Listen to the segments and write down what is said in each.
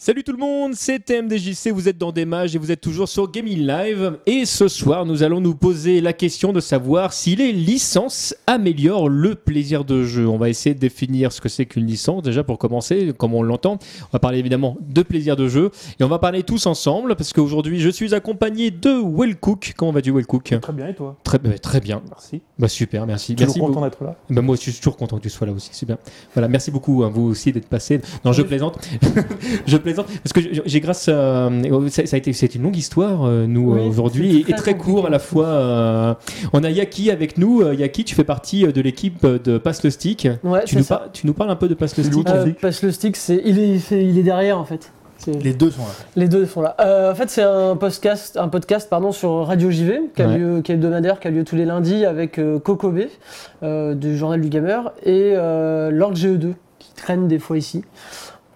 Salut tout le monde, c'est TMDJC, vous êtes dans des mages et vous êtes toujours sur Gaming Live. Et ce soir, nous allons nous poser la question de savoir si les licences améliorent le plaisir de jeu. On va essayer de définir ce que c'est qu'une licence, déjà pour commencer, comme on l'entend. On va parler évidemment de plaisir de jeu et on va parler tous ensemble parce qu'aujourd'hui, je suis accompagné de Will Cook. Comment vas-tu, Will Cook Très bien, et toi Très, bah, très bien. Merci. Bah, super, merci. Toujours merci content beaucoup. d'être là. Bah, moi, je suis toujours content que tu sois là aussi, c'est bien. Voilà, merci beaucoup, hein, vous aussi, d'être passé. Non, je plaisante. je plaisante. Parce que j'ai- j'ai grâce à. Ça, ça a été, c'est une longue histoire, euh, nous, Oui, euh, aujourd'hui, c'est et, et très très court à la fois. euh, on a Yaki avec nous. Euh, Yaki, tu fais partie euh, de l'équipe de Passe le Stick. Ouais, Tu c'est nous, ça. par- tu nous parles un peu de Passe le C'est Stick l'autre. Euh, passe le stick, c'est il est, c'est- il est derrière en fait. C'est- Les deux sont là. Les deux sont là. Euh, en fait, c'est un podcast, un podcast pardon, sur Radio JV, qui, a Ouais. lieu, qui est hebdomadaire, qui a lieu tous les lundis avec euh, Coco B, euh, du journal du gamer, et euh, Lord GE2, qui traîne des fois ici.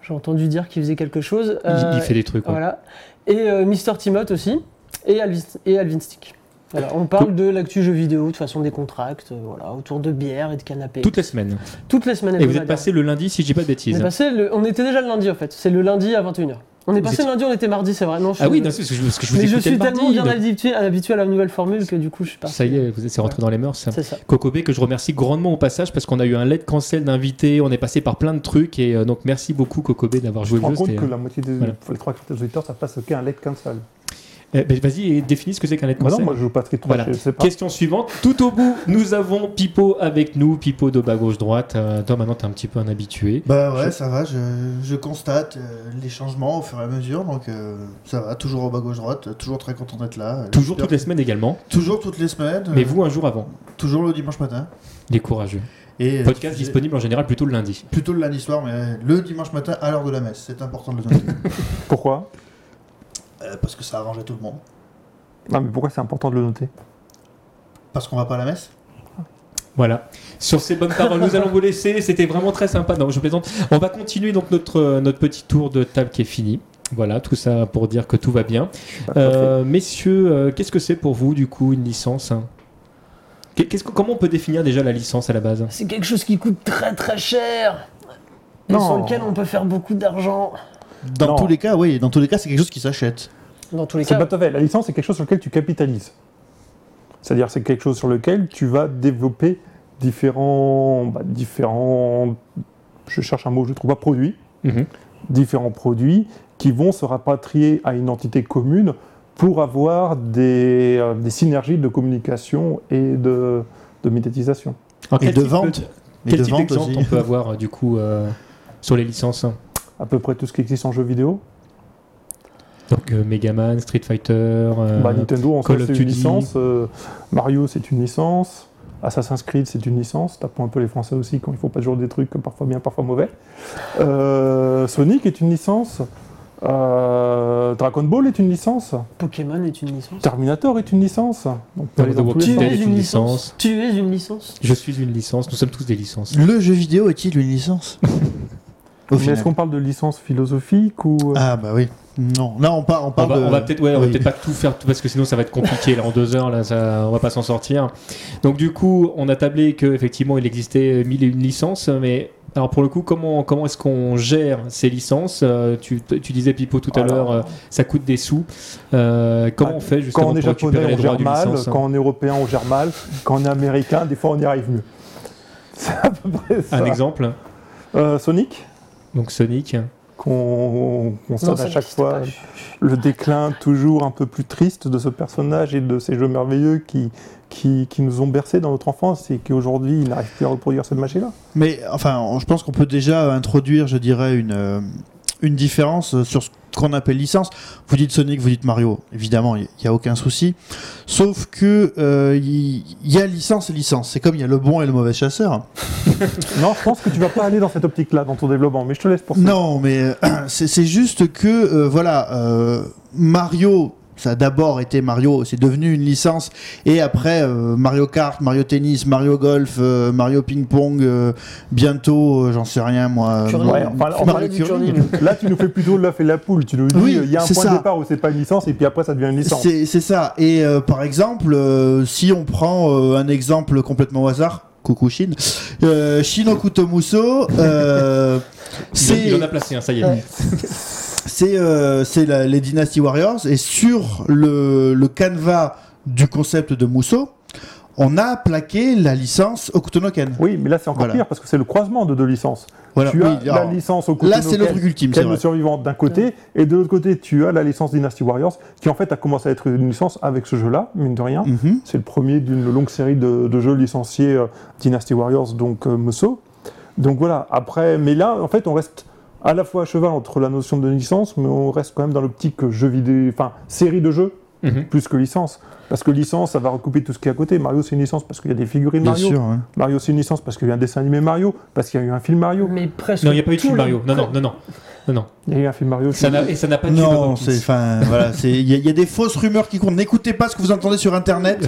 J'ai entendu dire qu'il faisait quelque chose. Il- il, Euh, fait des trucs. ouais. Voilà. Et euh, Mister Timot aussi, et Alvin, et Alvin Stick. Voilà, on parle de l'actu jeu vidéo, de façon des contracts, euh, voilà, autour de bière et de canapé. Toutes les semaines. Toutes les semaines Et vous êtes hebdomadaires. passé le lundi, si je dis pas de On, bêtises. est passé le- on était déjà le lundi en fait, c'est le lundi à 21h. On est Vous passé étiez- le lundi, on était mardi, c'est vrai. Non, je suis- Ah oui, non, c'est parce que je, parce que je vous mais je écoutais suis le mardi, tellement bien donc- habitué, habitué à la nouvelle formule que du coup je suis parti. Ça y est, vous êtes- c'est rentré dans les mœurs. ça. C'est ça. Kokobé, que je remercie grandement au passage parce qu'on a eu un LED cancel d'invités, on est passé par plein de trucs et euh, donc merci beaucoup Kokobé d'avoir Je joué me le rends jeu. compte c'était- que la moitié des. Voilà. Les trois quarts des auditeurs, ça passe qu'un LED cancel. Eh ben, Vas-y, et définis ce que c'est qu'un LED Bah non, cancel. moi je Ah. joue pas très trois, Voilà. je sais pas. Question suivante. Tout au bout, nous avons Pipo avec nous, Pipo de bas gauche droite. Euh, toi maintenant t'es un petit peu un habitué. Bah ouais, ça va, je, je constate euh, les changements au fur et à mesure, donc euh, ça va, toujours au bas gauche-droite, euh, toujours très content d'être là. Euh, Toujours j'espère- toutes les semaines également, Toujours toutes les semaines, mais euh, vous un jour avant. toujours le dimanche matin. Les courageux. Et, euh, Podcast diffusé disponible en général plutôt le lundi. Plutôt le lundi soir, mais euh, le dimanche matin à l'heure de la messe, c'est important de le noter. Pourquoi Euh, parce que ça arrange à tout le monde. Non, mais pourquoi c'est important de le noter Parce qu'on va pas à la messe Voilà. Sur ces bonnes paroles, nous allons vous laisser. C'était vraiment très sympa. Non, je plaisante. On va continuer donc notre, euh, notre petit tour de table qui est fini. Voilà, tout ça pour dire que tout va bien. Euh, messieurs, euh, qu'est-ce que c'est pour vous du coup une licence hein Qu'est- qu'est-ce que- Comment on peut définir déjà la licence à la base C'est quelque chose qui coûte très très cher. Et Non. sur lequel on peut faire beaucoup d'argent. Dans Non. tous les cas, oui, dans tous les cas, c'est quelque chose qui s'achète. Dans tous les C'est cas. pas tout à fait. La licence, c'est quelque chose sur lequel tu capitalises. C'est-à-dire, c'est quelque chose sur lequel tu vas développer différents. bah, différents. Je cherche un mot, je ne trouve pas, produits. Mhm. différents produits qui vont se rapatrier à une entité commune pour avoir des, euh, des synergies de communication et de, de médiatisation. Alors, Et quel de type de- vente. Et Quel de type vente d'exemple aussi. on peut avoir euh, du coup euh, sur les licences hein À peu près tout ce qui existe en jeux vidéo. Donc euh, Megaman, Street Fighter, euh, Bah, Nintendo, en Call soi, of c'est une Duty. licence. euh, Mario, c'est une licence. Assassin's Creed, c'est une licence. Tapons un peu les Français aussi quand ils font pas toujours des trucs parfois bien, parfois mauvais. Euh, Sonic est une licence. Euh, Dragon Ball est une licence. Pokémon est une licence. Terminator est une licence. Donc, on peut Dans aller The dans tous Walking les sens. Dead est une licence. Tu es une licence. je suis une licence, nous sommes tous des licences. Le jeu vidéo est-il une licence Au Mais final. est-ce qu'on parle de licence philosophique ou euh, Ah bah oui. Non, là on part, on On parle va, de... on va peut-être ouais, on va oui. peut-être pas tout faire tout- parce que sinon ça va être compliqué là en deux heures là ça, on va pas s'en sortir. Donc du coup on a tablé que effectivement il existait mille et une licences mais alors pour le coup comment comment est-ce qu'on gère ces licences Euh, tu, tu disais Pipo tout à Voilà. l'heure euh, ça coûte des sous. Euh, comment Bah, on fait Quand justement on est pour récupérer japonais, les on droits gère d'une mal. licence Quand on est européen, on gère mal. Quand on est américain, des fois, on y arrive mieux. C'est à peu près ça. Un exemple Euh, Sonic, donc Sonic. qu'on constate ça à chaque n'existe fois pas. le déclin toujours un peu plus triste de ce personnage et de ces jeux merveilleux qui, qui, qui nous ont bercés dans notre enfance et qui aujourd'hui, ils n'arrivent plus à reproduire cette machine-là. Mais enfin, on- je pense qu'on peut déjà introduire, je dirais, une, euh, une différence euh, sur ce qu'on appelle licence. Vous dites Sonic, vous dites Mario. Évidemment, il n'y a aucun souci. Sauf que euh, il y, a licence et licence. C'est comme il y a le bon et le mauvais chasseur. Non, je pense que tu vas pas aller dans cette optique-là dans ton développement, mais je te laisse pour ça. Non, mais euh, c'est c'est juste que, euh, voilà, euh, Mario. Ça a d'abord été Mario, c'est devenu une licence, et après euh, Mario Kart, Mario Tennis, Mario Golf, euh, Mario Ping Pong, euh, bientôt, euh, j'en sais rien moi. Curling. Mario- Ouais, enfin, on Mario parlait du Curling. curling. Là, tu nous fais plutôt l'œuf et la poule. Tu nous dis, Oui, il y a un c'est point ça. de départ où c'est pas une licence, et puis après, ça devient une licence. C'est c'est ça. Et euh, par exemple, euh, si on prend euh, un exemple complètement au hasard, coucou Chine, euh, Shinoku Tomuso, euh, Il, en- c'est il en a placé un ça y est. c'est euh, c'est la- les Dynasty Warriors et sur le, le canevas du concept de Mousseau, on a plaqué la licence Okutonoken. Oui, mais là c'est encore Voilà. pire parce que c'est le croisement de deux licences. Voilà. Tu Oui, as la alors, licence au là, c'est le truc ultime, c'est Calme vrai. survivante d'un côté, et de l'autre côté, tu as la licence Dynasty Warriors, qui en fait a commencé à être une licence avec ce jeu-là, mine de rien. Mhm. C'est le premier d'une longue série de, de jeux licenciés euh, Dynasty Warriors, donc euh, Musou. Donc voilà, après, mais là, en fait, on reste à la fois à cheval entre la notion de licence, mais on reste quand même dans l'optique jeu vidéo, enfin, série de jeux, Mhm. plus que licence. Parce que licence, ça va recouper tout ce qui est à côté. Mario, c'est une licence parce qu'il y a des figurines Bien Mario. sûr. ouais. Mario, c'est une licence parce qu'il y a un dessin animé Mario, parce qu'il y a eu un film Mario. Mais presque. Non, il n'y a pas eu de tout film le- Mario. Non, non, non, non. non, non. Il y a eu un film Mario. Ça n'a- et ça n'a pas de Bob Non, Hopkins. c'est enfin voilà, c'est il y, a- il y a des fausses rumeurs qui comptent. N'écoutez pas ce que vous entendez sur internet.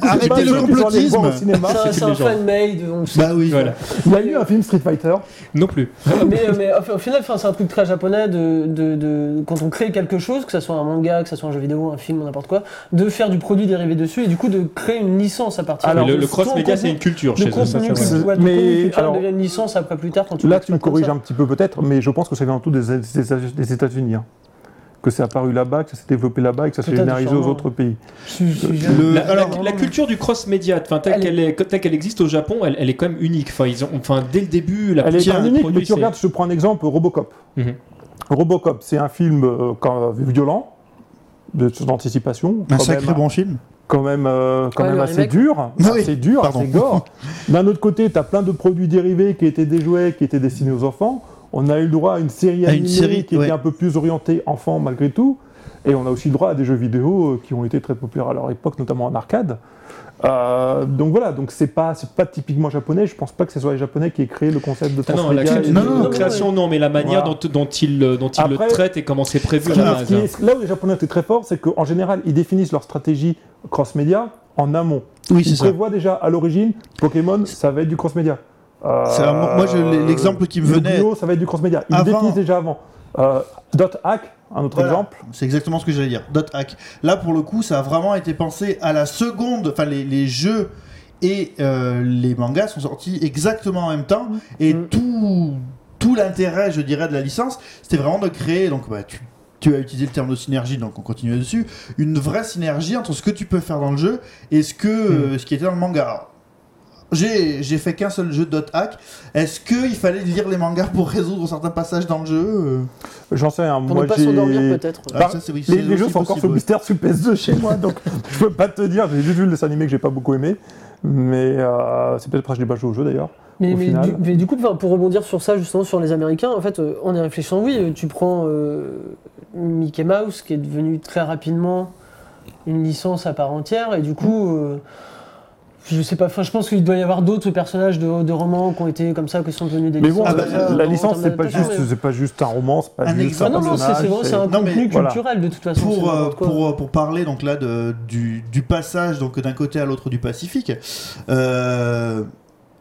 Arrêtez Pas ceux le qui sont allés voir au complotisme. cinéma. C'est c'est un- C'est une un légende. fan-made. on le sait. Bah oui. Voilà. Il y a eu un film Street Fighter. Non plus. mais, euh, mais, au au final, enfin, c'est un truc très japonais de, de- de- quand on crée quelque chose, que ce soit un manga, que ce soit un jeu vidéo, un film, n'importe quoi, de faire du produit dérivé dessus et du coup de créer une licence à partir. Alors, Mais de le, le ce qu'on cross-média, c'est une comprend- culture le chez eux. ça, contenu, c'est que- vrai. ouais, le Mais contenu culturel alors- devient une licence après plus tard quand Là, tu tu me l'exploites comme corriges ça. un petit peu peut-être, mais je pense que c'est avant tout des, des- des États-Unis. hein. Que c'est apparu là-bas, que ça s'est développé là-bas et que ça s'est Peut-être, généralisé aux sûrement. autres pays. Je suis- je suis jeune. Le- La, la- alors, la culture du cross-média, enfin, telle Elle est- qu'elle est- telle qu'elle existe au Japon, elle, elle est quand même unique. Enfin, ils ont, enfin, dès le début, la Elle est tiens, pas le unique, produit, mais tu c'est- regardes, je te prends un exemple, Robocop. Mhm. Robocop, c'est un film euh, quand- violent, de- d'anticipation, Un quand sacré Oh, ben, même- bon film. quand même, euh, quand Ouais, même le assez remake. dur, Oui, assez dur, pardon. assez gore. D'un autre côté, tu as plein de produits dérivés qui étaient des jouets, qui étaient destinés aux enfants. On a eu le droit à une série À animée une série, qui ouais. était un peu plus orientée enfant malgré tout. Et on a aussi le droit à des jeux vidéo euh, qui ont été très populaires à leur époque, notamment en arcade. Euh, donc voilà, donc c'est pas c'est pas typiquement japonais. Je pense pas que ce soit les japonais qui aient créé le concept de Ah non, la transmédia et de- culture- non, la non, création, non, mais la manière Voilà. dont, dont ils, euh, dont ils Après- le traitent et comment c'est prévu à la Ce base. qui est- là où les Japonais étaient très forts, c'est qu'en général, ils définissent leur stratégie cross-média en amont. bah, Oui, Ils c'est ça. prévoient déjà à l'origine Pokémon, ça va être du cross-média. Euh, C'est un- moi, je- l'exemple qui me venait- Yu-Gi-Oh, ça va être du cross-média. Ils Avant- définissent déjà avant. Euh, Dot Hack, un autre Voilà. exemple. C'est exactement ce que j'allais dire. Dot hack. Là, pour le coup, ça a vraiment été pensé à la seconde. Enfin, les, les jeux et euh, les mangas sont sortis exactement en même temps. Et Mm. tout, tout l'intérêt, je dirais, de la licence, c'était vraiment de créer. Donc, bah, tu, tu as utilisé le terme de synergie, donc on continue dessus. Une vraie synergie entre ce que tu peux faire dans le jeu et ce, que, Mm. euh, ce qui était dans le manga. Alors, j'ai j'ai fait qu'un seul jeu Dot hack. Est-ce qu'il fallait lire les mangas pour résoudre certains passages dans le jeu Euh, J'en sais un. Pour moi, ne pas j'ai- s'endormir peut-être. ah, Par- ça, c'est- oui, c'est Bah, Les, les jeux aussi sont encore sous possible, ouais. mystère sous PS2 chez moi, donc je peux pas te dire. J'ai juste vu le dessin animé que j'ai pas beaucoup aimé, mais euh, c'est peut-être parce que j'ai pas joué au jeu d'ailleurs. Mais, au mais final. du, mais du coup, enfin, pour rebondir sur ça, justement, sur les Américains, en fait, euh, en y réfléchissant, oui, euh, tu prends euh, Mickey Mouse, qui est devenu très rapidement une licence à part entière, et du coup, euh, je sais pas, enfin, je pense qu'il doit y avoir d'autres personnages de, de romans qui ont été comme ça, qui sont devenus des Mais bon, licences. Ah bah, la- euh, la en licence termes c'est pas d'adaptation, juste, mais- c'est pas juste un roman, c'est pas Un juste exemple. Ah un non, non, c'est c'est personnage. vraiment c'est un Non, mais contenu voilà. culturel de toute façon. c'est pour, euh, n'importe quoi. pour, euh, pour parler donc là de, du, du passage donc d'un côté à l'autre du Pacifique, euh,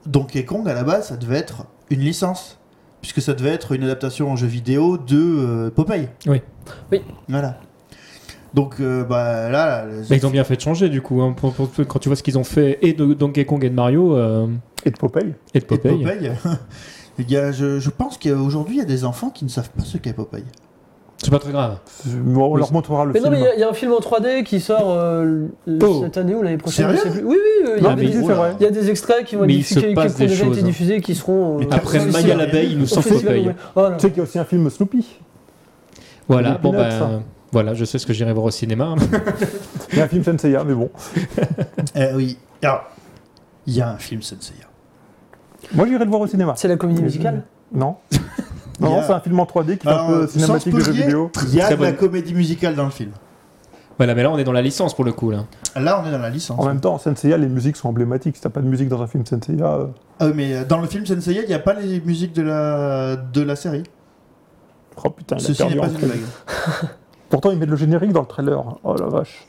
Donkey Kong à la base ça devait être une licence puisque ça devait être une adaptation en jeu vidéo de euh, Popeye. Oui. Oui. Voilà. Donc euh, bah là, là, Bah, ils ont bien fait de changer, du coup. hein, pour- pour- quand tu vois ce qu'ils ont fait et de Donkey Kong et de Mario euh, Et de Popeye. et de et Popeye. Popeye. Il y a- je, je pense qu'aujourd'hui il y a des enfants qui ne savent pas ce qu'est Popeye. C'est pas très grave. Bon, on Oui, leur montrera le Mais non, film. mais il y a- il y, a un film en 3D qui sort euh, l- Oh. cette année ou l'année prochaine, je Sérieux sais plus. Oui, oui, euh, il y a Ah, des- mais- Oui, c'est Oula. vrai. il y, a des extraits qui vont Mais être il se diffusés, qui passe qui ont des déjà été choses. diffusés, qui seront. euh, Mais Après Personne Maya hein. ne sait l'abeille, rien. ils nous au sortent festival, Popeye. ouais. Voilà. Tu sais qu'il y a aussi un film Snoopy. Voilà, Les bon Peanuts, bah, hein. voilà, je sais ce que j'irai voir au cinéma. Il y a un film Senseiya, mais bon. Eh oui. Alors, il y a un film Senseiya. Moi, j'irai le voir au cinéma. C'est la comédie musicale Non. Non, non, c'est un film en 3D qui est un Alors, peu sans cinématique de jeux spoiler, vidéo. Il y a Très de la bonne. comédie musicale dans le film. voilà, mais là, on est dans la licence pour le coup. Là. Là on est dans la licence. En même temps, Senseiya, les musiques sont emblématiques. Si t'as pas de musique dans un film Senseiya, euh, Ah oui, mais euh, dans le film Senseiya, il n'y a pas les musiques de la, de la série. oh putain, il a Ceci n'est perdu pas en une crédit. blague. Pourtant, ils mettent le générique dans le trailer. Oh la vache.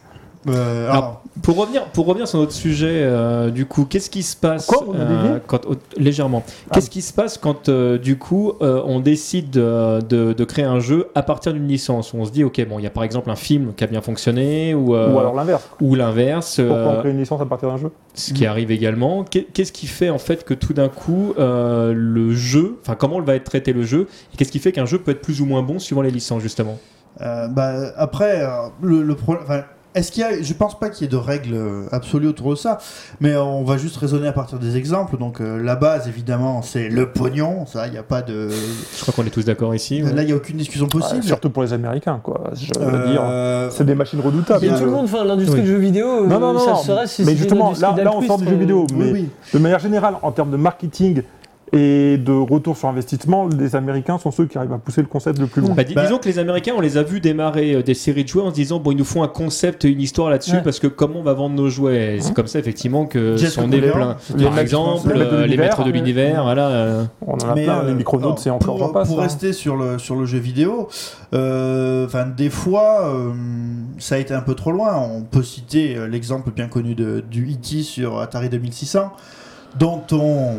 Euh, alors, Pour revenir, pour revenir sur notre sujet, euh, du coup, qu'est-ce qui se passe Encore, on a dévié quand, oh, légèrement Ah. Qu'est-ce qui se passe quand, euh, du coup, euh, on décide euh, de, de créer un jeu à partir d'une licence On se dit, ok, bon, il y a par exemple un film qui a bien fonctionné, ou, euh, Ou alors l'inverse. ou l'inverse, Pourquoi on euh, crée une licence à partir d'un jeu ce qui arrive également. Qu'est- Qu'est-ce qui fait en fait que tout d'un coup, euh, le jeu, enfin, comment va être traité le jeu, et qu'est-ce qui fait qu'un jeu peut être plus ou moins bon suivant les licences justement euh, bah, après, euh, le, le problème. enfin, Est-ce qu'il y a, je pense pas qu'il y ait de règles euh, absolues autour de ça, mais euh, on va juste raisonner à partir des exemples. Donc euh, la base, évidemment, c'est le pognon. Ça, il n'y a pas de, Je crois qu'on est tous d'accord ici. ouais. là, il n'y a aucune discussion Ouais, possible. Surtout pour les Américains, quoi. Je veux dire, Euh, c'est des machines Il redoutables. y a mais tout le- le monde, enfin, l'industrie Oui. du jeu vidéo, Non, euh, non, non, ça non. serait si mais c'était une justement, industrie là, là, on sort du jeu vidéo. d'altruisme, euh, oui, mais oui. de manière générale, en termes de marketing et de retour sur investissement, les Américains sont ceux qui arrivent à pousser le concept le plus loin. Bah, dis- Bah- disons que les Américains, on les a vus démarrer euh, des séries de jouets en se disant bon, ils nous font un concept, une histoire là-dessus Ouais. parce que comment on va vendre nos jouets Et C'est comme ça effectivement que Jess sont nés Couleur, plein. les Par mecs- exemple, les maîtres de euh, les l'univers, maîtres de ouais. l'univers, voilà. euh, On en a Mais, plein, euh, les micronautes, alors, c'est encore pour, j'en passe. pour hein. rester sur le sur le jeu vidéo, euh, enfin des fois euh, ça a été un peu trop loin. On peut citer euh, l'exemple bien connu de, du E.T. sur Atari 2600, dont on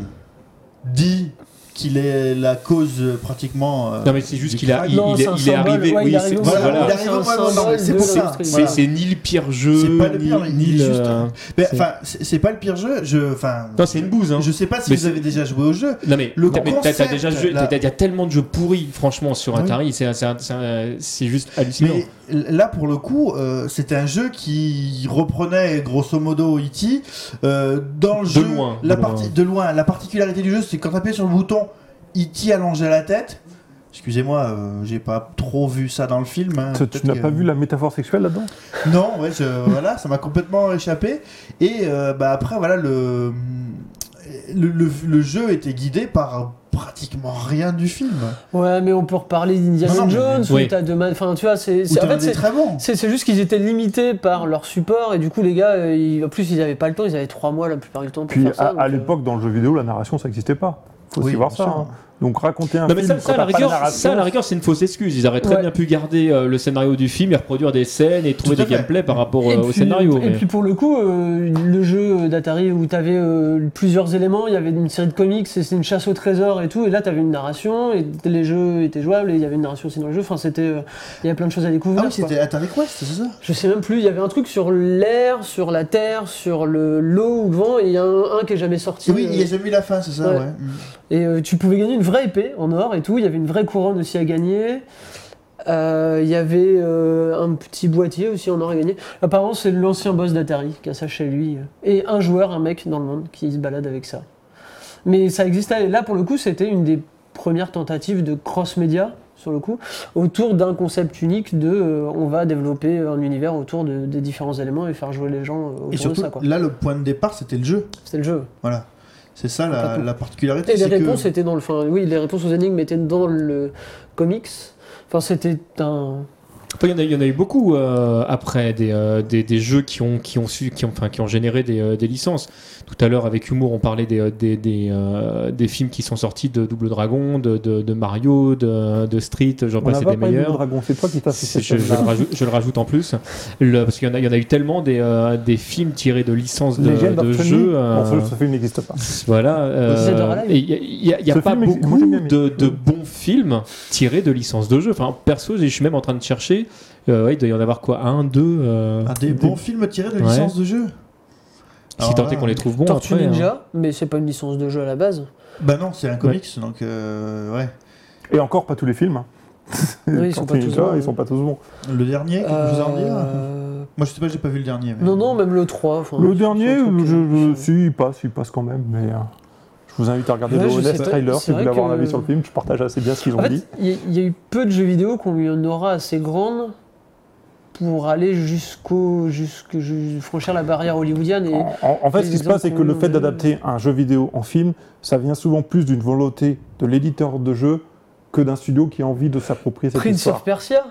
dit qu'il est la cause euh, pratiquement. euh, Non, mais c'est juste du qu'il a, crack. il, Non, il c'est est, il un est symbole, arrivé. ouais, oui, il est c'est- arrivé au- voilà. Voilà, il est c'est arrivé au un moment où on en symbole est. C'est de pour ça. l'industrie. C'est Voilà. c'est ni le pire jeu, C'est pas le ni- pire, il est ni le- juste- hein. Mais, c'est- Enfin, c'est c'est pas le pire jeu. Je, enfin, Non, c'est une bouse. Hein. je sais pas si Mais vous c'est- avez déjà joué au jeu. Non mais Le t'as- mais t'as- t'as concept, déjà joué- là. t'as- il y a tellement de jeux pourris franchement sur Oui. Atari, c'est- c'est un- c'est un- c'est juste hallucinant. Mais là, pour le coup, euh, c'était un jeu qui reprenait grosso modo E.T. euh, dans le De jeu. loin, La de partie loin. de loin. La particularité du jeu, c'est que quand tu sur le bouton, E.T. allongeait la tête. Excusez-moi, euh, j'ai pas trop vu ça dans le film. hein. Tu- Peut-être Tu n'as que- pas vu la métaphore sexuelle là-dedans Non, ouais, je- voilà, ça m'a complètement échappé. Et euh, bah, après, voilà, le... Le, le- le jeu était guidé par pratiquement rien du film. Ouais, mais on peut reparler d'Indiana Non, non, mais- Jones, Oui. où t'as deux man- Enfin, tu vois, c'est. Où c'est- En t'en as fait, des c'est. très bon. C'est c'est juste qu'ils étaient limités par leur support et du coup les gars, euh, ils- en plus ils n'avaient pas le temps, ils avaient trois mois la plupart du temps pour Puis faire à, ça. à donc, euh, l'époque, dans le jeu vidéo, la narration, ça n'existait pas. Faut Oui, aussi voir bien ça. sûr. hein. Donc raconter un Non mais film ça, ça, quand à la t'as pas de rigueur, narration, ça, à la rigueur, c'est une fausse excuse. Ils auraient très Ouais. bien pu garder euh, le scénario du film et reproduire des scènes et trouver Tout à des fait. gameplays par rapport euh, et au puis- scénario. Et mais- puis pour le coup, euh, le jeu d'Atari où t'avais euh, plusieurs éléments, il y avait une série de comics, et c'était une chasse au trésor et tout, et là t'avais une narration, et les jeux étaient jouables, et il y avait une narration aussi dans le jeu, enfin c'était. euh, Il y avait plein de choses à découvrir. Ah oui, quoi. c'était Atari Quest, c'est ça Je sais même plus, il y avait un truc sur l'air, sur la terre, sur le- l'eau ou le vent, et il y a un, un qui est jamais sorti. Oui, euh, il y a jamais eu la fin, c'est ça, Ouais. ouais. Mm. Et euh, tu pouvais gagner une vraie épée en or et tout. Il y avait une vraie couronne aussi à gagner. Euh, Il y avait euh, un petit boîtier aussi en or à gagner. Apparemment, c'est l'ancien boss d'Atari qui a ça chez lui. Et un joueur, un mec dans le monde qui se balade avec ça. Mais ça existait. Et là, pour le coup, c'était une des premières tentatives de cross-média, sur le coup, autour d'un concept unique de euh, on va développer un univers autour de- des différents éléments et faire jouer les gens euh, autour Et surtout, de ça. quoi. là, le point de départ, c'était le jeu. C'était le jeu. Voilà. C'est ça la, Complètement. la particularité. Et les c'est que- réponses étaient dans le. Enfin, oui, les réponses aux énigmes étaient dans le comics. Enfin, c'était un. Enfin, il, y en a, il y en a eu beaucoup euh, après des, euh, des, des jeux qui ont, qui ont, su, qui ont, enfin, qui ont généré des, euh, des licences. Tout à l'heure, avec humour, on parlait des, euh, des, des, euh, des films qui sont sortis de Double Dragon, de, de, de Mario, de, de Street, j'en On n'a passe et pas des parlé de meilleurs. dragon, c'est toi qui t'as fait C'est- cette Je, je le scène-là. rajoute, je le rajoute en plus, Le- parce qu'il y, en a- il y en a eu tellement des, euh, des films tirés de licences de, Legend of de Chun-Li. jeux. Bon, euh, ce- ce film n'existe pas. Voilà. Dead or Alive. Il n'y a, Ce pas film existe- moi, beaucoup j'aime bien, mais- de, de bons films tirés de licences de jeux. Enfin, perso, je suis même en train de chercher. Euh, ouais, il doit y en avoir quoi Un, deux euh, Ah, des bons films tirés de Ouais. licences de jeu Si Alors euh, tant est là- qu'on les trouve bons. Tortue après, Ninja, hein. mais c'est pas une licence de jeu à la base. Bah non, c'est un comics, donc euh, ouais. Et encore, pas tous les films. hein. Oui, ils sont Quand pas il y a tous ça, bons. ils sont pas tous bons. Le dernier, quelque chose à en hein. dire Euh, Moi, je sais pas, j'ai pas vu le dernier. mais- Non, non, même le 3. enfin, Le c'est dernier, un truc, je, euh, je- si, il passe, il passe quand même, mais euh, je vous invite à regarder Ouais, le je sais Honest pas, Trailer c'est si vous voulez vrai avoir un que- avis sur le film. Je partage assez bien ce qu'ils En ont fait, dit. il y, a- il y a eu peu de jeux vidéo qui ont eu une aura assez grande pour aller jusqu'au jusque ju- franchir la barrière hollywoodienne et En, en- en fait, les ce qui se passe, c'est que exemples le que- fait d'adapter un jeu vidéo en film, ça vient souvent plus d'une volonté de l'éditeur de jeu que d'un studio qui a envie de s'approprier cette Prince histoire. of Persia.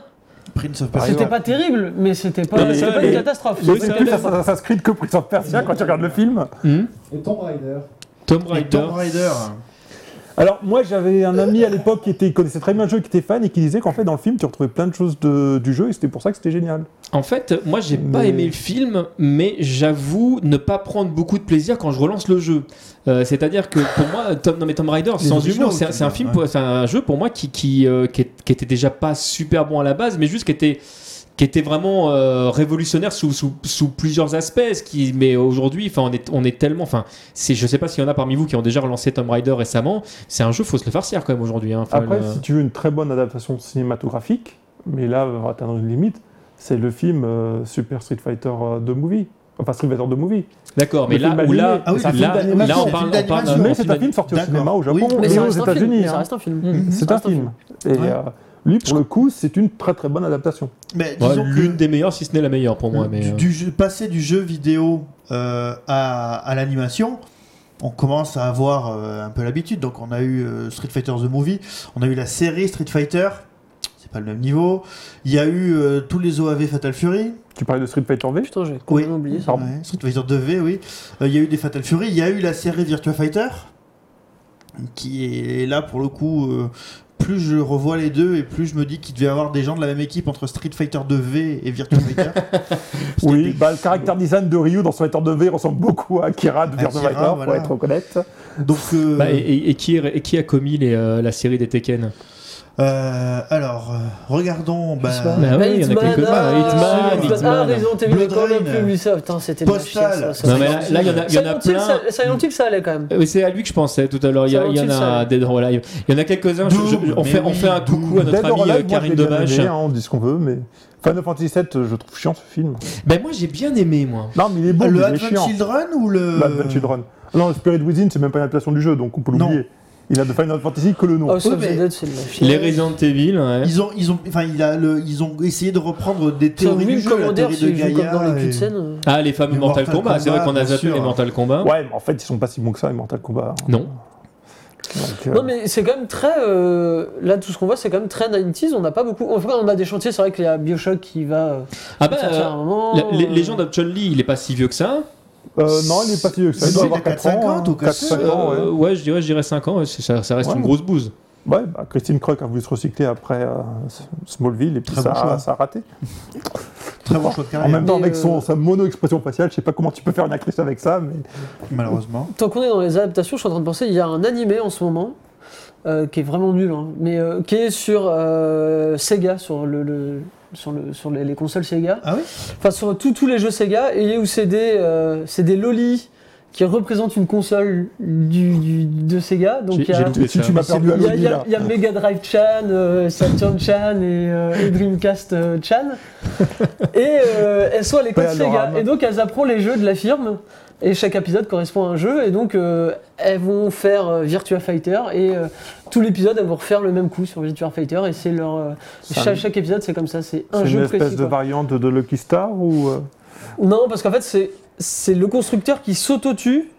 Prince of Par Persia. C'était exemple. pas terrible, mais c'était pas, Non, mais c'est ça, pas mais- une catastrophe. mais C'était- C'est plus Assassin's Creed que Prince of Persia quand tu regardes le film. Hmm Et Tomb Raider. Tomb Et Raider. Tomb Raider. Alors, moi, j'avais un ami à l'époque qui était, connaissait très bien le jeu, qui était fan et qui disait qu'en fait, dans le film, tu retrouvais plein de choses de- du jeu et c'était pour ça que c'était génial. En fait, moi, j'ai pas Mais- aimé le film, mais j'avoue ne pas prendre beaucoup de plaisir quand je relance le jeu. Euh, C'est-à-dire que pour moi, Tom, non mais Tom Rider, Les sans originaux, humour, c'est un- tu c'est un veux dire, film, ouais. pour- c'est un jeu pour moi qui qui, euh, qui, est- qui était déjà pas super bon à la base, mais juste qui était qui était vraiment euh, révolutionnaire sous, sous, sous plusieurs aspects. Ce qui, mais aujourd'hui, enfin, on est on est tellement, enfin, c'est je sais pas s'il y en a parmi vous qui ont déjà relancé Tom Rider récemment. C'est un jeu, faut se le farcir quand même aujourd'hui. hein. Enfin, Après, le- si tu veux une très bonne adaptation cinématographique, mais là, on va atteindre une limite, c'est le film euh, Super Street Fighter euh, de Movie. Enfin, Street Fighter de Movie. D'accord, Le mais film là où là, animé. Ah oui, c'est un film là, d'animation, là, on c'est un parle, film on parle d'un d'animation. mais film c'est un film sorti au D'accord. cinéma au Oui, Japon mais et ça aux reste un film, États-Unis. mais ça hein. reste un film. Mhm. Mhm. C'est Ça un reste un film. Et Ouais. euh, lui, pour le coup, c'est une très très bonne adaptation. Mais Ouais, disons que- l'une des meilleures, si ce n'est la meilleure pour moi. Mais du, euh, du jeu- passer du jeu vidéo euh, à, à l'animation, on commence à avoir euh, un peu l'habitude. Donc on a eu euh, Street Fighter The Movie, on a eu la série Street Fighter, c'est pas le même niveau. Il y a eu euh, tous les OAV Fatal Fury, Tu parlais de Street Fighter V Putain, j'ai complètement oublié ça. Pardon. Ouais, Street Fighter 2V, oui. Euh, Il y a eu des Fatal Fury, il y a eu la série Virtua Fighter, qui est là pour le coup. euh, plus je revois les deux et plus je me dis qu'il devait y avoir des gens de la même équipe entre Street Fighter 2V et Virtua Fighter. Parce qu'il y a Oui, des- bah, le caractère design de Ryu dans Street Fighter de V ressemble beaucoup à Akira de Virtua Akira, Fighter, pour voilà. être honnête. Donc, euh, bah, et, et- et qui, est- et qui a commis les, euh, la série des Tekken Euh, alors, euh, regardons bah, sais pas. Bah ouais, il y en a Hitman, quelques-uns. ah, Hitman, Ah, Hitman. raison, t'es vu, Blood quand on a Rain. plus vu ça. Putain, c'était de la Postal. chienne, ça, ça. Non, mais là, là, il y en a, il y en a Silent Hill, plein. ça- Silent Hill, ça allait quand même. Euh, Oui, c'est à lui que je pensais tout à l'heure. Il y, a- il y en Silent Hill, a ça. Dead or Alive. Il y en a quelques-uns. je- je- Doom, on, fait, mais on fait un oui, coucou à Doom. notre Dead or amie Alive, euh, moi, je Karine l'ai bien Debache. aimé, hein, on dit ce qu'on veut, mais Final Fantasy VII, je trouve chiant ce film. Ben, moi, j'ai bien aimé, moi. Non, mais il est bon, le mais il est Advent chiant. Children ou le. Le Advent Children. Ah Non, Spirit Within, c'est même pas une adaptation du jeu, donc on peut Non. l'oublier. Il a de Final Fantasy que le nom. Ah, Oh, ça mais- faisait dead, c'est de la chienne. Les Resident Evil. ouais. Ils ont, ils ont, enfin, il a le- ils ont essayé de reprendre des Putain, théories vu du le jeu, la commandeur, théorie de s'il joue comme Gaïa. dans les et- culs de scène. euh. Ah, les fameux Les Mortal, Mortal Kombat. C'est vrai qu'on a Kombat, zappé bien les sûr. Mortal Kombat. Ouais, mais en fait, ils sont pas si bons que ça, Mortal Kombat. hein. Non. Donc, euh, Non mais c'est quand même très... euh, là tout ce qu'on voit c'est quand même très 90s, on n'a pas beaucoup... En tout cas on a des chantiers, c'est vrai qu'il y a Bioshock qui va euh, Ah, bah. sortir à euh, un moment... la- les, euh, les gens d'Option Lee, il est pas si vieux que ça. euh, non, il est pas si vieux que ça. Il doit C'est avoir de 4 ans. 4,50 ou 4-5 Euh, ans, ouais. ouais, je dirais, je dirais 5 ans. ouais, c'est Ça, ça reste Ouais. une grosse bouse. Ouais, bah, Christine Krug a voulu se recycler après euh, Smallville et puis Très ça, bon choix. ça a raté. Très bon choix de En carrière, même temps, Mais, avec son, euh, sa mono-expression faciale, je sais pas comment tu peux faire une actrice avec ça, mais malheureusement. Tant qu'on est dans les adaptations, je suis en train de penser, il y a un animé en ce moment, euh, qui est vraiment nul, hein, mais euh, qui est sur euh, Sega, sur, le, le- sur, le, sur les, les consoles Sega. Ah oui Enfin sur tous- tous les jeux Sega, et où c'est des, euh, c'est des lolis qui représentent une console du, du- de Sega. Donc J'ai- il y a- j'ai loupé si ça. tu m'as c'est- perdu à Il y a, l'oubli, il y a- là. il y a Mega Drive Chan, euh, Saturn Chan et, euh, et Dreamcast euh, Chan. Et euh, elles sont à l'école Pas à leur Sega. âme. Et donc elles apprennent les jeux de la firme. Et chaque épisode correspond à un jeu. Et donc euh, elles vont faire euh, Virtua Fighter. Et euh, tout l'épisode, elles vont refaire le même coup sur Virtua Fighter. Et c'est leur. euh, C'est un- chaque, chaque épisode, c'est comme ça. C'est C'est un une jeu précis. espèce de quoi. variante de Lucky Star ou euh, Non, parce qu'en fait, c'est, c'est le constructeur qui s'auto-tue.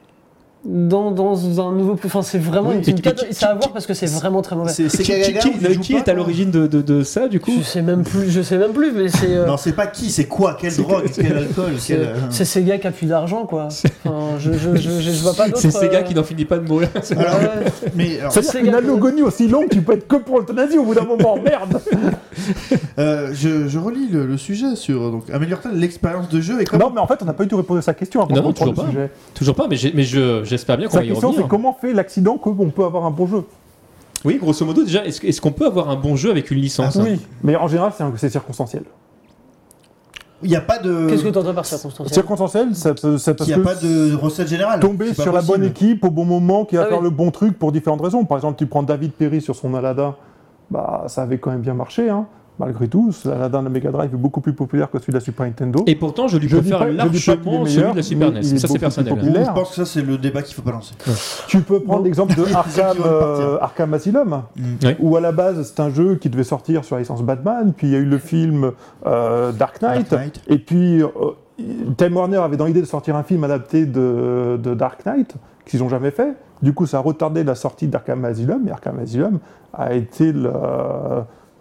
Dans, dans un nouveau. Enfin, c'est vraiment. Oui, une- c'est une et- et cata- qui- ça a à qui- voir parce que c'est vraiment très mauvais. C'est c'est Qui, qui- Gaga qui- ou il joue qui pas, est à quoi l'origine de, de- de ça, du coup Je sais même plus, je sais même plus, mais c'est. euh, Non, c'est pas qui, c'est quoi, quelle drogue, quel alcool, c'est- quel. euh, C'est Sega qui a plus d'argent, quoi. Enfin, je, je, je, je- je vois pas d'autres. C'est ces gars euh, qui n'en finit pas de mourir. Alors, ouais. euh, mais alors, C'est-à-dire Sega- qu'une allogonie aussi longue, tu peux être que pour l'euthanasie au bout d'un moment, merde euh, je, je relis le, le sujet sur donc améliore-t-elle l'expérience de jeu et comment Non, mais en fait, on n'a pas du tout répondu à sa question avant Non, de non, reprendre toujours le pas. sujet. Toujours pas, mais j'ai- mais je- j'espère bien qu'on Sa va y question, revenir. c'est comment fait l'accident qu'on peut avoir un bon jeu Oui, grosso modo, déjà, est-ce que- est-ce qu'on peut avoir un bon jeu avec une licence Ah, hein ça. Oui, mais en général, c'est un- c'est circonstanciel. il n'y a pas de. Qu'est-ce que tu entends par circonstanciel Circonstanciel, ça peut- c'est Il parce n'y a que pas de recette générale. tomber C'est pas sur la bonne possible. équipe au bon moment qui va Ah faire oui. le bon truc pour différentes raisons. Par exemple, tu prends David Perry sur son Aladdin, bah ça avait quand même bien marché, hein. malgré tout. L'Aladdin de la Mega Drive est beaucoup plus populaire que celui de la Super Nintendo. Et pourtant, je lui Je dis préfère pas- je dis pas qu'il est largement meilleur, celui de la Super mais NES. il est Ça, c'est beaucoup plus personnel. populaire. Je pense que ça, c'est le débat qu'il faut pas lancer. Tu peux prendre Non. l'exemple de Il y a Arkham, plusieurs qui veulent partir. euh, Arkham Asylum, Mm. Oui. où à la base c'est un jeu qui devait sortir sur la licence Batman, puis il y a eu le film euh, Dark Knight, Dark Knight. et puis euh, Time Warner avait dans l'idée de sortir un film adapté de, de Dark Knight, qu'ils n'ont jamais fait. Du coup, ça a retardé la sortie d'Arkham Asylum, et Arkham Asylum a été le-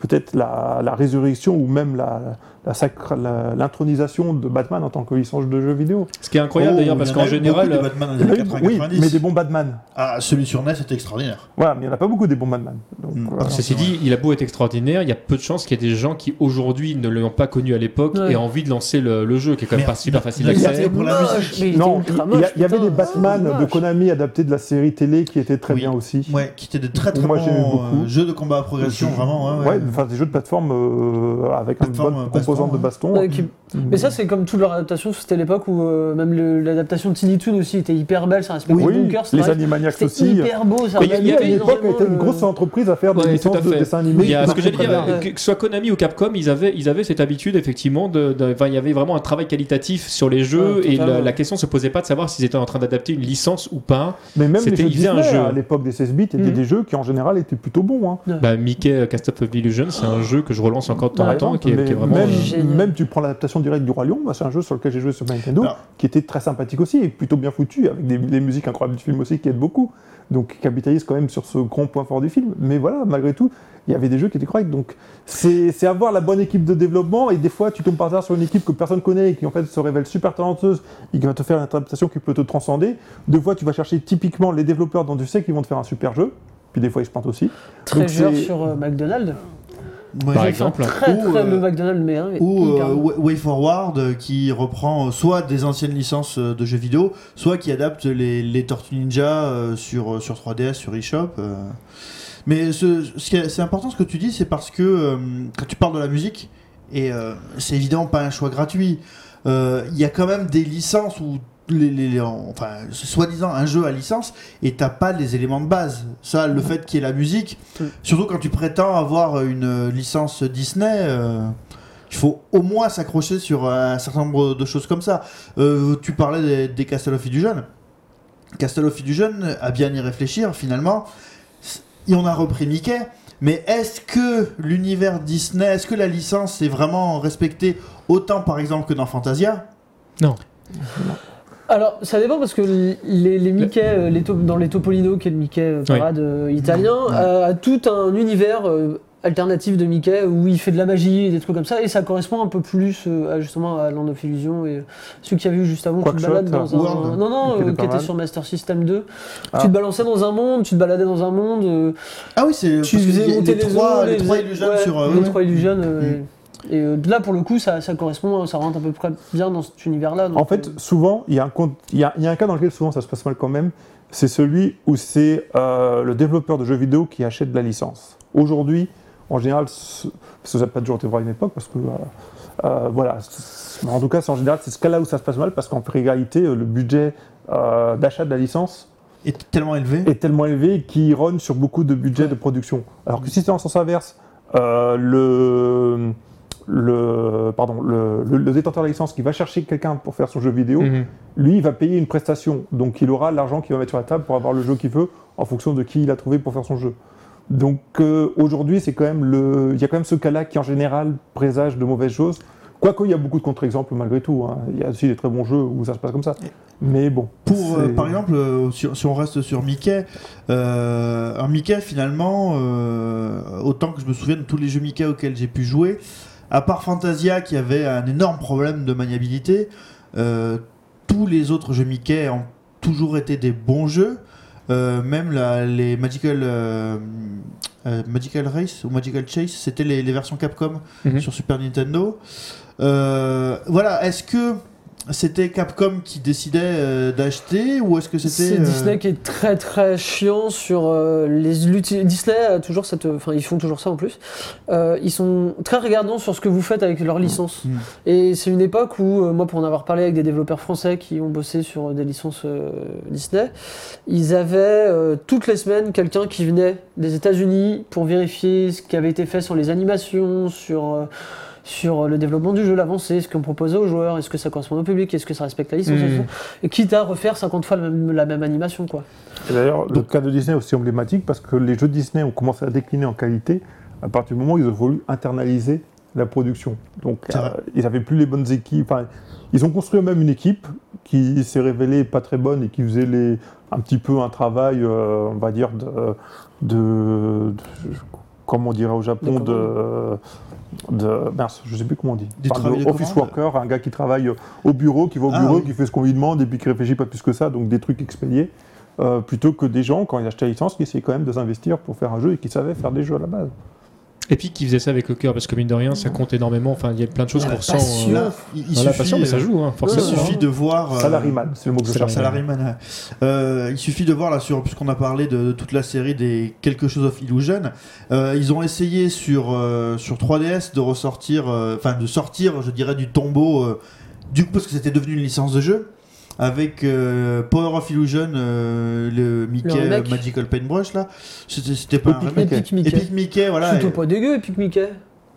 peut-être la, la résurrection ou même la, la sacra- la- l'intronisation de Batman en tant que licence de jeu vidéo. Ce qui est incroyable Oh, d'ailleurs, il parce y en a qu'en eu général, beaucoup de Batman dans les Il y en a années eu- 80, oui, 90. mais des bons Batman. Ah, celui sur NES était extraordinaire. Voilà, mais il n'y en a pas beaucoup des bons Batman. Donc, Mm. voilà. Ceci dit, il a beau être extraordinaire, il y a peu de chances qu'il y ait des gens qui aujourd'hui ne l'ont pas connu à l'époque Ouais. et aient envie de lancer le, le jeu, qui est quand même Mais- pas super facile mais- d'accès. pour la moche, musique. mais il était non, il ultra il y, a- moche, il y avait putain. des Batman Ah, de moche. Konami adaptés de la série télé qui étaient très Oui. bien aussi. Ouais, qui était de très très Moi, j'ai eu bons beaucoup. euh, jeux de combat à progression, Jeux- vraiment. Ouais, Ouais, ouais. enfin des jeux de plateforme euh, avec une Plateforme, bonne baston, composante de hein. baston. Ouais, qui- Mais ça, c'est comme toute leur adaptation. C'était l'époque où euh, même le- l'adaptation de Tiny Toon aussi était hyper belle. Ça respectait oui, Bunker, c'était les pareil. Animaniacs C'était aussi. hyper euh, beau. Ça Mais il y a- Il y a à avait une époque énormément était une de- grosse entreprise à faire des Ouais, tout licences à de fait. dessins animés. Il y a ce que j'allais Très dire, bien. que que ce soit Konami ou Capcom, ils avaient, ils avaient cette habitude effectivement de, de- enfin, il y avait vraiment un travail qualitatif sur les jeux Ouais, et la, totalement. la question se posait pas de savoir s'ils étaient en train d'adapter une licence ou pas. Mais même C'était- les jeux il faisait un Disney, jeu. à l'époque des 16 bits, étaient Mhm. des jeux qui en général étaient plutôt bons. hein. Bah, Mickey euh, Cast of Illusion, c'est un jeu que je relance encore de temps Par en temps, exemple, qui est, qui est Bah, mais vraiment. même, euh, Génial. même tu prends l'adaptation directe du Roi Lion, bah, c'est un jeu sur lequel j'ai joué sur Nintendo, Alors- qui était très sympathique aussi, et plutôt bien foutu, avec des, les musiques incroyables du film aussi qui aident beaucoup. Donc qui capitalise quand même sur ce grand point fort du film. Mais voilà, malgré tout, il y avait des jeux qui étaient corrects. Donc c'est c'est avoir la bonne équipe de développement, et des fois tu tombes par hasard sur une équipe que personne connaît, et qui en fait se révèle super talentueuse, et qui va te faire une adaptation qui peut te transcender. Deux fois tu vas chercher typiquement les développeurs dont tu sais qu'ils vont te faire un super jeu, puis des fois ils se plantent aussi. Donc, Treasure c'est- sur euh, McDonald's. Ouais. Par J'ai exemple. fait un Très Ou, très euh, beau McDonald's, mais. hein, mais Ou hyper euh, beau. Way Way Forward euh, qui reprend euh, soit des anciennes licences euh, de jeux vidéo, soit qui adapte les, les Tortues Ninja euh, sur, euh, sur 3DS, sur eShop. euh. Mais ce, ce qui est- c'est important ce que tu dis, c'est parce que euh, quand tu parles de la musique, et euh, c'est évidemment pas un choix gratuit, euh, il y a quand même des licences où. Les, les- les- enfin, soi-disant un jeu à licence et t'as pas les éléments de base. Ça, le fait qu'il y ait la musique, Mm. surtout quand tu prétends avoir une euh, licence Disney, euh, il faut au moins s'accrocher sur un certain nombre de choses comme ça. Euh, tu parlais des, des Castle of Illusion. Castle of Illusion, à bien y réfléchir, finalement, c- et on a repris Mickey. Mais est-ce que l'univers Disney, est-ce que la licence est vraiment respectée autant par exemple que dans Fantasia Alors, ça dépend parce que l- les, les Mickey, euh, les Top- dans les Topolino, qui est le Mickey euh, parade euh, italien, a, a tout un univers euh, alternatif de Mickey où il fait de la magie et des trucs comme ça, et ça correspond un peu plus euh, à, justement à Land of Illusion et euh, celui qu'il y avait eu juste avant, tu te Quackshot, balades dans un. World, non, non, qui était euh, pas qui était mal. sur Master System 2. Ah. Tu te balançais dans un monde, tu te baladais dans un monde. euh, Ah oui, c'est parce tu que faisais les- monter les, trois, ondes, les les- trois illusions ouais, sur. euh, Mm. les ouais. trois illusions, euh, et euh, là pour le coup ça, ça correspond euh, ça rentre à peu près bien dans cet univers là En fait, souvent, il y, a un compte- il y a- il y a un cas dans lequel souvent ça se passe mal quand même, c'est celui où c'est euh, le développeur de jeux vidéo qui achète de la licence. Aujourd'hui, en général, ce- parce que ça n'a pas toujours été vrai à une époque, parce que euh, euh, voilà, c'est- en tout cas, c'est en général, c'est ce cas-là où ça se passe mal, parce qu'en réalité, euh, le budget euh, d'achat de la licence est tellement élevé. est tellement élevé qu'il run sur beaucoup de budgets de production. Alors que si c'est en sens inverse, euh, le, le, pardon, le, le- le détenteur de la licence qui va chercher quelqu'un pour faire son jeu vidéo, mhm. lui, il va payer une prestation. Donc, il aura l'argent qu'il va mettre sur la table pour avoir le jeu qu'il veut en fonction de qui il a trouvé pour faire son jeu. Donc, euh, aujourd'hui, c'est quand même le... il y a quand même ce cas-là qui, en général, présage de mauvaises choses. Quoique, il y a beaucoup de contre-exemples malgré tout. hein. Il y a aussi des très bons jeux où ça se passe comme ça. Mais bon. Pour, euh, c'est- par exemple, euh, si, si on reste sur Mickey, euh, un Mickey finalement, euh, autant que je me souviens de tous les jeux Mickey auxquels j'ai pu jouer, à part Fantasia qui avait un énorme problème de maniabilité, euh, tous les autres jeux Mickey ont toujours été des bons jeux. Euh, même la- les Magical, euh, euh, Magical Race ou Magical Chase, c'était les, les versions Capcom Mhm. sur Super Nintendo. Euh, voilà, est-ce que c'était Capcom qui décidait euh, d'acheter ou est-ce que c'était c'est euh, Disney qui est très très chiant sur euh, les l'uti- Disney a toujours cette euh, enfin ils font toujours ça en plus Euh, ils sont très regardants sur ce que vous faites avec leur licence Mm. et c'est une époque où euh, moi pour en avoir parlé avec des développeurs français qui ont bossé sur des licences euh, Disney ils avaient euh, toutes les semaines quelqu'un qui venait des États-Unis pour vérifier ce qui avait été fait sur les animations sur euh, sur le développement du jeu, l'avancée, ce qu'on proposait aux joueurs, est-ce que ça correspond au public, est-ce que ça respecte la licence, Mm. Hmm. est-ce que- et quitte à refaire 50 fois le même- la même animation, quoi. Et D'ailleurs, le cas de Disney est aussi emblématique parce que les jeux Disney ont commencé à décliner en qualité à partir du moment où ils ont voulu internaliser la production. Donc, C'est euh, vrai. ils n'avaient plus les bonnes équipes. Enfin, ils ont construit eux-mêmes une équipe qui s'est révélée pas très bonne et qui faisait les, un petit peu un travail, euh, on va dire, de, de- de- comme on dirait au Japon, Des de, euh, de. Mince, je sais plus comment on dit. Du Enfin, travail de de office commande. worker, un gars qui travaille euh, au bureau, qui va au Ah, bureau, oui. qui fait ce qu'on lui demande et puis qui réfléchit pas plus que ça, donc des trucs expédiés. euh, plutôt que des gens, quand ils achetaient la licence, qui essayaient quand même de s'investir pour faire un jeu et qui savaient faire des jeux à la base. Et puis qui faisait ça avec le cœur, parce que mine de rien, ça compte énormément. Enfin, il y a plein de choses La qu'on ressent. passion. euh, Là, il, il voilà, la suffit, passion, mais ça euh, joue, hein, Il forcément. suffit de voir. euh, Salaryman, c'est le mot que je Salaryman. cherche. Salaryman, ouais. Euh, il suffit de voir là sur puisqu'on a parlé de, de toute la série des quelque chose of illusion. Euh, ils ont essayé sur euh, sur 3DS de ressortir, euh, enfin de sortir, je dirais, du tombeau euh, du coup parce que c'était devenu une licence de jeu avec euh, Power of Illusion, euh, le Mickey Le remake. euh, Magical Paintbrush là. C'était c'était pas un Epic remake. Epic Mickey. Epic Mickey, voilà. Plutôt Et pas dégueu, Epic Mickey.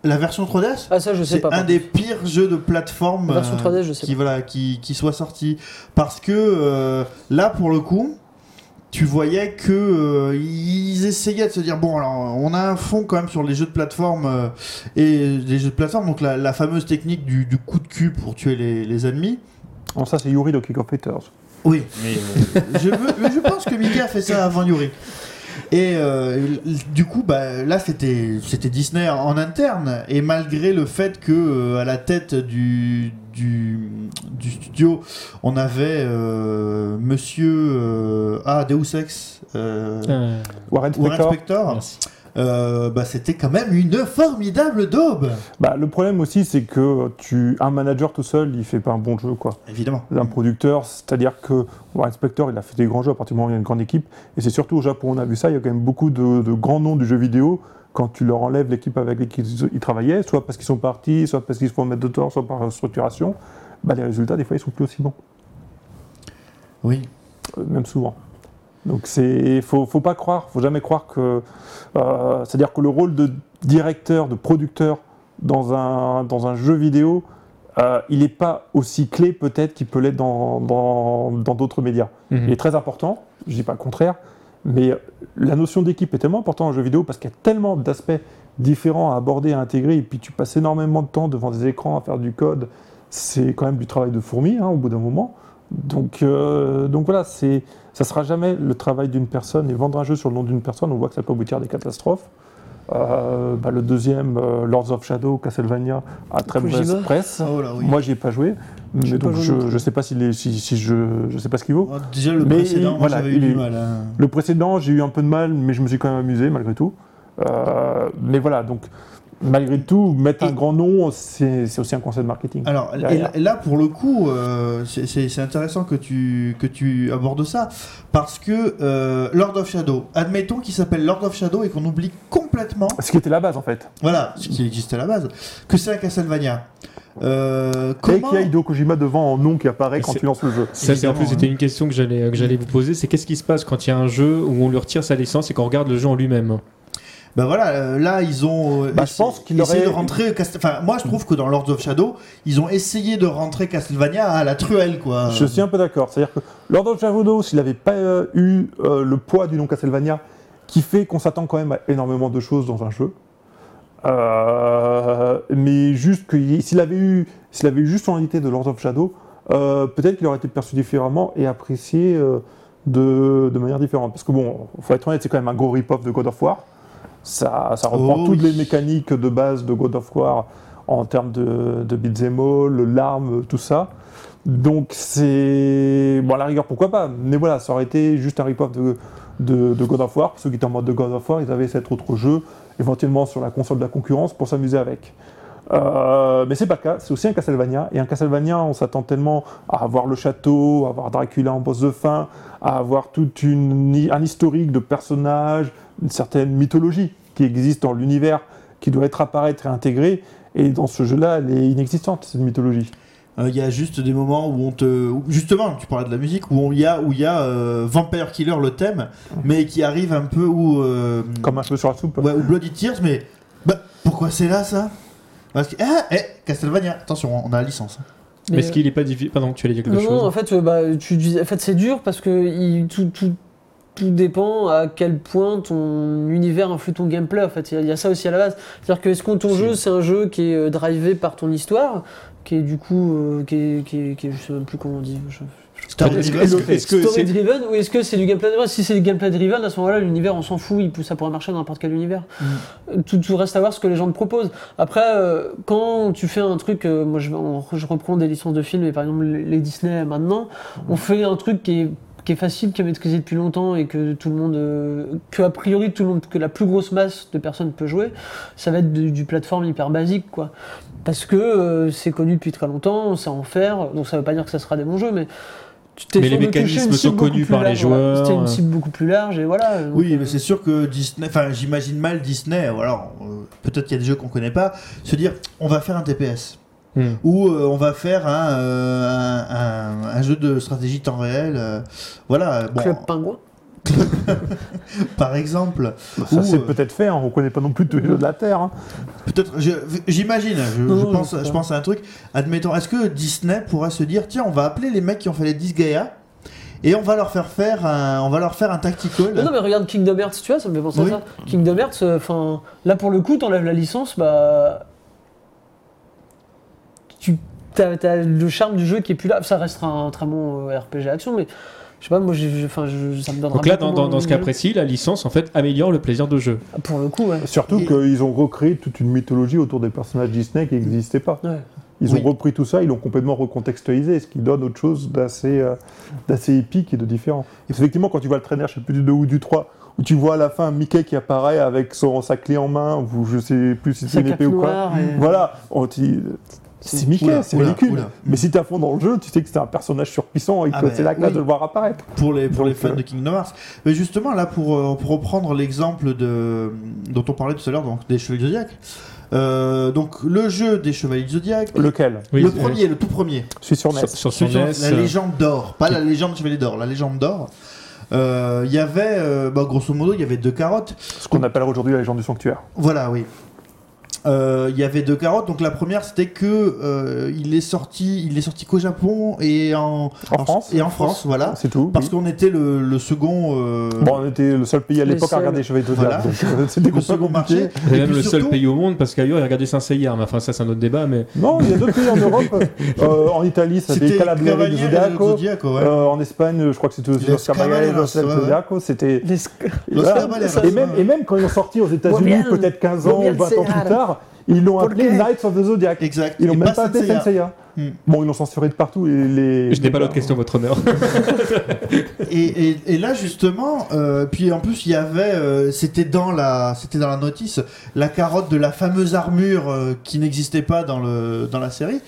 La version 3DS. Ah, ça, je sais C'est pas. un par des pires jeux de plateforme La version euh, 3D, je sais qui, voilà, qui, qui soit sorti. Parce que euh, là, pour le coup, tu voyais que euh, ils essayaient de se dire bon, alors on a un fond quand même sur les jeux de plateforme euh, et les jeux de plateforme, donc la, la fameuse technique du, du coup de cul pour tuer les, les ennemis. Non, ça, c'est Yuri de King of Fighters. Oui, je, veux- mais je pense que Mickey a fait ça avant Yuri. Et euh, du coup, bah, là, c'était c'était Disney en interne. Et malgré le fait que euh, à la tête du, du, du studio, on avait euh, Monsieur euh, ah Deus Ex euh, Euh, Warren Warren Spector. Spector, merci. euh, bah, c'était quand même une formidable daube. Bah, le problème aussi, c'est que tu, un manager tout seul, il fait pas un bon jeu, quoi. Évidemment. d'un producteur, c'est-à-dire que Warren Spector, il a fait des grands jeux à partir du moment où il y a une grande équipe, et c'est surtout au Japon, on a vu ça, il y a quand même beaucoup de, de grands noms du jeu vidéo, quand tu leur enlèves l'équipe avec laquelle ils, ils travaillaient, soit parce qu'ils sont partis, soit parce qu'ils se font mettre de tort, soit par structuration, bah, les résultats, des fois, ils sont plus aussi bons, Oui. euh, même souvent. Donc c'est, faut, faut pas croire, faut jamais croire que, euh, c'est-à-dire que le rôle de directeur, de producteur dans un, dans un jeu vidéo, euh, il n'est pas aussi clé peut-être qu'il peut l'être dans- dans dans d'autres médias. Mhm. Mm. Il est très important, je dis pas le contraire, mais euh, la notion d'équipe est tellement importante en jeu vidéo parce qu'il y a tellement d'aspects différents à aborder, à intégrer, et puis tu passes énormément de temps devant des écrans à faire du code. C'est quand même du travail de fourmi hein, au bout d'un moment. Donc, euh, donc voilà, c'est, ça sera jamais le travail d'une personne. Et vendre un jeu sur le nom d'une personne, on voit que ça peut aboutir à des catastrophes. Euh, bah, le deuxième, euh, Lords of Shadow, Castlevania, à très mauvaise Kojima. Ah presse. Oh là oui. Moi, j'y ai pas joué, J'ai mais pas donc joué je, non plus. je sais pas si, les- si, si je, je sais pas ce qu'il vaut. Oh, Déjà le Mais précédent, moi, voilà, j'avais eu il du est- mal. hein. Le précédent, j'ai eu un peu de mal, mais je me suis quand même amusé malgré tout. Euh, mais voilà, donc malgré tout, mettre Et- un grand nom, c'est c'est aussi un conseil de Ah. marketing. Alors et derrière. là- et là pour le coup, euh, c'est- c'est c'est intéressant que tu, que tu abordes ça parce que euh, Lord of Shadow, admettons qu'il s'appelle Lord of Shadow et qu'on oublie complètement, Ce qui était la base en fait. voilà, ce qui existait à la base, que c'est un Castlevania. Euh, Et comment qu'il y a Hideo Kojima devant en nom qui apparaît Et quand c'est- tu lances le jeu. Ça, c'est en plus, Évidemment, c'était une question que j'allais euh, que j'allais vous poser. C'est qu'est-ce qui se passe quand il y a un jeu où on lui retire sa licence et qu'on regarde le jeu en lui-même Bah voilà, euh, là ils ont euh, Bah, je essa- pense qu'il essayé aurait- de rentrer Castle- Enfin, moi je trouve que dans Lord of Shadow, ils ont essayé de rentrer Castlevania à la truelle quoi. Je suis un peu d'accord. C'est-à-dire que Lord of Shadow, s'il n'avait pas euh, eu euh, le poids du nom Castlevania, qui fait qu'on s'attend quand même à énormément de choses dans un jeu, euh, mais juste que y- s'il avait eu, s'il avait eu juste l'idée de Lord of Shadow, euh, peut-être qu'il aurait été perçu différemment et apprécié euh, de, de manière différente. Parce que bon, faut être honnête, c'est quand même un gros rip-off de God of War. Ça, ça reprend Oh toutes oui. les mécaniques de base de God of War en termes de, de beat'em all, l'arme, tout ça. Donc c'est... Bon, à la rigueur, pourquoi pas Mais voilà, ça aurait été juste un rip-off de, de, de God of War. Ceux qui étaient en mode de God of War, ils avaient cet autre jeu, éventuellement sur la console de la concurrence, pour s'amuser avec. Euh, mais c'est pas le cas, c'est aussi un Castlevania. Et un Castlevania, on s'attend tellement à avoir le château, à avoir Dracula en boss de fin, à avoir tout un historique de personnages, une certaine mythologie qui existe dans l'univers, qui doit être apparaître et intégrée. Et dans ce jeu-là, elle est inexistante, cette mythologie. Euh, Il y a juste des moments où on te. où- justement, tu parlais de la musique, où on- il y a, où il y a euh, Vampire Killer, le thème, mais qui arrive un peu où. euh, Comme un cheveu sur la soupe. ouais, où Bloody Tears, mais. Bah, pourquoi c'est là ça Parce que. Ah, eh, Castlevania, attention, on a la licence. Mais euh, est-ce qu'il est pas difficile Pardon, tu allais dire quelque non, chose non, en fait, euh, bah, tu dis- en fait c'est dur parce que il- tout, tout, tout dépend à quel point ton univers influe ton gameplay. En fait, il y a- il y, a ça aussi à la base. C'est-à-dire que est-ce que ton Si. jeu, c'est un jeu qui est euh, drivé par ton histoire, qui est du coup, euh, qui est, qui est- qui est- je sais même plus comment on dit. Je, je Story Est-ce que- driven, est-ce parce que- est-ce que Story c'est- driven ou est-ce que c'est du gameplay driven Si c'est du gameplay driven, à ce moment-là, l'univers, on s'en fout, il peut- ça pourrait marcher dans n'importe quel univers. Euh, Mm. Tout, tout reste à voir ce que les gens te proposent. Après, euh, quand tu fais un truc, euh, moi je, vais- on- je reprends des licences de films, et par exemple les les Disney maintenant, Mm. on fait un truc qui est qui est facile, qui est maîtrisé depuis longtemps et que tout le monde, euh, que a priori tout le monde, que la plus grosse masse de personnes peut jouer, ça va être du, du plateforme hyper basique quoi. Parce que euh, c'est connu depuis très longtemps, on sait en faire, donc ça veut pas dire que ça sera des bons jeux, mais tu t'es Mais les sûr de toucher une mécanismes cible sont beaucoup connus plus par les large, voilà. joueurs, C'était euh. une cible beaucoup plus large et voilà. donc, Oui, euh, mais c'est sûr que Disney, enfin j'imagine mal Disney, ou alors euh, peut-être qu'il y a des jeux qu'on connaît pas, se dire on va faire un TPS, Hmm. ou euh, on va faire un, euh, un, un- un jeu de stratégie temps réel, euh, voilà, bon, Club Pingouin. par exemple, Ça Ou, s'est euh, peut-être fait, hein, on connaît pas non plus tous les jeux de la Terre. hein. peut-être, je- j'imagine, je, je Non, pense, je sais je pas. pense à un truc, admettons, est-ce que Disney pourra se dire tiens on va appeler les mecs qui ont fait les 10 Gaia, et on va leur faire faire un, on va leur faire un tactical, Non, non, mais regarde Kingdom Hearts, tu vois, ça me fait penser Oui. à ça. Kingdom Hearts, euh, enfin, là pour le coup, t'enlèves la licence, bah. Tu. T'as, t'as le charme du jeu qui est plus là. Ça restera un très bon euh, RPG action, mais je sais pas, moi, j'ai- j'ai- enfin, je- ça me donnera. Donc là, beaucoup dans, dans- dans ce envie cas de jouer. précis, la licence en fait améliore le plaisir de jeu. Pour le coup, ouais. Surtout Et- qu'ils ont recréé toute une mythologie autour des personnages Disney qui n'existaient pas. Ouais. Ils Oui. ont repris tout ça, ils l'ont complètement recontextualisé, ce qui donne autre chose d'assez euh, d'assez épique et de différent. effectivement, quand tu vois le traîner, je sais plus du 2 ou du 3, où tu vois à la fin Mickey qui apparaît avec son, sa clé en main, ou je sais plus si c'est Sa une cape épée ou quoi. noire et- Voilà, on t'y- c'est Mickey, Oula, c'est oula, ridicule. oula. Mais si t'es à fond dans le jeu, tu sais que c'est un personnage surpuissant et que Ah ben, c'est la classe oui. de le voir apparaître. pour les, pour Donc, les fans euh, de Kingdom Hearts. Mais justement, là, pour, euh, pour reprendre l'exemple de, dont on parlait tout à l'heure, donc des Chevaliers du Zodiac. Euh, donc, le jeu des Chevaliers du Zodiac, Lequel Oui, le euh, c'est- premier, le tout premier, Je suis sur NES. sur, sur son euh, Sur NES, la euh, légende d'or, pas la légende Chevalier d'or, la légende d'or. Euh, Il y avait, euh, bah, grosso modo, il y avait deux carottes. Ce qu'on appellera aujourd'hui la légende du sanctuaire. Voilà, oui. Euh, Il y avait deux carottes. Donc la première, c'était que euh, il est sorti, il est sorti qu'au Japon et en, En France et en France, voilà, C'est tout. parce oui. qu'on était le, le second. euh, Bon, on était le seul pays à Les l'époque à seuls. regarder les Chevaliers de Voilà. Zodiac, donc, euh, C'était le pas second compliqué. marché. C'est Et même puis le seul surtout- pays au monde parce qu'ailleurs, il regardait Saint-Seyar. Mais enfin, ça, c'est un autre débat. Mais Non, il y a d'autres pays en Europe. Euh, en Italie, ça C'était des Calabrieri du Cavalieri Zodiaco. Zodiaco, ouais. Euh, en Espagne, je crois que c'était aussi Les Los Cavaliers, Caballeros, Los ouais, ouais. Zodiaco. C'était. Les- Los Voilà. Cavaleros, Et même, ouais. et même quand ils ont sorti aux Muy États-Unis, bien. peut-être 15 Muy ans ou bien, 20 ans Sierra. plus tard, ils l'ont appelé Porque- Knights of the Zodiac. Exact. Ils l'ont Et même pas pas appelé Saint-Seiya. Senseiya. Hmm. Bon, ils l'ont censuré de partout. et les... je n'ai pas l'autre question, votre honneur. Et, et- et là justement, euh, puis en plus il y avait, euh, c'était dans la, c'était dans la notice, la carotte de la fameuse armure euh, qui n'existait pas dans le, dans la série.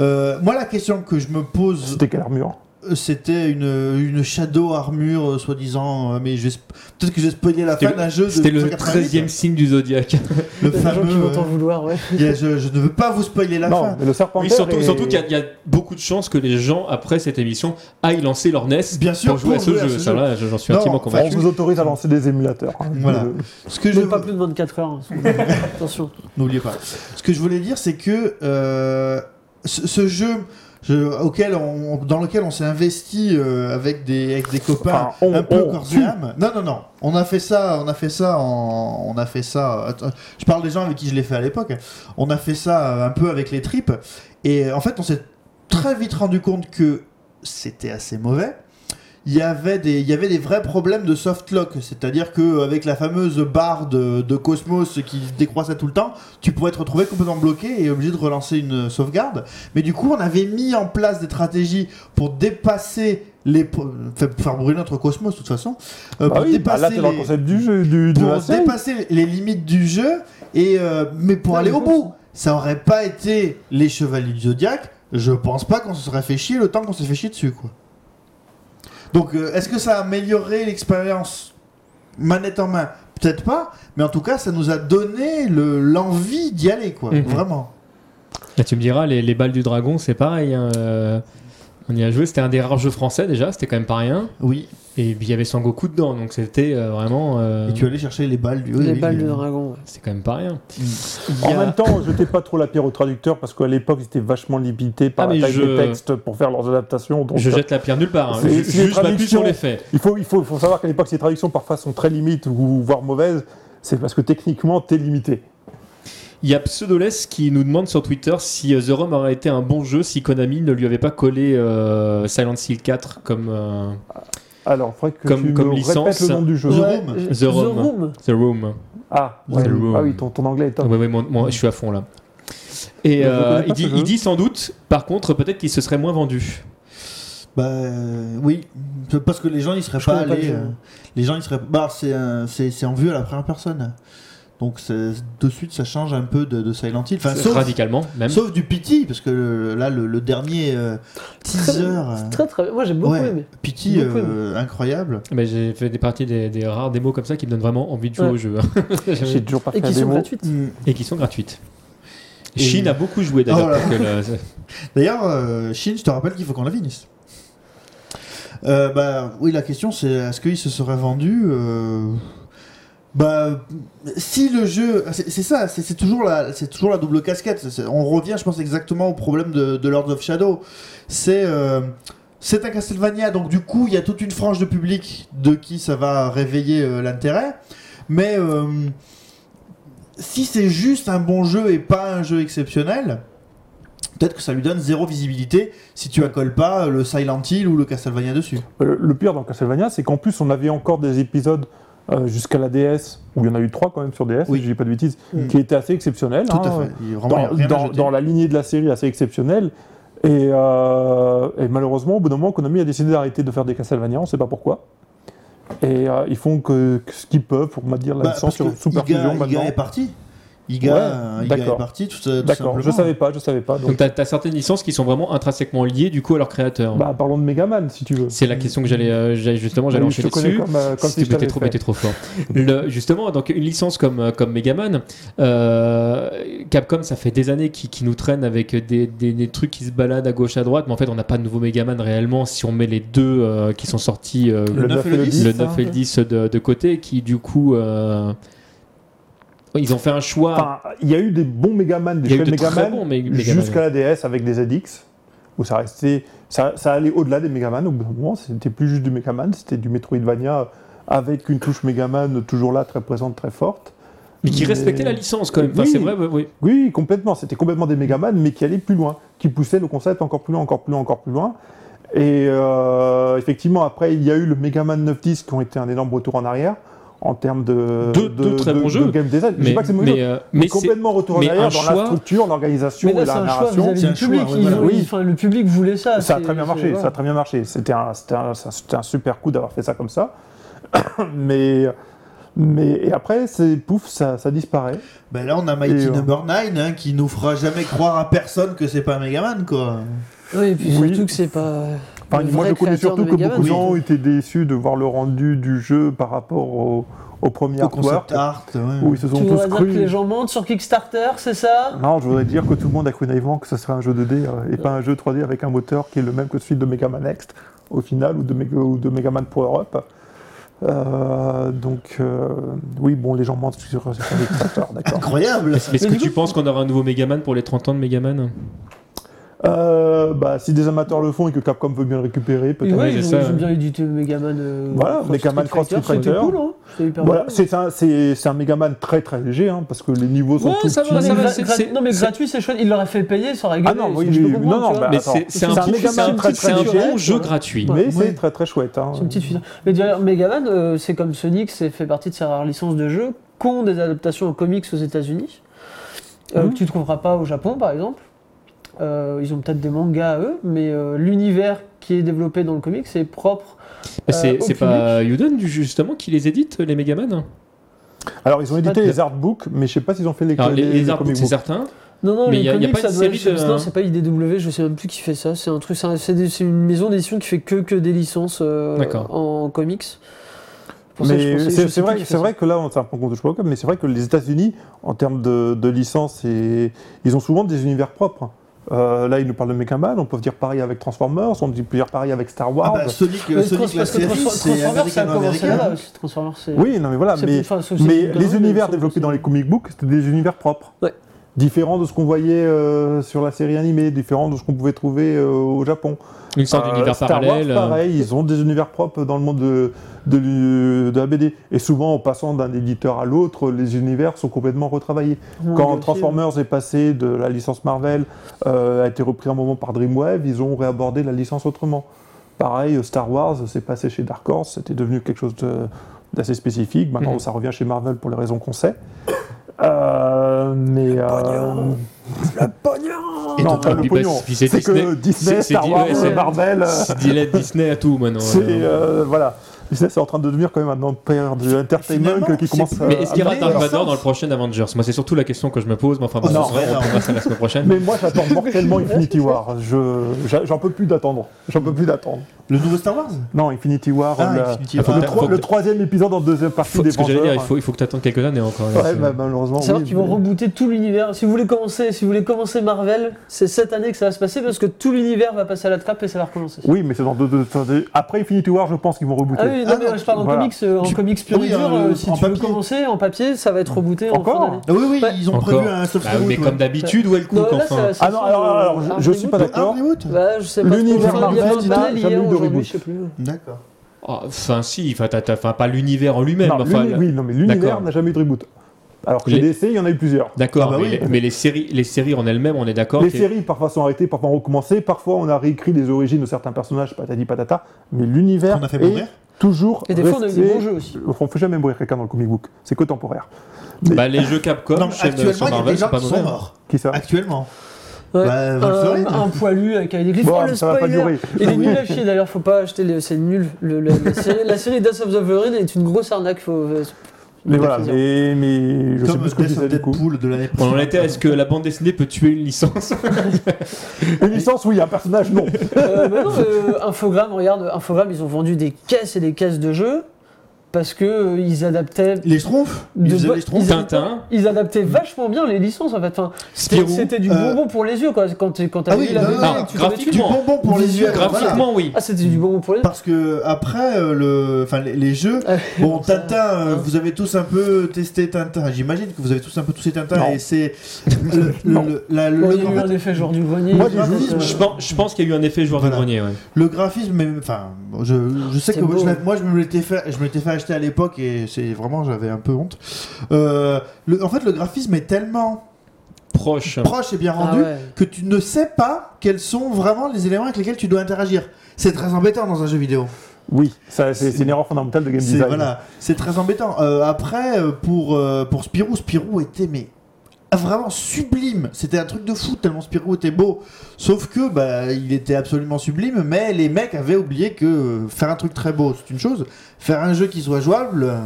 Euh, moi la question que je me pose, C'était quelle armure euh, c'était une, une shadow armure euh, soi-disant, euh, mais je vais sp- peut-être que j'ai spoilé la C'était fin le- d'un jeu. de C'était le 1988, 13 e signe du zodiaque. le les gens fameux. qui vont t'en euh, vouloir, ouais. il y a- je, je ne veux pas vous spoiler la Non, fin. mais le serpent. Oui, surtout, surtout qu'il y a- il y, a beaucoup de chances que les gens, après cette émission, aillent lancer leur NES Bien sûr, pour jouer à ce jeu. Ça, là, j'en suis Non, intimement enfin, convaincu. On vous autorise à lancer des émulateurs. hein. Voilà. Euh, Ce que je Même pas plus de 24 heures. hein. Attention. N'oubliez pas. Ce que je voulais dire, c'est que euh, ce, ce jeu je- auquel on, dans lequel on s'est investi euh, avec des avec des copains Enfin, on- un peu on- corps et âme. Non non non. On a fait ça, on a fait ça, en, on a fait ça. attends, je parle des gens avec qui je l'ai fait à l'époque. hein. On a fait ça euh, un peu avec les tripes. Et en fait, on s'est très vite rendu compte que c'était assez mauvais. Il y, avait des, il y avait des vrais problèmes de soft lock, c'est-à-dire que avec la fameuse barre de, de Cosmos qui décroissait tout le temps, tu pouvais te retrouver complètement bloqué et obligé de relancer une sauvegarde. Mais du coup, on avait mis en place des stratégies pour dépasser les. po- Faire faire brûler notre Cosmos, de toute façon. euh, Bah pour oui, bah dépasser là, t'es dans le les- concept du jeu, du, de la pour série. dépasser les limites du jeu, et euh, mais pour Ouais, aller mais au bon, bout. Ça aurait pas été les Chevaliers du Zodiac, je pense pas qu'on se serait fait chier le temps qu'on s'est fait chier dessus, quoi. Donc, euh, est-ce que ça a amélioré l'expérience manette en main Peut-être pas, mais en tout cas, ça nous a donné le- l'envie d'y aller, quoi. Mhm. Vraiment. Là, tu me diras, les, les balles du dragon, c'est pareil. hein, euh, on y a joué. C'était un des rares jeux français déjà. C'était quand même pas rien. Oui. Et puis, il y avait Sangoku dedans. Donc, c'était euh, vraiment. euh, Et tu allais chercher les balles du. oui, les oui, balles oui. du dragon. ouais. C'était quand même pas rien. Il y En a- même temps, je n'étais pas trop la pierre au traducteur parce qu'à l'époque, c'était vachement limité par Ah, mais la taille je- des textes pour faire leurs adaptations. Donc, Je euh, jette la pierre nulle part. hein. C'est- Je- c'est les Juste, je m'appuie traductions. sur les faits. il, faut, il, faut, il faut savoir qu'à l'époque, ces traductions parfois sont très limites ou voire mauvaises. C'est parce que techniquement, t'es limité. Il y a Pseudoless qui nous demande sur Twitter si euh, The Rom aurait été un bon jeu si Konami ne lui avait pas collé euh, Silent Hill 4 comme euh, Alors, il faudrait que Comme- tu comme me licence. répètes le nom du jeu. The Ouais, euh, Room. The je- Room. The Room. Ah, ouais. The Room. ah oui, ton, ton anglais est top. Ouais, ouais, moi- moi, je suis à fond là. Et Je euh, connais il, pas dit, ce jeu. il dit sans doute, par contre, peut-être qu'il se serait moins vendu. Bah euh, oui, parce que les gens ils seraient Je pas connais pas allés. le jeu. euh, les gens ils seraient. Bah c'est un- c'est c'est en vue à la première personne. Donc c'est- de suite ça change un peu de, de Silent Hill. Enfin, Bah, sauf, Radicalement, même. sauf du Pity parce que le- là le, le dernier euh, teaser. euh, C'est très très bien. Moi j'ai beaucoup ouais, aimé. Pity Beaucoup euh, incroyable. Mais j'ai fait des parties des, des rares démos comme ça qui me donnent vraiment envie de jouer Ouais. au jeu. hein. J'ai toujours pas fait Et la qui sont démo. gratuites. Et qui sont gratuites. Et- Chine a beaucoup joué d'ailleurs. Oh Ah, là. parce que le- D'ailleurs, euh, Shin, je te rappelle qu'il faut qu'on la finisse. Euh, bah oui, la question c'est est-ce qu'il se serait vendu euh, Bah si le jeu, c'est c'est ça, c'est c'est toujours la, c'est toujours la double casquette. C'est- c'est- on revient, je pense exactement au problème de, de Lords of Shadow. C'est euh, c'est un Castlevania, donc du coup il y a toute une frange de public de qui ça va réveiller euh, l'intérêt. Mais euh, si c'est juste un bon jeu et pas un jeu exceptionnel, peut-être que ça lui donne zéro visibilité si tu accoles pas euh, le Silent Hill ou le Castlevania dessus. Euh, Le, le pire dans Castlevania, c'est qu'en plus, on avait encore des épisodes euh, jusqu'à la DS, où il y en a eu trois quand même sur DS, Oui. si je dis pas de bêtises, Mm. qui étaient assez exceptionnels. Tout à hein, fait. Il y a vraiment dans, rien à dans- jeter. dans la lignée de la série assez exceptionnelle. Et, euh, et malheureusement, au bout d'un moment, Konami a décidé d'arrêter de faire des Castlevania, on ne sait pas pourquoi. Et euh, ils font que, que ce qu'ils peuvent, pour me dire la Bah, licence parce que sur Super Iga- Fusion Iga maintenant. est parti. Iga, Ouais, euh, Iga est d'accord. parti, tout, ça- tout D'accord, simplement. je savais pas, je savais pas. Donc Donc, t'as as certaines licences qui sont vraiment intrinsèquement liées du coup à leur créateur. bah, parlons de Megaman si tu veux. C'est la question que j'allais euh, j'allais- justement j'allais Oui, je te enchaîner connais dessus. comme, euh, comme si C'était je t'avais trop, fait. mais t'es trop fort. Le- justement, donc une licence comme, euh, comme Megaman, euh, Capcom, ça fait des années qui, qui nous traîne avec des, des- des trucs qui se baladent à gauche à droite, mais en fait, on n'a pas de nouveau Megaman réellement si on met les deux euh, qui sont sortis euh, le, Le 9 et le hein, 10, 9 et le 10 de, de côté, qui du coup, euh, ils ont fait un choix. Enfin, il y a eu des bons Megaman, des Il y a eu chouettes de très Megaman, bons Meg- Megaman. jusqu'à la DS avec des ZX, où ça restait, ça, ça allait au-delà des Megaman. Au bout d'un moment, c'était plus juste du Megaman, c'était du Metroidvania avec une touche Megaman toujours là, très présente, très forte. mais qui respectait la licence quand même. Enfin, Oui. c'est vrai, oui, oui. Oui, complètement. C'était complètement des Megaman, mais qui allaient plus loin, qui poussaient le concept encore plus loin, encore plus loin, encore plus loin. Et euh, effectivement, après, il y a eu le Megaman 910 qui ont été un énorme retour en arrière en termes de, Deux- de, deux très de- bons de jeux. game design. Je Mais, sais pas que c'est mauvais mais, jeu, euh, mais mais c'est- complètement retour en mais un arrière dans choix- la structure, l'organisation Mais et là, la c'est un choix narration. C'est vis-à-vis un du public. choix, ouais, Ils voilà. ont- Oui. ils- enfin, le public voulait ça. Ça a c'est- très bien c'est- marché, ça a voilà. très bien marché. C'était un, c'était un- c'était un super coup d'avoir fait ça comme ça. mais, mais et après, c'est pouf, ça, ça disparaît. Ben là, on a Mighty Et, euh, Number 9 hein, qui nous fera jamais croire à personne que c'est pas un Megaman, quoi. Oui, et puis Oui. surtout que c'est pas. Enfin, le moi, vrai je connais créateur surtout de que Megaman. beaucoup de Oui. gens étaient déçus de voir le rendu du jeu par rapport au, au premier Au concept Ah. artwork, art. ouais. où ils se sont Tu tous voudrais dire que les crus. gens mentent sur Kickstarter, c'est ça Non, je voudrais dire que tout le monde a cru naïvement que ce serait un jeu 2D euh, et pas un jeu 3D avec un moteur qui est le même que celui de Mega Man Next, au final, ou de, Meg- ou de Mega Man pour Europe. Euh, donc, euh, oui, bon, les gens mentent sur sur les créateurs, d'accord. Incroyable. Mais est-ce Mais que du tu penses qu'on aura un nouveau Megaman pour les 30 ans de Megaman Euh, bah, si des amateurs le font et que Capcom veut bien le récupérer, Oui, peut-être. Ouais, ils, c'est ont, ça, ils ont ouais. bien édité Megaman. euh, Voilà, Cross Megaman Cross Street C'était Fighter. cool, hein C'était hyper Voilà, bien. c'est un, c'est- c'est un Megaman très très léger, hein, parce que les niveaux sont Ouais, tout ça va, petits. Mais ça va, gra- c'est- gra- c'est- non mais c'est- gratuit c'est chouette, il l'aurait fait payer, ça aurait Ah gagné. non, oui, c'est- je peux oui, comprendre, non, non, tu vois. bah, Mais attends, c'est c'est un, c'est un petit- Megaman c'est un très, petit- c'est un très bon direct, jeu ouais. gratuit. Mais Ouais. c'est très très chouette. hein. C'est une petite fusion. Mais d'ailleurs, Megaman, euh, c'est comme Sonic, c'est fait partie de ces rares licences de jeux qu'ont des adaptations en comics aux États-Unis, euh, Mhm. que tu ne trouveras pas au Japon par exemple. Euh, ils ont peut-être des mangas à eux, mais euh, l'univers qui est développé dans le comic, c'est propre. Bah, C'est Euh, au c'est pas Yudon justement qui les édite, les Megaman Alors ils ont édité Pas de- les artbooks, mais je sais pas s'ils ont fait les, Alors, les, les artbooks, comic c'est books. certain. Non, non, Mais les y a- y a comics, pas une ça doit série de- Non, c'est pas IDW, je sais même plus qui fait ça. C'est un truc, c'est un- c'est des- c'est une maison d'édition qui fait que, que des licences euh, D'accord. en comics. Pour ça, je Mais pensais- je c'est sais c'est plus vrai, qui fait c'est ça. vrai que là, on s'en rend compte, je sais pas comme, mais c'est vrai que les États-Unis, en termes de, de licences, et- ils ont souvent des univers propres. Euh, là, ils nous parlent de Mechaman, on peut dire pareil avec Transformers, on peut dire pareil avec Star Ah Wars. bah, Sonic, Mais Sonic Trans- la parce que série, Transfor- c'est Transformers, ça a commencé américain-américain. là aussi. Transformers, c'est. oui, non mais voilà, c'est- Ah, mais, enfin, sauf si mais c'est une les connerie, mais univers c'est- développés dans les comic books, c'était des univers propres. Ouais. différent de ce qu'on voyait euh, sur la série animée, différent de ce qu'on pouvait trouver euh, au Japon. Une sorte Euh, d'univers Star parallèle. Wars, pareil, ils ont des univers propres dans le monde de, de, l'u- de la BD. Et souvent, en passant d'un éditeur à l'autre, les univers sont complètement retravaillés. euh, Quand Transformers est passé de la licence Marvel, euh, a été repris un moment par Dreamwave, ils ont réabordé la licence autrement. Pareil, euh, Star Wars, c'est passé chez Dark Horse, c'était devenu quelque chose de- d'assez spécifique. Maintenant, Mhm. ça revient chez Marvel pour les raisons qu'on sait. Euh, mais. euh, Et non, donc, pas on le dit pas pognon. si c'est C'est que Disney- c'est- Disney, c'est Star Di- Wars, ouais, c'est- Marvel. euh, C'est Dylan Disney à tout maintenant. c'est euh, euh, voilà. Disney, c'est en train de devenir quand même un empire du entertainment Finalement, qui c'est commence. plus- à- Mais est-ce qu'il y aura Ah, Dark mais- Vador dans le prochain Avengers Moi, c'est surtout la question que je me pose. Mais enfin, bon, Oh, ce non, serait- on non. prendra ça la semaine prochaine. Mais moi, j'attends mortellement Infinity War. Je, j'a- j'en peux plus d'attendre. J'en peux plus d'attendre. Le nouveau Star Wars Non, Infinity War. Ah, la- Infinity le, War. tro- Faut- le troisième épisode en deuxième partie Faut- des ce que j'allais dire, Vengeurs. il faut, il faut que tu attendes quelques années encore. là, Ouais, c'est- bah, malheureusement. Savoir oui, qu'ils vont mais- rebooter tout l'univers. Si vous voulez commencer, si vous voulez commencer Marvel, c'est cette année que ça va se passer parce que tout l'univers va passer à la trappe et ça va recommencer. Oui, mais c'est dans deux, deux- deux- deux- Après Infinity War, je pense qu'ils vont rebooter. Ah oui, non, Ah mais non, je parle en voilà. comics, euh, en Tu- comics pur oui, et dur. euh, euh, si en tu veux papier. commencer en papier, ça va être rebooté en Encore fin d'année. Ah Oui, oui, Ouais. ils ont Encore. prévu un soft Bah oui, mais comme d'habitude, où est le coup Non, là, enfin ça- Ah ça non, sent, alors, euh, alors, je- un je suis pas reboot. Ah, d'accord. Ah, Bah, je sais pas. L'univers trop. Enfin, il y avait Marvel, un panel jamais hier, eu de aujourd'hui, reboot. je sais plus. D'accord. Oh, Enfin, si, enfin, t'as- t'as- enfin, pas l'univers en lui-même. Non, enfin, l'uni- la- oui, non, mais l'univers D'accord. n'a jamais eu de reboot. Alors que chez Les- DC, il y en a eu plusieurs. D'accord, Ah bah mais, oui. les, mais les séries, les séries en elles-mêmes, on est d'accord. Les que- séries parfois sont arrêtées, parfois ont recommencé, parfois on a réécrit les origines de certains personnages, patati patata, mais l'univers On a fait mourir est toujours Et des fois, on a eu des resté- bons jeux aussi. On fait jamais mourir quelqu'un dans le comic book, c'est que temporaire. Bah, les jeux Capcom, Non, mais chez actuellement, sur il y a Marvel, Hein des c'est gens pas qui sont euh, nouvelle. morts. Qui ça Actuellement. Ouais. Bah, Val un, Floride. un poilu avec avec des griffes. Bon, Oh, le ça va pas spoiler durer. Ah Il est nul à chier d'ailleurs, faut pas acheter les. C'est nul. Le- le- la, série, la série Death of the Wolverine est une grosse arnaque. Faut, euh, Mais faut voilà, le dire. mais, mais je sais Comme plus ce que je Death disais of du coup. Deadpool de l'année On prochaine. en était, est-ce que la bande dessinée peut tuer une licence Une licence, oui, un personnage, non. Euh, bah non, euh, Infogrames, regarde, Infogrames, ils ont vendu des caisses et des caisses de jeux parce que euh, ils adaptaient. Les schtroumpfs Ils De faisaient bo- les schtroumpfs Ils avaient- Tintin, Ils adaptaient vachement bien les licences en fait. Enfin, c'était Spirou. c'était du euh, bonbon pour les yeux quoi. Quand t'es- quand t'as Ah oui, vu la bah BD, ouais, et Ah, que tu tombais dessus. Du graphiquement. bonbon pour les yeux. voilà. Graphiquement, oui. Ah, c'était du bonbon pour les yeux. Parce que après euh, le, enfin les, les jeux, Ah, bon ça, Tintin, euh, hein. vous avez tous un peu testé Tintin. J'imagine que vous avez tous un peu touché Tintin Non. et c'est le, le- Non. le- la- le- Ouais, Il le- y a eu un effet genre euh, du grenier. Moi, il y a j'ai eu joué, un- Je pense, je pense qu'il y a eu un effet joueur Ah, Voilà. de grenier. Ouais. le graphisme. Mais enfin, bon, je, je sais C'est que moi, je beau. l'ai- moi je me l'étais fait, je me l'étais fait acheter à l'époque et c'est vraiment j'avais un peu honte. Euh, le- en fait, le graphisme est tellement Proche. proche et bien Ah rendu ouais. que tu ne sais pas quels sont vraiment les éléments avec lesquels tu dois interagir. C'est très embêtant dans un jeu vidéo. Oui, ça, c'est c'est une erreur fondamentale de game C'est design. voilà, c'est très embêtant. Euh, après, euh, pour, euh, pour Spirou, Spirou était mais vraiment sublime. C'était un truc de fou tellement Spirou était beau. Sauf que bah il était absolument sublime, mais les mecs avaient oublié que euh, faire un truc très beau c'est une chose, faire un jeu qui soit jouable, euh,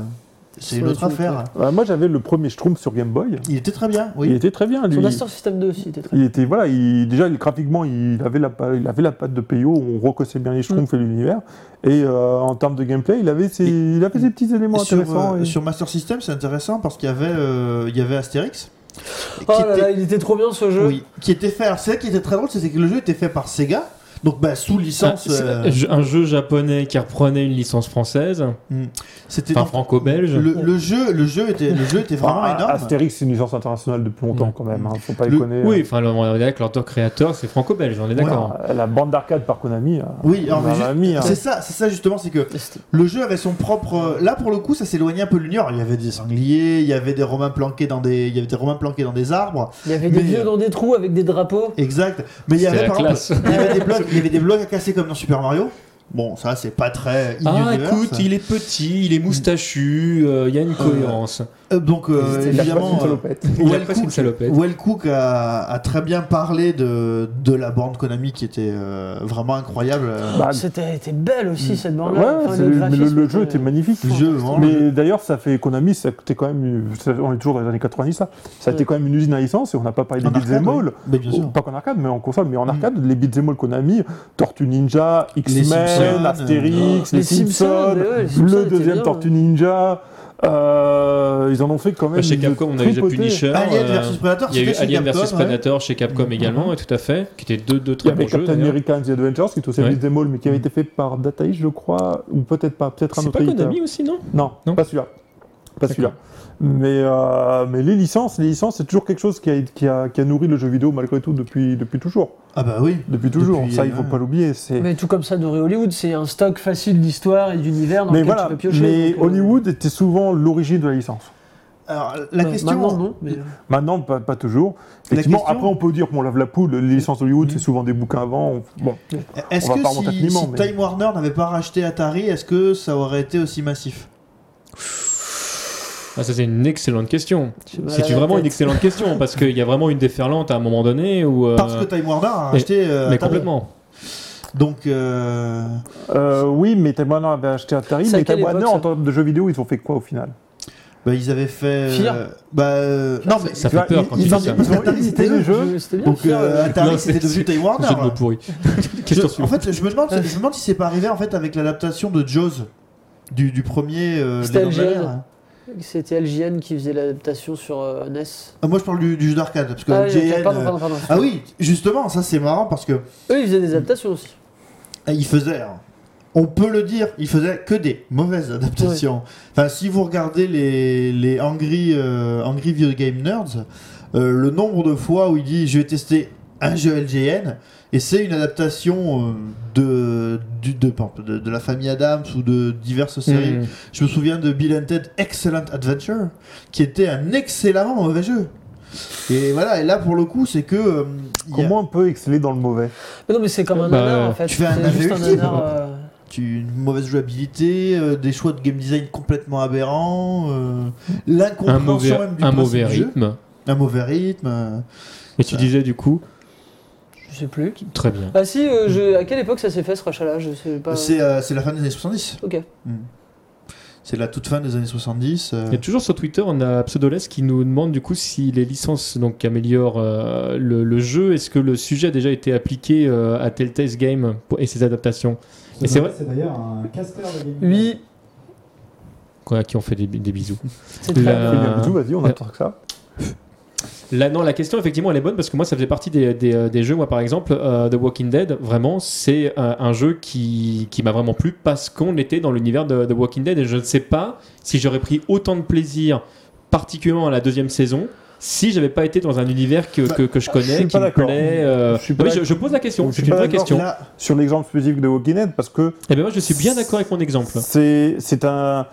c'est une Ouais, autre c'est affaire. Euh, moi, j'avais le premier Schtroumpf sur Game Boy. Il était très bien, Il oui. était très bien, lui. Sur Master System 2 aussi, était très Il était voilà, il, déjà il- graphiquement il avait la pa- il avait la patte de Peyo, on reconnaissait bien les schtroumpfs et l'univers. Et euh, en termes de gameplay, il avait ses, il avait ses petits éléments Et sur, intéressants. euh, et- sur Master System, c'est intéressant parce qu'il y avait euh, il y avait Astérix. Oh qui là était- là, il était trop bien ce jeu. Oui, Hein qui était fait. Alors, c'est ça qui était très drôle, c'est que le jeu était fait par Sega, donc bah, sous Un, licence. Ah, c'est- euh, un jeu japonais qui reprenait une licence française, c'était enfin donc- franco-belge. le, le jeu, le jeu était, le jeu était vraiment Enfin, Ah, énorme. Astérix, c'est une licence internationale depuis longtemps Ouais. quand même. hein, faut pas Le- déconner. Oui, enfin, le- on est d'accord, l'auteur créateur, c'est franco-belge, on est d'accord. Euh, La bande d'arcade par Konami. euh, Oui, alors, on mais en a juste- mis, hein. c'est ça, c'est ça justement, c'est que C'était- le jeu avait son propre. euh, Là, pour le coup, ça s'éloignait un peu de l'Union. Il y avait des sangliers, il y avait des romains planqués dans des, il y avait des romains planqués dans des arbres. Il y avait des Mais, vieux euh, dans des trous avec des drapeaux. Exact. Mais il y C'est avait la par classe. exemple, il y avait des blocs, il y avait des blocs à casser comme dans Super Mario. Bon, ça, c'est pas très. Ah, in-universe. écoute, il est petit, il est moustachu, euh, il y a une cohérence. Euh, donc euh, il a évidemment. choisi une euh, salopette. Il a Well pas c'est une Cook- salopette. Well Cook a, a très bien parlé de, de la bande Konami qui était euh, vraiment incroyable. euh, Bah, C'était était belle aussi cette ouais, bande là. c'est- mais le, le jeu était magnifique. hein. le jeu, vraiment, le jeu. Mais d'ailleurs, ça fait Konami, ça c'était quand même, une- ça- on est toujours dans les années 90 là. Ça a été Ouais. quand même une usine à licence et on n'a pas parlé des En arcade, beat'em all. oui. Mais bien Oh, sûr. pas qu'en arcade, mais en console, mais en Mm. arcade, les beat'em all Konami, Tortue Ninja, X-Men, Simpsons, Astérix, euh, les les Simpsons, Simpsons, mais ouais, les Simpsons le étaient deuxième bien. hein. Tortue Ninja. euh, ils en ont fait quand même. Bah, Chez une Capcom, on a eu The tripotée. Punisher. Alien euh, versus Predator, Il y a eu c'était chez Alien Capcom, hein. vs ouais. Predator chez Capcom également, et tout à fait, qui étaient deux, deux Il y très avait bons jeux. Captain d'ailleurs. America and the Avengers, qui était aussi un Ouais. beat'em all, mais qui avait été fait par Data East, je crois, ou peut-être pas, peut-être un C'est autre pas éditeur. Konami aussi, non Non, Non. pas celui-là. pas celui-là. Mais, euh, mais les licences, les licences, c'est toujours quelque chose qui a, qui, a, qui a nourri le jeu vidéo malgré tout depuis, depuis toujours. Ah bah oui. Depuis toujours, Depuis, ça il euh, faut pas l'oublier. C'est Mais tout comme ça doré Hollywood, c'est un stock facile d'histoire et d'univers dans mais lequel voilà, tu peux piocher. mais donc, euh, Hollywood était souvent l'origine de la licence. Alors Bah, la ouais, question. Maintenant, non. Mais... euh, Maintenant, pas, pas toujours. Effectivement, question- après on peut dire qu'on lave la poule, les licences Hollywood, Mhm. c'est souvent des bouquins avant. on- Bon, Est-ce On va que pas remonter si, infiniment, si mais- Time Warner n'avait pas racheté Atari, est-ce que ça aurait été aussi massif Ah, ça, c'est une excellente question. J'ai mal à C'est la vraiment tête. une excellente question parce qu'il y a vraiment une déferlante à un moment donné où. euh, Parce que Time Warner a mais- racheté euh, mais Atari. complètement. Donc euh, Euh, oui, mais Time Warner avait acheté Atari, C'est à mais quelle Time Warner, époque, en termes de jeux vidéo, ils ont fait quoi au final bah, ils avaient fait. Fear. bah, euh, non mais Ça fait Tu vois, peur ils- quand ils tu ont- dis ça. Ils ont édité les jeux. Je- C'était bien. donc Fear, euh, euh, Non, Atari c'était mais- devenu Time Warner. Jeu de mots pourris. Je- Question en suivante. fait, je me demande, je me demande si c'est pas arrivé en fait avec l'adaptation de Jaws du, du premier. euh, C'était Les Dents de la Algérien. Mer. C'était LJN qui faisait l'adaptation sur euh, NES. Ah, moi, je parle du, du jeu d'arcade parce que Ah, JN, ok, pardon, euh, pardon, pardon. Ah oui, justement, ça c'est marrant parce que Eux, ils faisaient des adaptations aussi. euh, il faisait. hein, On peut le dire, il faisait que des mauvaises adaptations. Enfin, si vous regardez les, les Angry, euh, Angry Video Game Nerds, euh, le nombre de fois où il dit je vais tester un jeu LGN, et c'est une adaptation euh, de, du- de, de, de la famille Adams ou de diverses séries. Mm. Je me souviens de Bill and Ted Excellent Adventure, qui était un excellemment mauvais jeu. Et voilà, et là pour le coup, c'est que. euh, il y a- Comment on peut exceller dans le mauvais Mais non, mais c'est comme un Bah, nanar en fait. tu fais un C'est nanar juste un ultime. nanar. euh, tu, une mauvaise jouabilité, euh, des choix de game design complètement aberrants, euh, l'incompréhension Un mauvais, même du un principe mauvais du jeu, rythme. un mauvais rythme. euh, Et tu Ça. disais du coup, Je sais plus. très bien. Ah si, euh, je- à quelle époque ça s'est fait ce rachat-là Je sais pas. C'est euh, c'est la fin des années 70. Ok. C'est la toute fin des années 70. euh, Il y a toujours sur Twitter, on a Pseudoless qui nous demande du coup si les licences donc, améliorent euh, le, le jeu. Est-ce que le sujet a déjà été appliqué euh, à Telltale Game pour- et ses adaptations Et c'est vrai- C'est d'ailleurs un caster de Game Boy. Oui, Quoi, À qui on fait des, des bisous. c'est très La- bien. Eh bien, bisous, vas-y, on euh, attend que ça. Là, non, la question effectivement elle est bonne parce que moi ça faisait partie des, des- des jeux. Moi par exemple, euh, The Walking Dead, vraiment c'est euh, un jeu qui, qui m'a vraiment plu parce qu'on était dans l'univers de The Walking Dead et je ne sais pas si j'aurais pris autant de plaisir, particulièrement à la deuxième saison. Si j'avais pas été dans un univers que, que, que Bah, je je connais, suis qui pas me d'accord. plaît, euh, Je suis non, pas mais je, d'accord. je pose la question, Je suis c'est une pas vraie d'accord. question. là, Sur l'exemple spécifique de Walking Dead, parce que Et ben moi je suis bien d'accord avec mon exemple. c'est c'est un. c'est-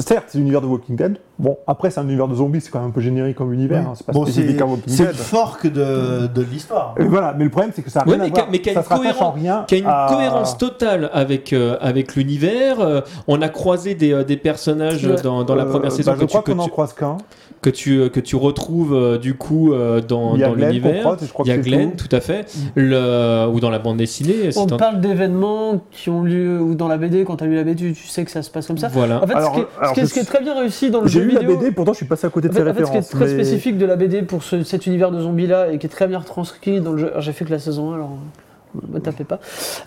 Certes, c'est l'univers de Walking Dead. Bon, après, c'est un univers de zombies, c'est quand même un peu générique comme univers. hein, c'est pas bon, c'est spécifique à Walking c'est le Dead. Euh, fork de, de l'histoire. Et voilà, mais le problème, c'est que ça a Ouais, rien mais à qu'a- voir. mais qu'il y a ça une se rattache cohérence- en rien qui a une à- cohérence totale avec, euh, avec l'univers. Euh, on a croisé des, euh, des personnages Ouais. dans, dans la Euh, première bah, saison que, je crois tu, que, qu'on en tu, croise qu'un. que, tu, euh, que tu retrouves euh, du coup euh, dans, Il y a dans Glenn qu'on l'univers. croise, et je crois Il y a que c'est Mm. Glenn, tout. tout à fait, le, ou dans la bande dessinée. On c'est un- parle d'événements qui ont lieu ou dans la BD. Quand t'as lu la BD, tu, tu sais que ça se passe comme ça. Ah, Voilà. En fait, Alors, ce, qui est, alors, ce qui est- je- ce qui est très bien réussi dans le J'ai jeu lu vidéo. la BD, pourtant, je suis passé à côté En de fait, ces en fait, ce qui est références. très mais- spécifique de la BD pour ce- cet univers de zombies là et qui est très bien retranscrit dans le jeu. Alors j'ai fait que la saison 1, alors euh, me tapez pas.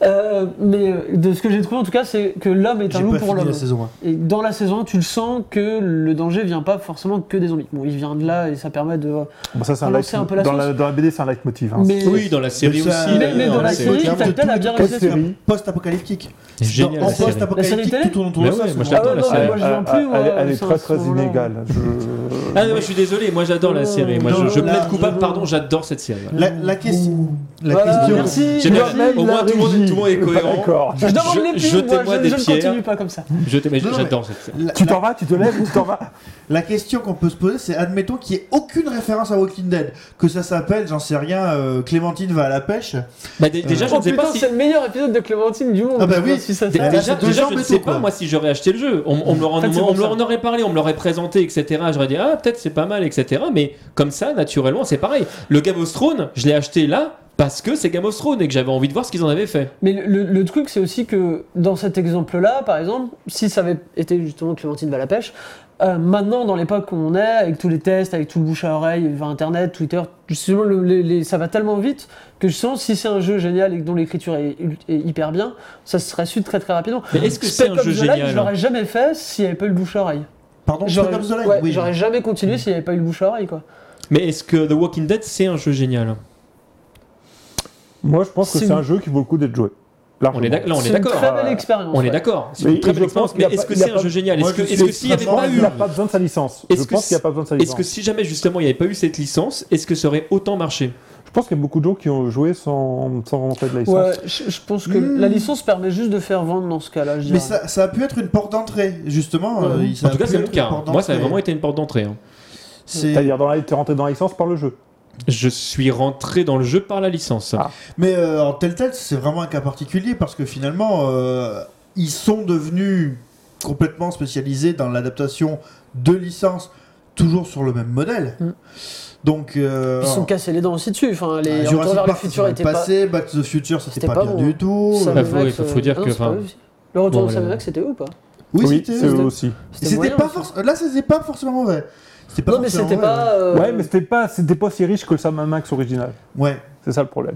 Euh, mais euh, de ce que j'ai trouvé en tout cas, c'est que l'homme est un J'ai loup pas pour fini l'homme. la saison. hein. Et dans la saison 1, tu le sens que le danger vient pas forcément que des zombies. Bon, il vient de là et ça permet de. Bon, ça, c'est un Alors, light- Ah c'est un peu la dans, sauce. la, dans la BD, c'est un leitmotiv. Hein. Mais, Oui, dans la série Mais ça- aussi. Mais- d'ailleurs, mais dans la c'est- série, Telltale a bien Post- réussi ça. Post-apocalyptique. C'est génial. En la série. La série post-apocalyptique, télé tout tourne autour de Mais ça. ouais, c'est moi, je marrant. l'adore. Ah ouais, la non, mais série. moi, je Euh, viens plus, elle, moi, elle- elle est ça, très à ce très moment-là. inégale. Je- Ah, non, je suis désolé, moi j'adore Oh. la série. Moi je, je Non, là, plaide coupable, je- pardon, j'adore cette série. voilà. La, la question. La Voilà, question. merci. J'ai bien- Lionel, au moins, la tout le monde- régie. tout le monde est Pas cohérent. D'accord. Je demande les Je- pubs, moi, jetez-moi je, des je ne pierres. continue pas comme ça. Je t'aime- Non, non, J'adore cette série. La- Tu la- t'en vas, tu te lèves, tu t'en vas. La question qu'on peut se poser, c'est admettons qu'il n'y ait aucune référence à Walking Dead, que ça s'appelle, j'en sais rien, euh, Clémentine va à la pêche. Bah, dé- déjà, je oh ne sais putain, pas si. c'est le meilleur épisode de Clémentine du monde. Ah bah je oui. pense, si ça Dé- Ah, s'arrête. déjà, c'est deux déjà, jambes je ne et sais tout, pas quoi. moi si j'aurais acheté le jeu. On, on me l'aurait- En fait, c'est on pour me ça. l'en aurait parlé, on me l'aurait présenté, etc. J'aurais dit ah peut-être c'est pas mal, etc. Mais comme ça, naturellement, c'est pareil. Le Game of Thrones, je l'ai acheté là parce que c'est Game of Thrones et que j'avais envie de voir ce qu'ils en avaient fait. Mais le, le- le truc, c'est aussi que dans cet exemple-là, par exemple, si ça avait été justement Clémentine va à la pêche, euh, maintenant, dans l'époque où on est, avec tous les tests, avec tout le bouche à oreille, vers Internet, Twitter, justement, le- les- les- ça va tellement vite que je sens si c'est un jeu génial et dont l'écriture est, est hyper bien, ça serait su très très rapidement. Mais est-ce que c'est un Spectre jeu of the Line, génial Je l'aurais jamais fait s'il n'y avait pas eu le bouche à oreille. Pardon, J'aurais Spectre of the Line, ouais, oui. j'aurais jamais continué s'il n'y avait pas eu le bouche à oreille, quoi. Mais est-ce que The Walking Dead c'est un jeu génial Moi, je pense que C'est c'est une- un jeu qui vaut le coup d'être joué. On est d'ac- là, on est C'est une d'accord. euh, très belle expérience. On est ouais. d'accord. C'est Mais une très je belle expérience. pense qu'il Mais y a est-ce pas- que il y a c'est pas- ingénial Moi, Est-ce je que- suis est-ce que s'il n'y avait extrêmement pas Il eu n'a pas besoin de sa licence. Je Est-ce que pense qu'il n'y a pas besoin de sa Est-ce licence. que si jamais justement il n'y avait pas eu cette licence, est-ce que ça aurait autant marché Je pense qu'il y a beaucoup de gens qui ont joué sans, sans vraiment faire de licence. Ouais, je, je pense que Hmm. la licence permet juste de faire vendre dans ce cas-là. je dirais. Mais ça, ça a pu être une porte d'entrée, justement. Ouais. euh, ça En a tout cas, pu c'est le être une cas. hein. porte Moi, ça a d'entrée. vraiment été une porte d'entrée. hein. C'est- C'est-à-dire, dans la... tu es rentré dans la licence par le jeu. Je suis rentré dans le jeu par la licence. Ah. Mais euh, en Telltale, c'est vraiment un cas particulier parce que finalement, euh, ils sont devenus complètement spécialisés dans l'adaptation de licences, toujours sur le même modèle. Mm. Donc, euh, Ils se sont cassés les dents aussi dessus. Enfin, euh, les Jurassic Retour vers le Park, c'était futur dans le était pas. passé, Back to the Future, c'était C'était pas, pas bien bon. du tout. Sam Bah, Euh, faut- Max, faut- faut dire euh, non, que, c'est pas enfin, ouf. Le retour bon, de Sam euh, Max, c'était eux ou pas Oui, oui, c'était. c'est eux aussi. C'était moyen, pas ça. forc- Là, c'était pas forcément mauvais. C'était pas Non, mais forcément c'était mauvais, pas. euh, Ouais, mais c'était pas, c'était pas si riche que le Sam Max original. Ouais. Ouais. C'est ça le problème.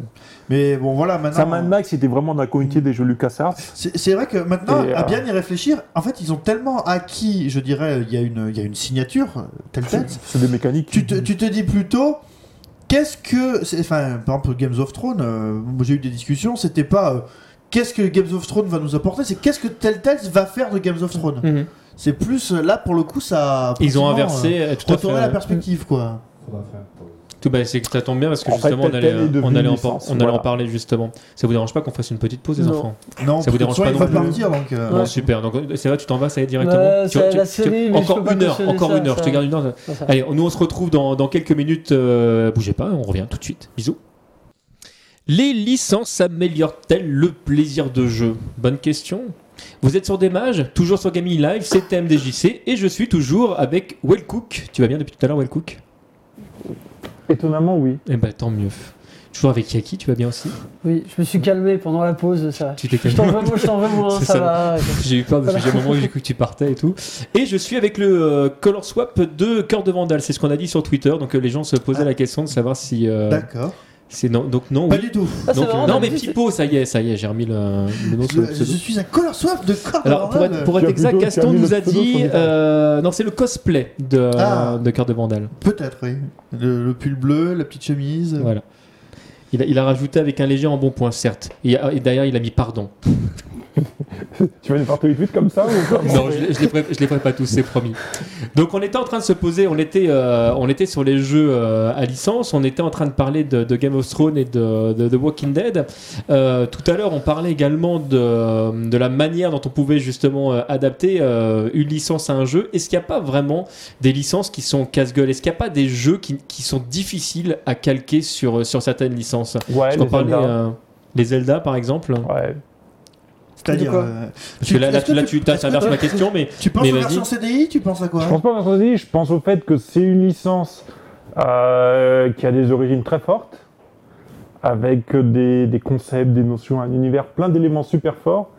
Mais bon, voilà, maintenant. Sam Max était vraiment dans la communauté des jeux LucasArts. C'est c'est vrai que maintenant, Et, euh, à bien y réfléchir, en fait, ils ont tellement acquis, je dirais, il y a une, il y a une signature, telle tête. C'est des mécaniques. Tu te, tu te dis plutôt, qu'est-ce que. c'est- Enfin, par exemple, Games of Thrones, euh, moi, j'ai eu des discussions, c'était pas. euh, Qu'est-ce que Games of Thrones va nous apporter C'est qu'est-ce que Telltale va faire de Games of Thrones Mhm. C'est plus euh, là pour le coup ça. a Ils ont pratiquement, inversé euh, euh, tout à fait. retourné la perspective quoi. Faudra faire une pause. Tout bah, c'est que ça tombe bien parce que En fait, justement on Telltale allait, euh, est devenu on allait, en, une licence, par- on allait en voilà. parler justement. Ça vous dérange pas qu'on fasse une petite pause les Non. enfants Non, Ça vous parce que dérange toi, pas il non va plus partir donc. euh, Bon Ouais. super, donc ça va, tu t'en vas, ça y est directement. Ouais, Tu- c'est tu- la tu- série, mais je encore peux pas une heure, cautionner encore ça, une heure, je te ça. garde une heure. Ouais, ça. Allez, nous on se retrouve dans, dans quelques minutes. euh, bougez pas, on revient tout de suite. Bisous. Les licences améliorent-elles le plaisir de jeu Bonne question. Vous êtes sur des mages, toujours sur Gaming Live, c'est TMDJC et je suis toujours avec Wellcook. Tu vas bien depuis tout à l'heure, Wellcook Étonnamment, oui. Eh ben tant mieux. Toujours avec Yaki, tu vas bien aussi Oui, je me suis calmé pendant la pause, ça va. Tu t'es Je t'en veux, moi, je t'en veux, moins, C'est ça, ça. va. Ah, ouais. J'ai eu peur parce que j'ai un moment où j'ai cru que tu partais et tout. Et je suis avec le euh, color swap de Cœur de Vandal. C'est ce qu'on a dit sur Twitter. Donc euh, les gens se posaient Ah. la question de savoir si euh, D'accord. c'est non. Donc non. Pas oui. du tout. Ah, c'est Donc, marrant, euh, non on a mais dit- Pipo, ça y est, ça y est, j'ai remis le, le nom Je, sur le pseudo. je suis un color soif de corps. Alors pour être, pour être Tu as exact, plutôt- tu as Gaston mis le nous a pseudo sur dit le- euh, non c'est le cosplay de Ah. de Cœur de Vandal. Peut-être, oui. Le, le pull bleu, la petite chemise. euh, Voilà. Il a, il a rajouté avec un léger embonpoint, certes. Et, et d'ailleurs, il a mis pardon. Tu vas nous faire tous les tweets comme ça ou pas Non, je ne les, ferai- je les ferai pas tous, c'est promis. Donc on était en train de se poser, on était, euh, on était sur les jeux euh, à licence, on était en train de parler de, de Game of Thrones et de, de, de Walking Dead. Euh, tout à l'heure, on parlait également de, de la manière dont on pouvait justement euh, adapter euh, une licence à un jeu. Est-ce qu'il n'y a pas vraiment des licences qui sont casse-gueule Est-ce qu'il n'y a pas des jeux qui, qui sont difficiles à calquer sur, euh, sur certaines licences Ouais, Je t'en les parlais, Zelda. euh, les Zelda par exemple Ouais. C'est-à-dire. De quoi euh, Parce que là, là, est-ce que là, tu est-ce que t'inverses toi, ma question, mais Tu penses mais aux vas-y. versions CDI Tu penses à quoi Je pense pas à ça, je pense au fait que c'est une licence euh, qui a des origines très fortes, avec des, des concepts, des notions, un univers plein d'éléments super forts.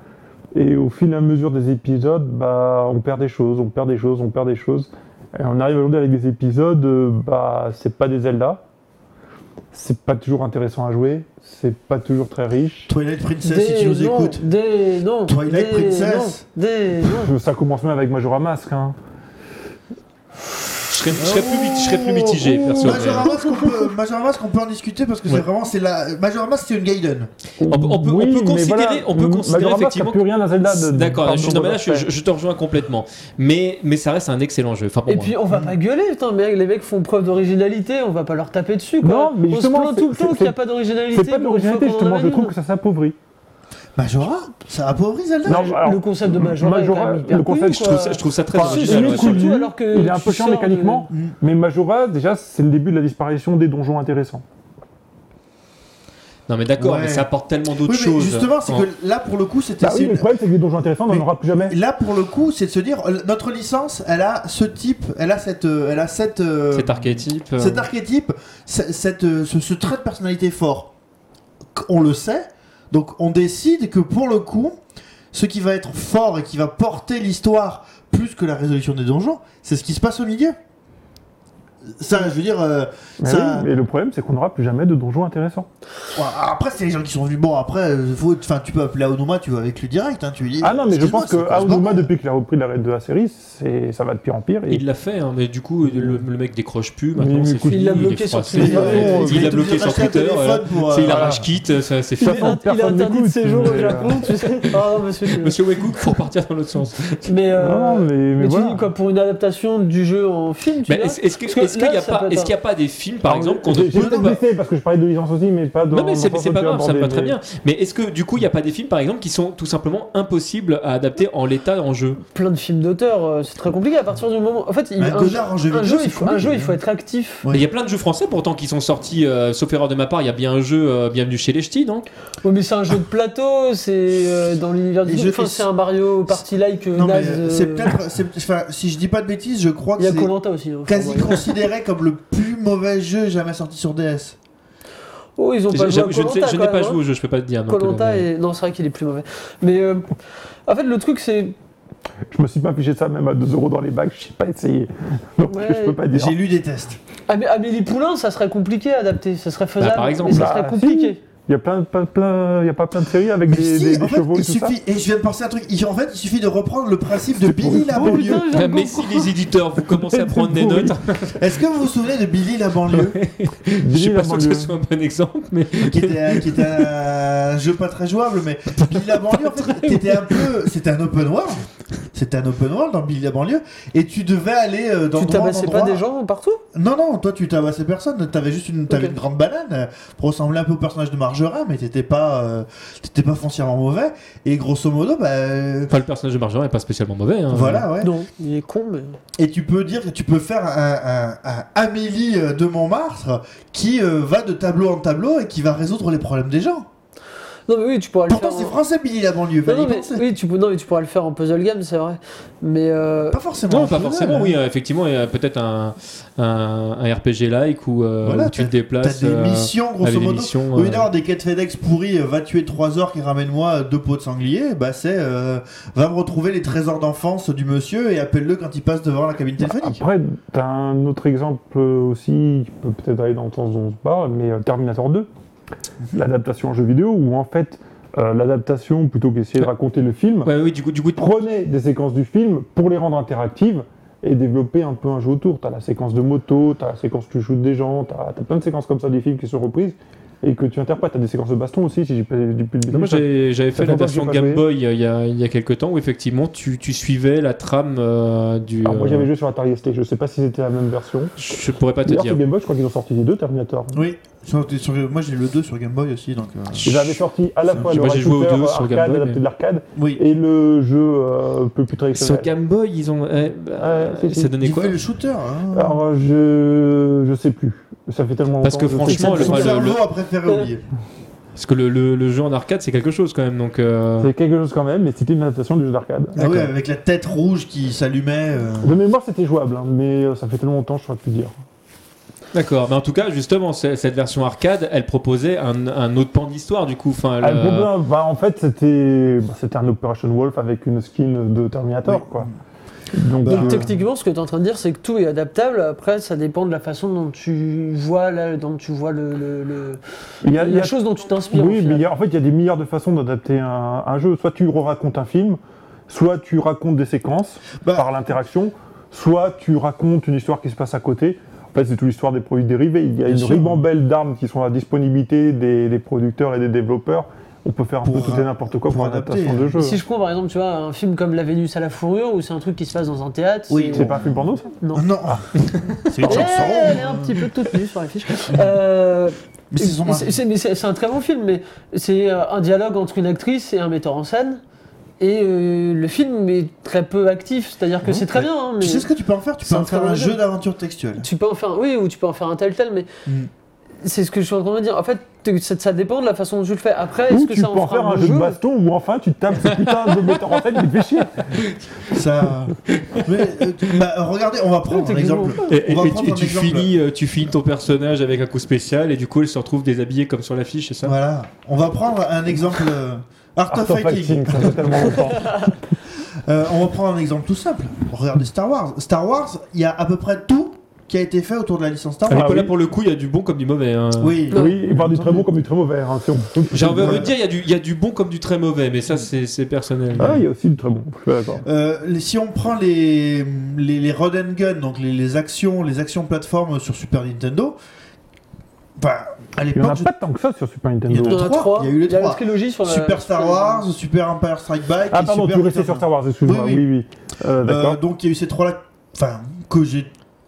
Et au fil et à mesure des épisodes, bah, on perd des choses, on perd des choses, on perd des choses. Et on arrive aujourd'hui avec des épisodes, euh, bah, c'est pas des Zelda. C'est pas toujours intéressant à jouer, c'est pas toujours très riche. Twilight Princess, si tu nous non, écoutes. Des non. Twilight des Princess. non, Des non. Ça commence même avec Majora Mask. Hein. Je serais, je serais plus, mit- je serais plus mitigé, Oh, perso. Majora Mask, on peut, Majora Mask, on peut en discuter parce que euh, Ouais. c'est vraiment. c'est La... Majora Mask, c'est une Gaiden. On peut- on peut- on peut mais considérer- on peut M- considérer Majora Mask a effectivement plus rien à Zelda. de- de- D'accord, par je, nombre non, mais là, je, d'aspects. je- je te rejoins complètement. Mais, mais ça reste un excellent jeu. Ah Enfin, pour Et moi. puis bah. on va pas gueuler, putain, mais les mecs font preuve d'originalité, on va pas leur taper dessus quoi. Non, mais on se justement, plaint c'est- tout le temps c'est- qu'il n'y a c'est- pas d'originalité. C'est pas de pour une fois l'originalité, qu'on en justement, a je une. trouve que ça s'appauvrit. Majora Ça appauvrit Zelda Non, alors, le concept de Majora, est quand Majora, même hyper Mm, le concept, cool, je, trouve quoi. ça, je trouve ça très Enfin, c'est original. il ouais. est surtout cool, alors que il est un tu peu chiant sors euh, hmm. de- mécaniquement, Mm. mais Majora, déjà, c'est le début de la disparition des donjons intéressants. Non, mais d'accord, Ouais. mais ça apporte tellement d'autres Oui, mais choses. justement, c'est Hein. que là, pour le coup, c'était. Bah c'est oui, mais une- le problème, c'est que les donjons intéressants, on Mais- n'en aura plus jamais. Là, pour le coup, c'est de se dire euh, notre licence, elle a ce type, elle a cette. euh, Elle a cette euh, Cet archétype. euh, Cet archétype, ce- cette, euh, ce, ce trait de personnalité fort, qu- on le sait, donc on décide que pour le coup, ce qui va être fort et qui va porter l'histoire plus que la résolution des donjons, c'est ce qui se passe au milieu. Ça, je veux dire, euh, Mais ça- oui, mais le problème, c'est qu'on n'aura plus jamais de donjons intéressants. ouais, après, c'est les gens qui sont venus. Bon, après, euh, faut, enfin, tu peux appeler Aonuma, tu vas avec lui direct. Hein, tu lui dis, Ah non, mais je excuse-moi, pense c'est que quoi ce Aonuma, bordel depuis qu'il a repris la de la série, c'est- ça va de pire en pire. et- Il l'a fait, hein, mais du coup, le, le mec décroche plus. Maintenant, Oui, c'est du coup, fini. il l'a est bloqué sur froissé, Twitter. euh, Il Il est l'a bloqué obligé sur d'acheter un Twitter. téléphone voilà. pour, euh, C'est il a voilà. rage quitte, ça, c'est Il fin. est Personne- a, il a personne interdit de n'écoute, séjour au mais, euh, Japon, tu sais. Ah non, monsieur. tu- Monsieur Wekook, faut repartir dans l'autre sens. Mais, euh, Non, mais, mais mais tu voilà. dis quoi, pour une adaptation du jeu en film, tu Mais vois est-ce est-ce que- Parce que est-ce qu'il là, n'y a, ça pas- peut être est-ce qu'il y a pas des films, par exemple, qu'on ne J'ai- J'ai peut peut-être pas. laissé, parce que je parlais de licence aussi, mais pas dans. Non, mais c'est dans c'est le pas sens grave, que tu ça me va très abordais, mais- bien. Mais est-ce que du coup, il n'y a pas des films, par exemple, qui sont tout simplement impossibles à adapter en l'état en jeu plein de films d'auteur, euh, c'est très compliqué à partir du moment. En fait, il- Mais un, déjà, Bah, en jeu un vidéo, jeu, c'est il faut, un compliqué, jeu, il hein. faut être actif. Mais Il y a plein de jeux français pourtant qui sont sortis, euh, sauf erreur de ma part, il y a bien un jeu euh, Bienvenue chez les Ch'tis, non Oui, mais c'est un jeu de plateau, c'est euh, dans l'univers du Les jeu. jeux Enfin, qui- c'est un Mario party-like euh, Non, mais naze. euh, euh, c'est peut-être. c'est- enfin, si je dis pas de bêtises, je crois que Il y a c'est Colanta aussi. hein, quasi enfin, ouais. considéré comme le plus mauvais jeu jamais sorti sur DS. Oh, ils ont Je pas joué à j'avoue, je ne sais- Colanta. hein. je n'ai pas joué au jeu, je peux pas te dire. donc, euh, Colanta mais- et non, c'est vrai qu'il est plus mauvais. Mais euh, en fait, le truc, c'est Je me suis pas affiché de ça, même à 2 euros dans les bacs, j'ai pas essayé. Donc Ouais. je peux pas dire. J'ai lu des tests. Amé- Amélie Poulain, ça serait compliqué à adapter, ça serait faisable, Bah, par exemple. mais ça Bah, serait si. compliqué. Il y a plein, plein, plein, il y a pas plein de séries avec Mais des, si, des- des en fait, chevaux et il tout ça. suffit. Et je viens de penser à un truc. Il- en fait, il suffit de reprendre le principe de C'est pour Billy ça. la Oh, banlieue. putain, j'ai un Ah, Mais gros si les éditeurs, vous commencez à prendre des Pourri. notes. Est-ce que vous vous souvenez de Billy la banlieue Je Billy suis la pas sûr que ce banlieue. soit un bon exemple, mais qui était, un- qui était un jeu pas très jouable, mais Billy la banlieue, en fait, t'étais un peu. C'était un open world. C'était un open world dans Billy la banlieue. Et tu devais aller euh, Tu d'endroit en tabassais pas endroit. des gens partout Non, non, toi tu tabassais personne, t'avais juste une, t'avais Ok. une grande banane euh, pour ressembler un peu au personnage de Margerin, mais t'étais pas, euh, t'étais pas foncièrement mauvais, et grosso modo, bah. euh, enfin, le personnage de Marjorie est pas spécialement mauvais. hein. Voilà, ouais. Non, il est con, mais. Et tu peux dire que tu peux faire un, un- un Amélie euh, de Montmartre qui euh, va de tableau en tableau et qui va résoudre les problèmes des gens. Non, mais oui, tu pourras le Pourtant, faire. c'est en- français, Billy la banlieue, Non, fallait y non, mais, penser. oui, tu, peux- non, mais tu pourras le faire en puzzle game, c'est vrai. Mais euh, Pas forcément. Non, pas en forcément, final, oui, hein. euh, effectivement, il y a peut-être un, un, un RPG-like où, euh, Voilà, où tu te T'as déplaces. des euh, missions, avec grosso des modo. missions, Au lieu euh, d'avoir des quêtes FedEx pourries, euh, va tuer trois orques et ramène-moi euh, deux pots de sanglier, bah c'est euh, va me retrouver les trésors d'enfance du monsieur et appelle-le quand il passe devant la cabine Ah. téléphonique. Après, t'as un autre exemple euh, aussi, qui peut peut-être aller dans le sens dont on parle, mais euh, Terminator 2, l'adaptation en jeu vidéo, où en fait, euh, l'adaptation, plutôt qu'essayer de raconter le film, Ouais, oui, du coup, du coup, prenait des séquences du film pour les rendre interactives et développer un peu un jeu autour. T'as la séquence de moto, t'as la séquence où tu shootes des gens, t'as as plein de séquences comme ça des films qui sont reprises et que tu interprètes. T'as des séquences de baston aussi, si j'ai pas j'ai plus de Non, moi bêtises. j'ai- j'avais fait Ça fait la longtemps que version j'ai Game pas joué. Boy euh, il y, a, il y a quelques temps où effectivement tu, tu suivais la trame euh, du. Alors, moi euh, Ah, j'avais joué sur Atari ST, je sais pas si c'était la même version. je pourrais pas te D'ailleurs, dire. sur Game Boy, je crois qu'ils ont sorti les deux Terminator. Oui. Sur- sur- moi j'ai le 2 sur Game Boy aussi, donc. euh, Ils avaient sorti à la fois le Moi, j'ai joué aux Raccoon deux Cooper sur Game arcade, Boy, adapté mais- de l'arcade, oui. et le jeu euh, un peu plus Sur traditionnel. Game Boy, ils ont. eh, bah, Ouais, c'est- ça c'est- donnait Il quoi fait le shooter. hein. Alors je... je sais plus, ça fait tellement Parce que longtemps je sais franchement, plus. le- Son le- cerveau a préféré oublier. Ah Parce que le, le- le jeu en arcade, c'est quelque chose quand même. Donc, euh, c'est quelque chose quand même, mais c'était une adaptation du jeu d'arcade. Ah oui, avec la tête rouge qui s'allumait. euh. De mémoire, c'était jouable, hein, mais euh, ça fait tellement longtemps, je saurais plus dire. D'accord, mais en tout cas, justement, c'est- cette version arcade, elle proposait un, un autre pan d'histoire, du coup. Enfin, Ah, le- le problème, bah, en fait, c'était bah, c'était un Operation Wolf avec une skin de Terminator, Oui. quoi. Donc, Bah, euh, techniquement, ce que tu es en train de dire, c'est que tout est adaptable. Après, ça dépend de la façon dont tu vois, la, dont tu vois le, le- le- il Ah, y a- il y la a- chose dont tu t'inspires. au Oui, mais final. il y a- en fait, il y a des milliards de façons d'adapter un, un jeu. Soit tu racontes un film, soit tu racontes des séquences Bah. par l'interaction, soit tu racontes une histoire qui se passe à côté. En fait, c'est toute l'histoire des produits dérivés. Il y a Bien une sûr. ribambelle d'armes qui sont à disponibilité des, des producteurs et des développeurs. On peut faire un Pour peu tout a- et n'importe quoi pour pour, adapter, adaptation de hein. jeu. Si je prends par exemple, tu vois, un film comme La Vénus à la fourrure, où c'est un truc qui se passe dans un théâtre. Oui, Ah, C'est pas un film porno, ça Non. Non. C'est une Eh, chanson. elle est un petit peu toute nue sur la fiche. Euh, Mais c'est son mari. c'est- c'est- mais c'est- c'est un très bon film, mais c'est euh, un dialogue entre une actrice et un metteur en scène. Et euh, le film est très peu actif, c'est-à-dire que Mhm. c'est très Mais bien. hein, mais Tu sais ce que tu peux en faire Tu C'est peux un en faire très un bon jeu jeu. d'aventure textuelle. tu peux en faire, oui, ou tu peux en faire un tel tel, mais Mhm. c'est ce que je suis en train de dire. En fait, t- ça, ça dépend de la façon dont tu le fais. Après, est-ce Ou que tu ça peux en en fera faire un bon jeu de jeu baston où enfin tu tapes ce putain de metteur en scène qui te fait chier. Ça. Mais euh, tu- bah, regardez, Ah, on va prendre un Techniquement. exemple. Et, et- On va et tu- prendre et un tu, exemple. finis, euh, tu finis ton personnage avec un coup spécial, et du coup, elle se retrouve déshabillée comme sur l'affiche, c'est ça Voilà. On va prendre un exemple. euh, Art of Fighting. Artefacting, ça fait tellement longtemps. Euh, on va prendre un exemple tout simple. Regardez Star Wars. Star Wars, il y a à peu près tout qui a été fait autour de la licence Star Mais Wars. Ah là, oui. pour le coup, il y a du bon comme du mauvais. hein. Oui. Non. Oui, et par du très bon comme du très mauvais. hein, si on peut- J'ai envie de dire, il y, a du- il y a du bon comme du très mauvais, mais ça, c'est c'est personnel. Ah, il y a aussi du très bon. Je suis d'accord. Euh, les- si on prend les, les, les Rod and Gun, donc les, les actions, les actions plateformes sur Super Nintendo, ben, à Il n'y en a l'époque, je- pas tant que ça sur Super Il y en a Nintendo. Il y en a trois. trois. Il y a eu les trois. la trilogie sur la- Super Star sur la- Wars, Super Empire Strike Back. Ah, et pardon, Super tu restais Nintendo. sur Star Wars, excuse-moi. Oui, Oui, oui. oui. Euh, Euh, D'accord. donc il y a eu ces trois-là, enfin, que j'ai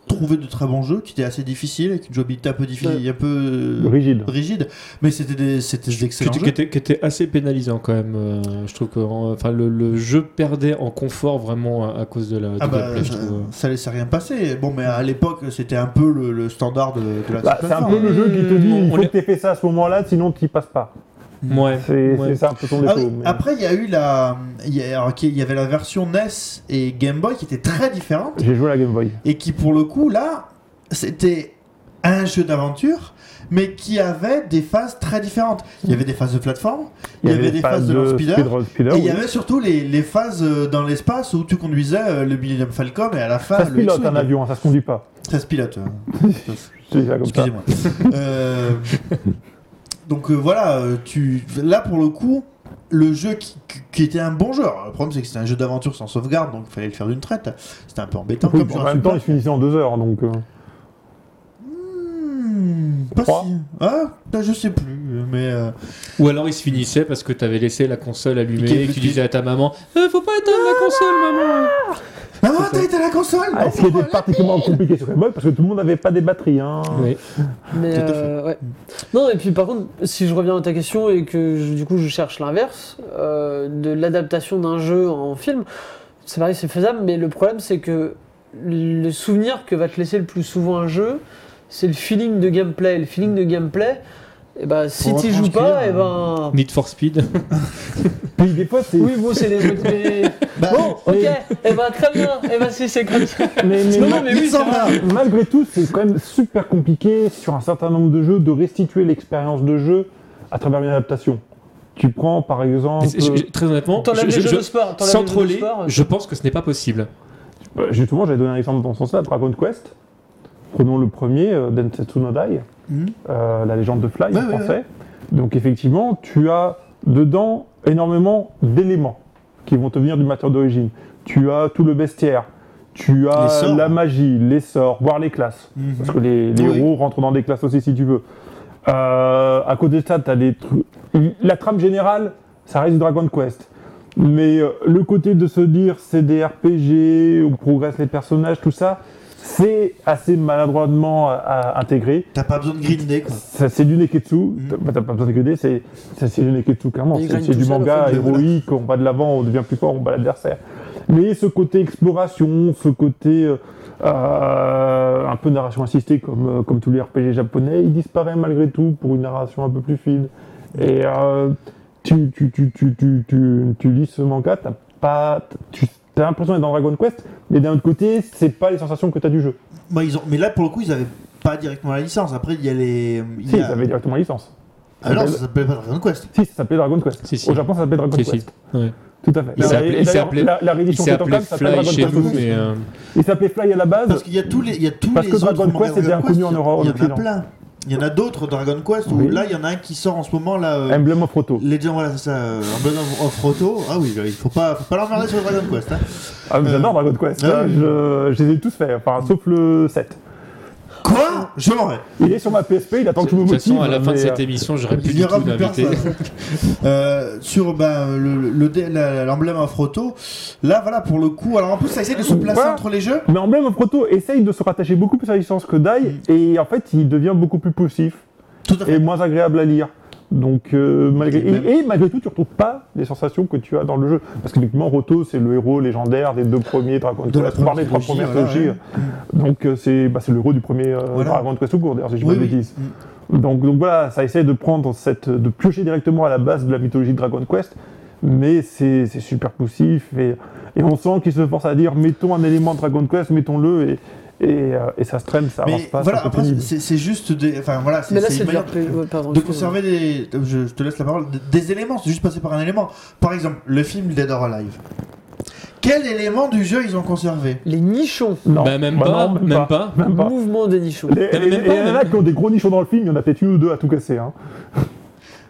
trouvé de très bons jeux, qui étaient assez difficiles, avec une jouabilité un peu difficile, un peu euh, Rigide. rigide, mais c'était des, c'était des Qui excellents était, jeux. qui était- qui était assez pénalisant quand même. euh, je trouve que en- enfin, le, le jeu perdait en confort vraiment à, à cause de la, du Ah bah, gameplay, je euh, trouve. ça laissait rien passer. Bon, mais à l'époque, c'était un peu le, le standard de, de la Bah, c'est un plateforme. peu le jeu qui te dit on il faut les- que t'aies fait ça à ce moment-là, sinon t'y passes pas. Mm. Ouais. C'est Ouais. c'est ça un peu ton Ah défaut. oui, mais- Après, il y a eu la, il y, a- alors qu'il y avait la version NES et Game Boy qui étaient très différentes J'ai joué à la Game Boy. et qui, pour le coup, là, c'était un jeu d'aventure, mais qui avait des phases très différentes. Il y avait des phases de plateforme, il y avait des phases de speed- speeder, speeder, et il y oui. avait surtout les, les phases euh, dans l'espace où tu conduisais euh, le Millennium Falcon et à la fin Ça se le pilote X-Wing. un avion, hein, ça se conduit pas. Ça se pilote. euh. Je dis ça comme ça. Excusez-moi. Euh, donc euh, voilà, euh, tu là pour le coup, le jeu qui, qui- qui était un bon jeu. Alors, le problème c'est que c'était un jeu d'aventure sans sauvegarde, donc il fallait le faire d'une traite. C'était un peu embêtant. Oui, comme sur en un même temps, il Super- se finissait en deux heures, donc. euh, Hmm, pas Trois. si. Ah, ben, je sais plus, mais euh, Ou alors il se finissait parce que t'avais laissé la console Et qu'il y allumée et avait que tu plus- disais à ta maman Euh, Faut pas éteindre la console, maman maman, t'as été à la console. Ah, Non, ce qui était pourquoi particulièrement compliqué sur Game Boy, parce que tout le monde n'avait pas des batteries. Hein. Ouais. Mais Tout à fait. euh, ouais. Non, et puis par contre, si je reviens à ta question et que je- du coup je cherche l'inverse, euh, de l'adaptation d'un jeu en film, c'est pareil, c'est faisable, mais le problème c'est que le souvenir que va te laisser le plus souvent un jeu, c'est le feeling de gameplay. Le feeling de gameplay, et ben si Pour tu joues pas, et retranscrire, ben. Need for Speed. Puis des fois, c'est. euh, Oui, bon, c'est des autres. mais- Bah, Bon, ok, et ben très bien, et ben si c'est comme ça. Mais, mais- Non, non, mais il oui, s'en c'est vrai. va. Malgré tout, c'est quand même super compliqué sur un certain nombre de jeux de restituer l'expérience de jeu à travers une adaptation. Tu prends par exemple. Je- je- Très honnêtement, T'enlèves je- les je- jeux de je- sport, t'enlèves sans les jeux de troller, sport, euh. je pense que ce n'est pas possible. Bah, Justement, j'avais donné un exemple dans ce sens-là, Dragon Quest. Prenons le premier, euh, Densetsu no Dai, Mhm. euh, la légende de Fly Ouais, en ouais, français. Donc effectivement, tu as dedans énormément d'éléments qui vont te venir du matériau d'origine. Tu as tout le bestiaire, tu Les as sorts. la magie, les sorts, voire les classes. Mhm. Parce que les, les Oui. héros rentrent dans des classes aussi si tu veux. Euh, à côté de ça, tu as des trucs... La trame générale, ça reste du Dragon Quest. Mais euh, le côté de se dire c'est des RPG, on progresse les personnages, tout ça, c'est assez maladroitement euh, à- à intégrer. T'as pas besoin de grinder quoi. Ça, C'est du Mm. Neketsu, t'as bah, t'as pas besoin de coder, c'est ça, c'est du Neketsu clairement. Il C'est gagne c'est tout du seul, manga en fait, mais voilà. héroïque, on va de l'avant, on devient plus fort, on bat l'adversaire. Mais ce côté exploration, ce côté euh, euh, un peu narration assistée comme, euh, comme tous les RPG japonais, il disparaît malgré tout pour une narration un peu plus fine. Et euh, tu, tu, tu, tu, tu, tu, tu lis ce manga, t'as pas. Tu, T'as l'impression d'être dans Dragon Quest, mais d'un autre côté, c'est pas les sensations que t'as du jeu. Bah, ils ont... Mais là pour le coup, ils avaient pas directement la licence. Après, il y a les. il Si, y ils a- avaient directement la licence. Ah non, ça s'appelait pas Dragon Quest. Si, ça s'appelait Dragon Quest. Si, Oh, si. Au Japon, ça s'appelait Dragon Si, si. Quest. Ouais. Tout à fait. Il La- s'appelait- et il d'ailleurs, s'appelait- la, la Il réédition s'est qui est en appelé cam s'appelle Fly Dragon chez Quest nous, aussi. mais. euh, Il s'appelait Fly à la base. Parce qu'il y a tous les, il y a tous Parce les que autres Dragon mangas Quest était Dragon inconnu en il y a- Europe, en Il y en a Occident. plein. Il y en a d'autres Dragon Quest où Oui. là il y en a un qui sort en ce moment là. euh, Emblem of Roto. Legend voilà c'est ça. euh, Emblem of of Roto. Ah oui, là, il faut pas, faut pas l'emmerder sur Dragon Quest. hein. Ah, mais Euh, J'adore Dragon Quest. ah Euh, oui. je, je les ai tous faits, enfin, sauf le 7. Quoi Je l'aurais. Il est sur ma PSP, il attend que je me De toute motive. façon, à la fin de mais, cette euh, émission, j'aurais plus Il du n'y aura tout plus d'invité. personne. Euh, sur bah, le- le dé- la- l'emblème of Roto, là voilà pour le coup. Alors en plus ça essaie de se placer Voilà. entre les jeux. euh, Mais Emblem of Roto essaye de se rattacher beaucoup plus à la licence que Mm. Dai, et en fait, il devient beaucoup plus poussif Tout à fait. et moins agréable à lire. Donc, euh, malgré, Et même- et, et malgré tout, tu retrouves pas les sensations que tu as dans le jeu. Parce qu'uniquement, Roto, c'est le héros légendaire des deux premiers Dragon De la Quest, voire des trois première premières trilogie, trilogies. Donc, euh, c'est bah, c'est le héros du premier euh, Voilà. Dragon Quest tout court, d'ailleurs, si je ne Oui, dis pas de oui. Mm. bêtises. Donc, donc voilà, ça essaie de prendre cette, de piocher directement à la base de la mythologie de Dragon Quest, mais c'est c'est super poussif et, et on sent qu'ils se forcent à dire mettons un élément de Dragon Quest, mettons-le et, et, euh, et ça se traîne, ça avance Mais pas. voilà c'est un peu après pénible. c'est c'est juste des. Enfin voilà c'est Mais là c'est c'est une de hein. manière- l'RP, ouais, pardon, de excuse-moi. conserver des. Je, je te laisse la parole. Des éléments, c'est juste passer par un élément. Par exemple, le film Dead or Alive, Quel élément du jeu ils ont conservé Les nichons. Non. Bah, même Bah pas, non, même pas. Même pas. Mouvement des nichons. Les, Mais les- même les pas, nanas même- qui ont des gros nichons dans le film, il y en a peut-être une ou deux à tout casser. Hein.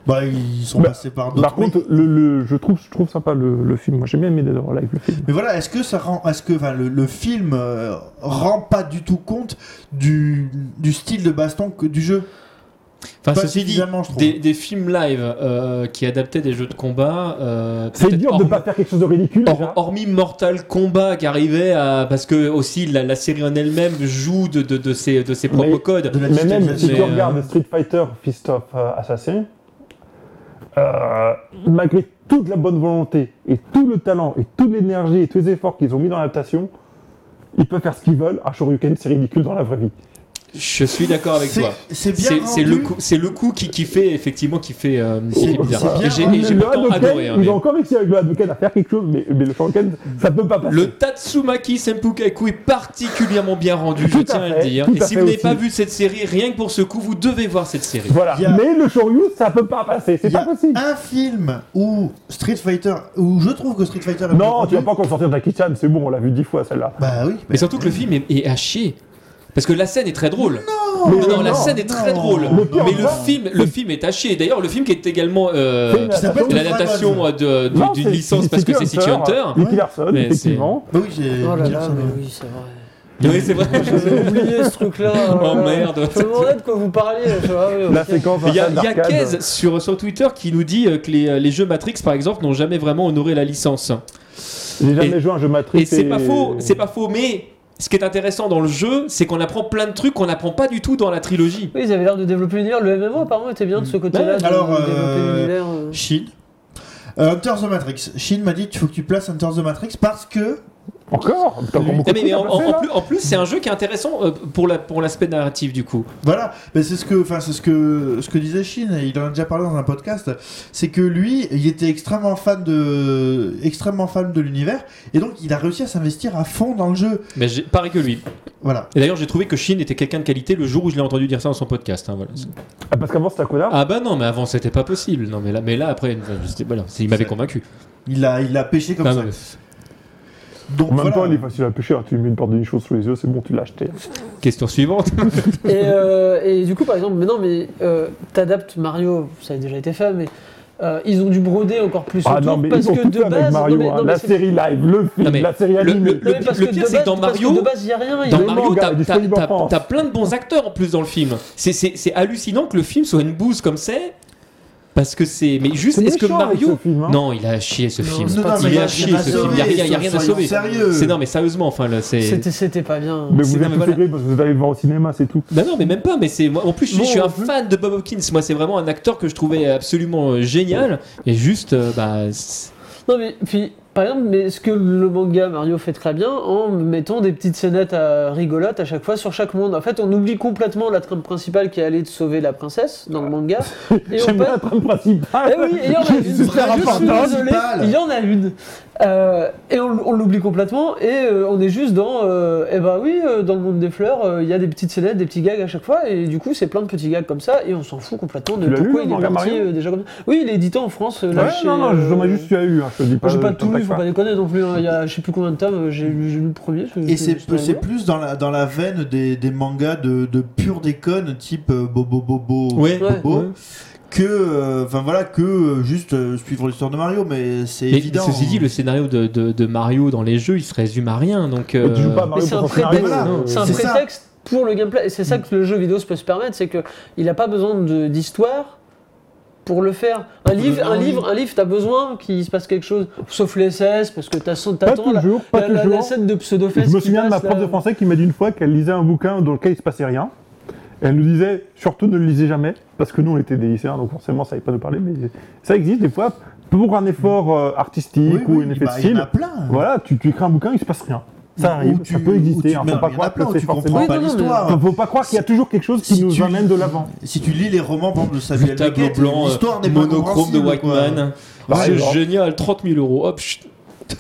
Bah, ils sont Bah, passés par d'autres. Par contre, le, le- je, trouve, je trouve sympa le, le film. Moi, j'ai bien aimé Dead or Alive, le film. Mais voilà, est-ce que ça rend, est-ce que enfin, le, le film euh, rend pas du tout compte du, du style de baston que, du jeu Enfin, Pas ceci dit, suffisamment, je trouve. des, des films live euh, qui adaptaient des jeux de combat. euh, C'est peut-être dur de horm- pas faire quelque chose de ridicule. hor- hein. déjà. hormis Mortal Kombat qui arrivait à. Parce que aussi la, la série en elle-même joue de, de, de ses, de ses propres Mais- codes. De la Mais même si digitalisation. tu Mais, euh, regardes Street Fighter Fist of euh, Assassin, euh, malgré toute la bonne volonté et tout le talent et toute l'énergie et tous les efforts qu'ils ont mis dans l'adaptation, ils peuvent faire ce qu'ils veulent. Un Shoryuken, c'est ridicule dans la vraie vie. euh, Je suis d'accord avec C'est- toi. C'est bien C'est c'est le rendu. coup, c'est le coup qui, qui fait effectivement qui fait, euh, qui C'est- fait bizarre. c'est bien Et j'ai- rendu. et j'ai le pourtant Hadoken, adoré. hein, ils mais- ont encore réussi avec le Hadoken à faire quelque chose, mais, mais le Shoryuken, ça peut pas passer. Le Tatsumaki Senpukaku est particulièrement bien rendu, je Tout à tiens à le fait, dire. tout Et à si fait vous n'avez aussi. pas vu cette série, rien que pour ce coup, vous devez voir cette série. Voilà. Il y a- Mais le Shoryu, ça peut pas passer. C'est Il y pas a possible. un film où Street Fighter, où je trouve que Street Fighter est Non, tu mieux vas pas encore sortir de la Kitchen, c'est bon, on l'a vu dix fois celle-là. Bah oui. Mais surtout que le film est, est à chier. Parce que la scène est très drôle. Mais Non, non, la scène est très non. drôle. Le pire mais le encore, film, le film est à chier. D'ailleurs, le film qui est également euh, C'est une qui s'appelle l'adaptation euh, de- de- Non, d'une c'est- licence c'est parce que c'est City Hunter. Nicky Larson, Mais c'est- effectivement. Bah oui, j'ai. Oh là là, Jackson, mais ouais. oui, c'est vrai. Oui, c'est vrai. J'avais oublié ce truc-là. Oh, euh, merde. Je me demandais de quoi vous parliez. je vois, ouais, La ok. séquence Il y a, installe il y a d'arcade. Kez sur, sur Twitter qui nous dit euh, que les, les jeux Matrix, par exemple, n'ont jamais vraiment honoré la licence. J'ai jamais Et- joué à un jeu Matrix. Et c'est pas faux, c'est pas faux, mais ce qui est intéressant dans le jeu, c'est qu'on apprend plein de trucs qu'on n'apprend pas du tout dans la trilogie. Oui, ils avaient l'air de développer l'univers. Le MMO, apparemment, était bien de ce côté-là. de Alors, développer euh, l'univers. euh. Shin. Euh, Hunter the Matrix. Shin m'a dit il faut que tu places Hunter the Matrix parce que. Encore T'as encore beaucoup Eh de mais, trucs mais à en, en- passer, en là plus, en plus, c'est un jeu qui est intéressant euh, pour la pour l'aspect narratif du coup. Voilà, mais c'est ce que, enfin c'est ce que, ce que disait Shin. et Il en a déjà parlé dans un podcast. C'est que lui, il était extrêmement fan de, extrêmement fan de l'univers, et donc il a réussi à s'investir à fond dans le jeu. Mais j'ai- pareil que lui. Voilà. Et d'ailleurs, j'ai trouvé que Shin était quelqu'un de qualité le jour où je l'ai entendu dire ça dans son podcast. hein, voilà. Ah, parce qu'avant c'était un connard. Ah bah non, mais avant c'était pas possible. Non mais là, mais là après, c'était- voilà, c'est- il m'avait convaincu. Il a, il a pêché comme Non, ça. mais- Donc En même voilà. temps, il est facile à pêcher. hein. Tu lui mets une porte de nichon sous les yeux, c'est bon, tu l'as acheté. euh, Question suivante. Et, euh, et du coup, par exemple, mais non, mais euh, t'adaptes Mario, ça a déjà été fait, mais euh, ils ont dû broder encore plus Ah autour non, mais parce ils ont que tout fait de avec base, Mario. non, mais- hein. non, mais La c'est- série live, le Non, film, mais la série le- animée. le- Non, mais parce le que pire, de c'est que base- dans parce que Mario- de base, il n'y a rien. il Dans y a- le Mario, manga t'as- est t'as disponible en t'as- France. t'as plein de bons acteurs en plus dans le film. C'est- C'est c'est hallucinant que le film soit une bouse comme c'est. Parce que c'est. Mais juste, C'est est-ce que méchant avec Mario. ce film, hein. Non, il a chié ce Non, film. non, non, mais il y a a rien chié à ce film. Il y a sauver, rien, il y a rien à soyons sauver. sérieux. C'est non, mais sérieusement, enfin, là, c'est. C'était c'était pas bien. Mais c'est- vous non, êtes mais tous voilà. aigris parce que vous allez le voir au cinéma, c'est tout. Bah non, mais même pas. Mais c'est moi- en plus, je, suis- Non, je suis un non plus. fan de Bob Hopkins. Moi, c'est vraiment un acteur que je trouvais absolument euh, génial. Et juste, euh, bah, c'est- Non, mais puis, par exemple, mais ce que le manga Mario fait très bien en mettant des petites scénettes à rigolotes à chaque fois sur chaque monde. En fait, on oublie complètement la trame principale qui est allée de sauver la princesse dans le manga. Et on J'aime bien la passe. trame principale. Eh oui, il y en a une. C'est très je suis important. désolé, principale. il y en a une. Euh, et on, on l'oublie complètement. Et euh, on est juste dans. euh, eh ben oui, euh, dans le monde des fleurs, euh, il y a des petites scénettes, des petits gags à chaque fois. Et du coup, c'est plein de petits gags comme ça. Et on s'en fout complètement de Tu l'as lu, pourquoi le il est manga parti Mario euh, déjà comme ça. Oui, il est édité en France. euh, là, Ouais, chez, non, non, euh, j'en ai juste tu as eu. hein, Je te dis pas. j'ai pas euh, tout lu, t'attaques faut pas. pas déconner non plus. hein. Il y a je sais plus combien de tomes, j'ai lu, j'ai lu le premier. je- Et je- c'est je- c'est plus dans la, dans la veine des, des mangas de, de pure déconne, type euh, Bobo Bobo Ouais. Bobo, Ouais. que, euh, enfin voilà, que euh, juste euh, suivre l'histoire de Mario, mais c'est Mais évident. ceci dit, le scénario de, de- de Mario dans les jeux, il se résume à rien. Donc, Oh, Mais Tu euh, joues pas à Mais Mario c'est un pour son scénario, prétexte, voilà, hein. c'est un c'est ça. prétexte pour le gameplay. Et c'est Mm. ça que le jeu vidéo se peut se permettre, c'est que il a pas besoin de- d'histoire pour le faire. Un livre, un oui. livre, un livre, t'as besoin qu'il se passe quelque chose, sauf les SS, parce que t'as son- Pas t'attends la, toujours, pas la- la- la toujours. scène de pseudo-fest. Je me qui souviens de ma passe, prof là. de français qui m'a dit une fois qu'elle lisait un bouquin dans lequel il se passait rien. Et elle nous disait surtout ne le lisez jamais, parce que nous on était des lycéens, donc forcément ça n'allait pas nous parler, mais ça existe des fois pour un effort euh, Oui, artistique ou oui, un bah, effet de Il y en style. a plein. Voilà, tu, tu écris un bouquin, il se passe rien. Ça Ou arrive, tu- ça peut exister. ou tu- hein, mais faut non, pas il y en a croire que plein où c'est tu comprends forcément. Oui, pas non, non, l'histoire. Enfin, faut pas croire qu'il y a toujours quelque chose qui Si nous tu- amène de l'avant. Si tu lis les romans, par exemple, de le Samuel tableau Beckett, blanc, l'histoire euh, n'est pas monochrome de compréhensible, quoi. hein. Whiteman. Par C'est exemple. génial, 30 000 euros. Hop, chut.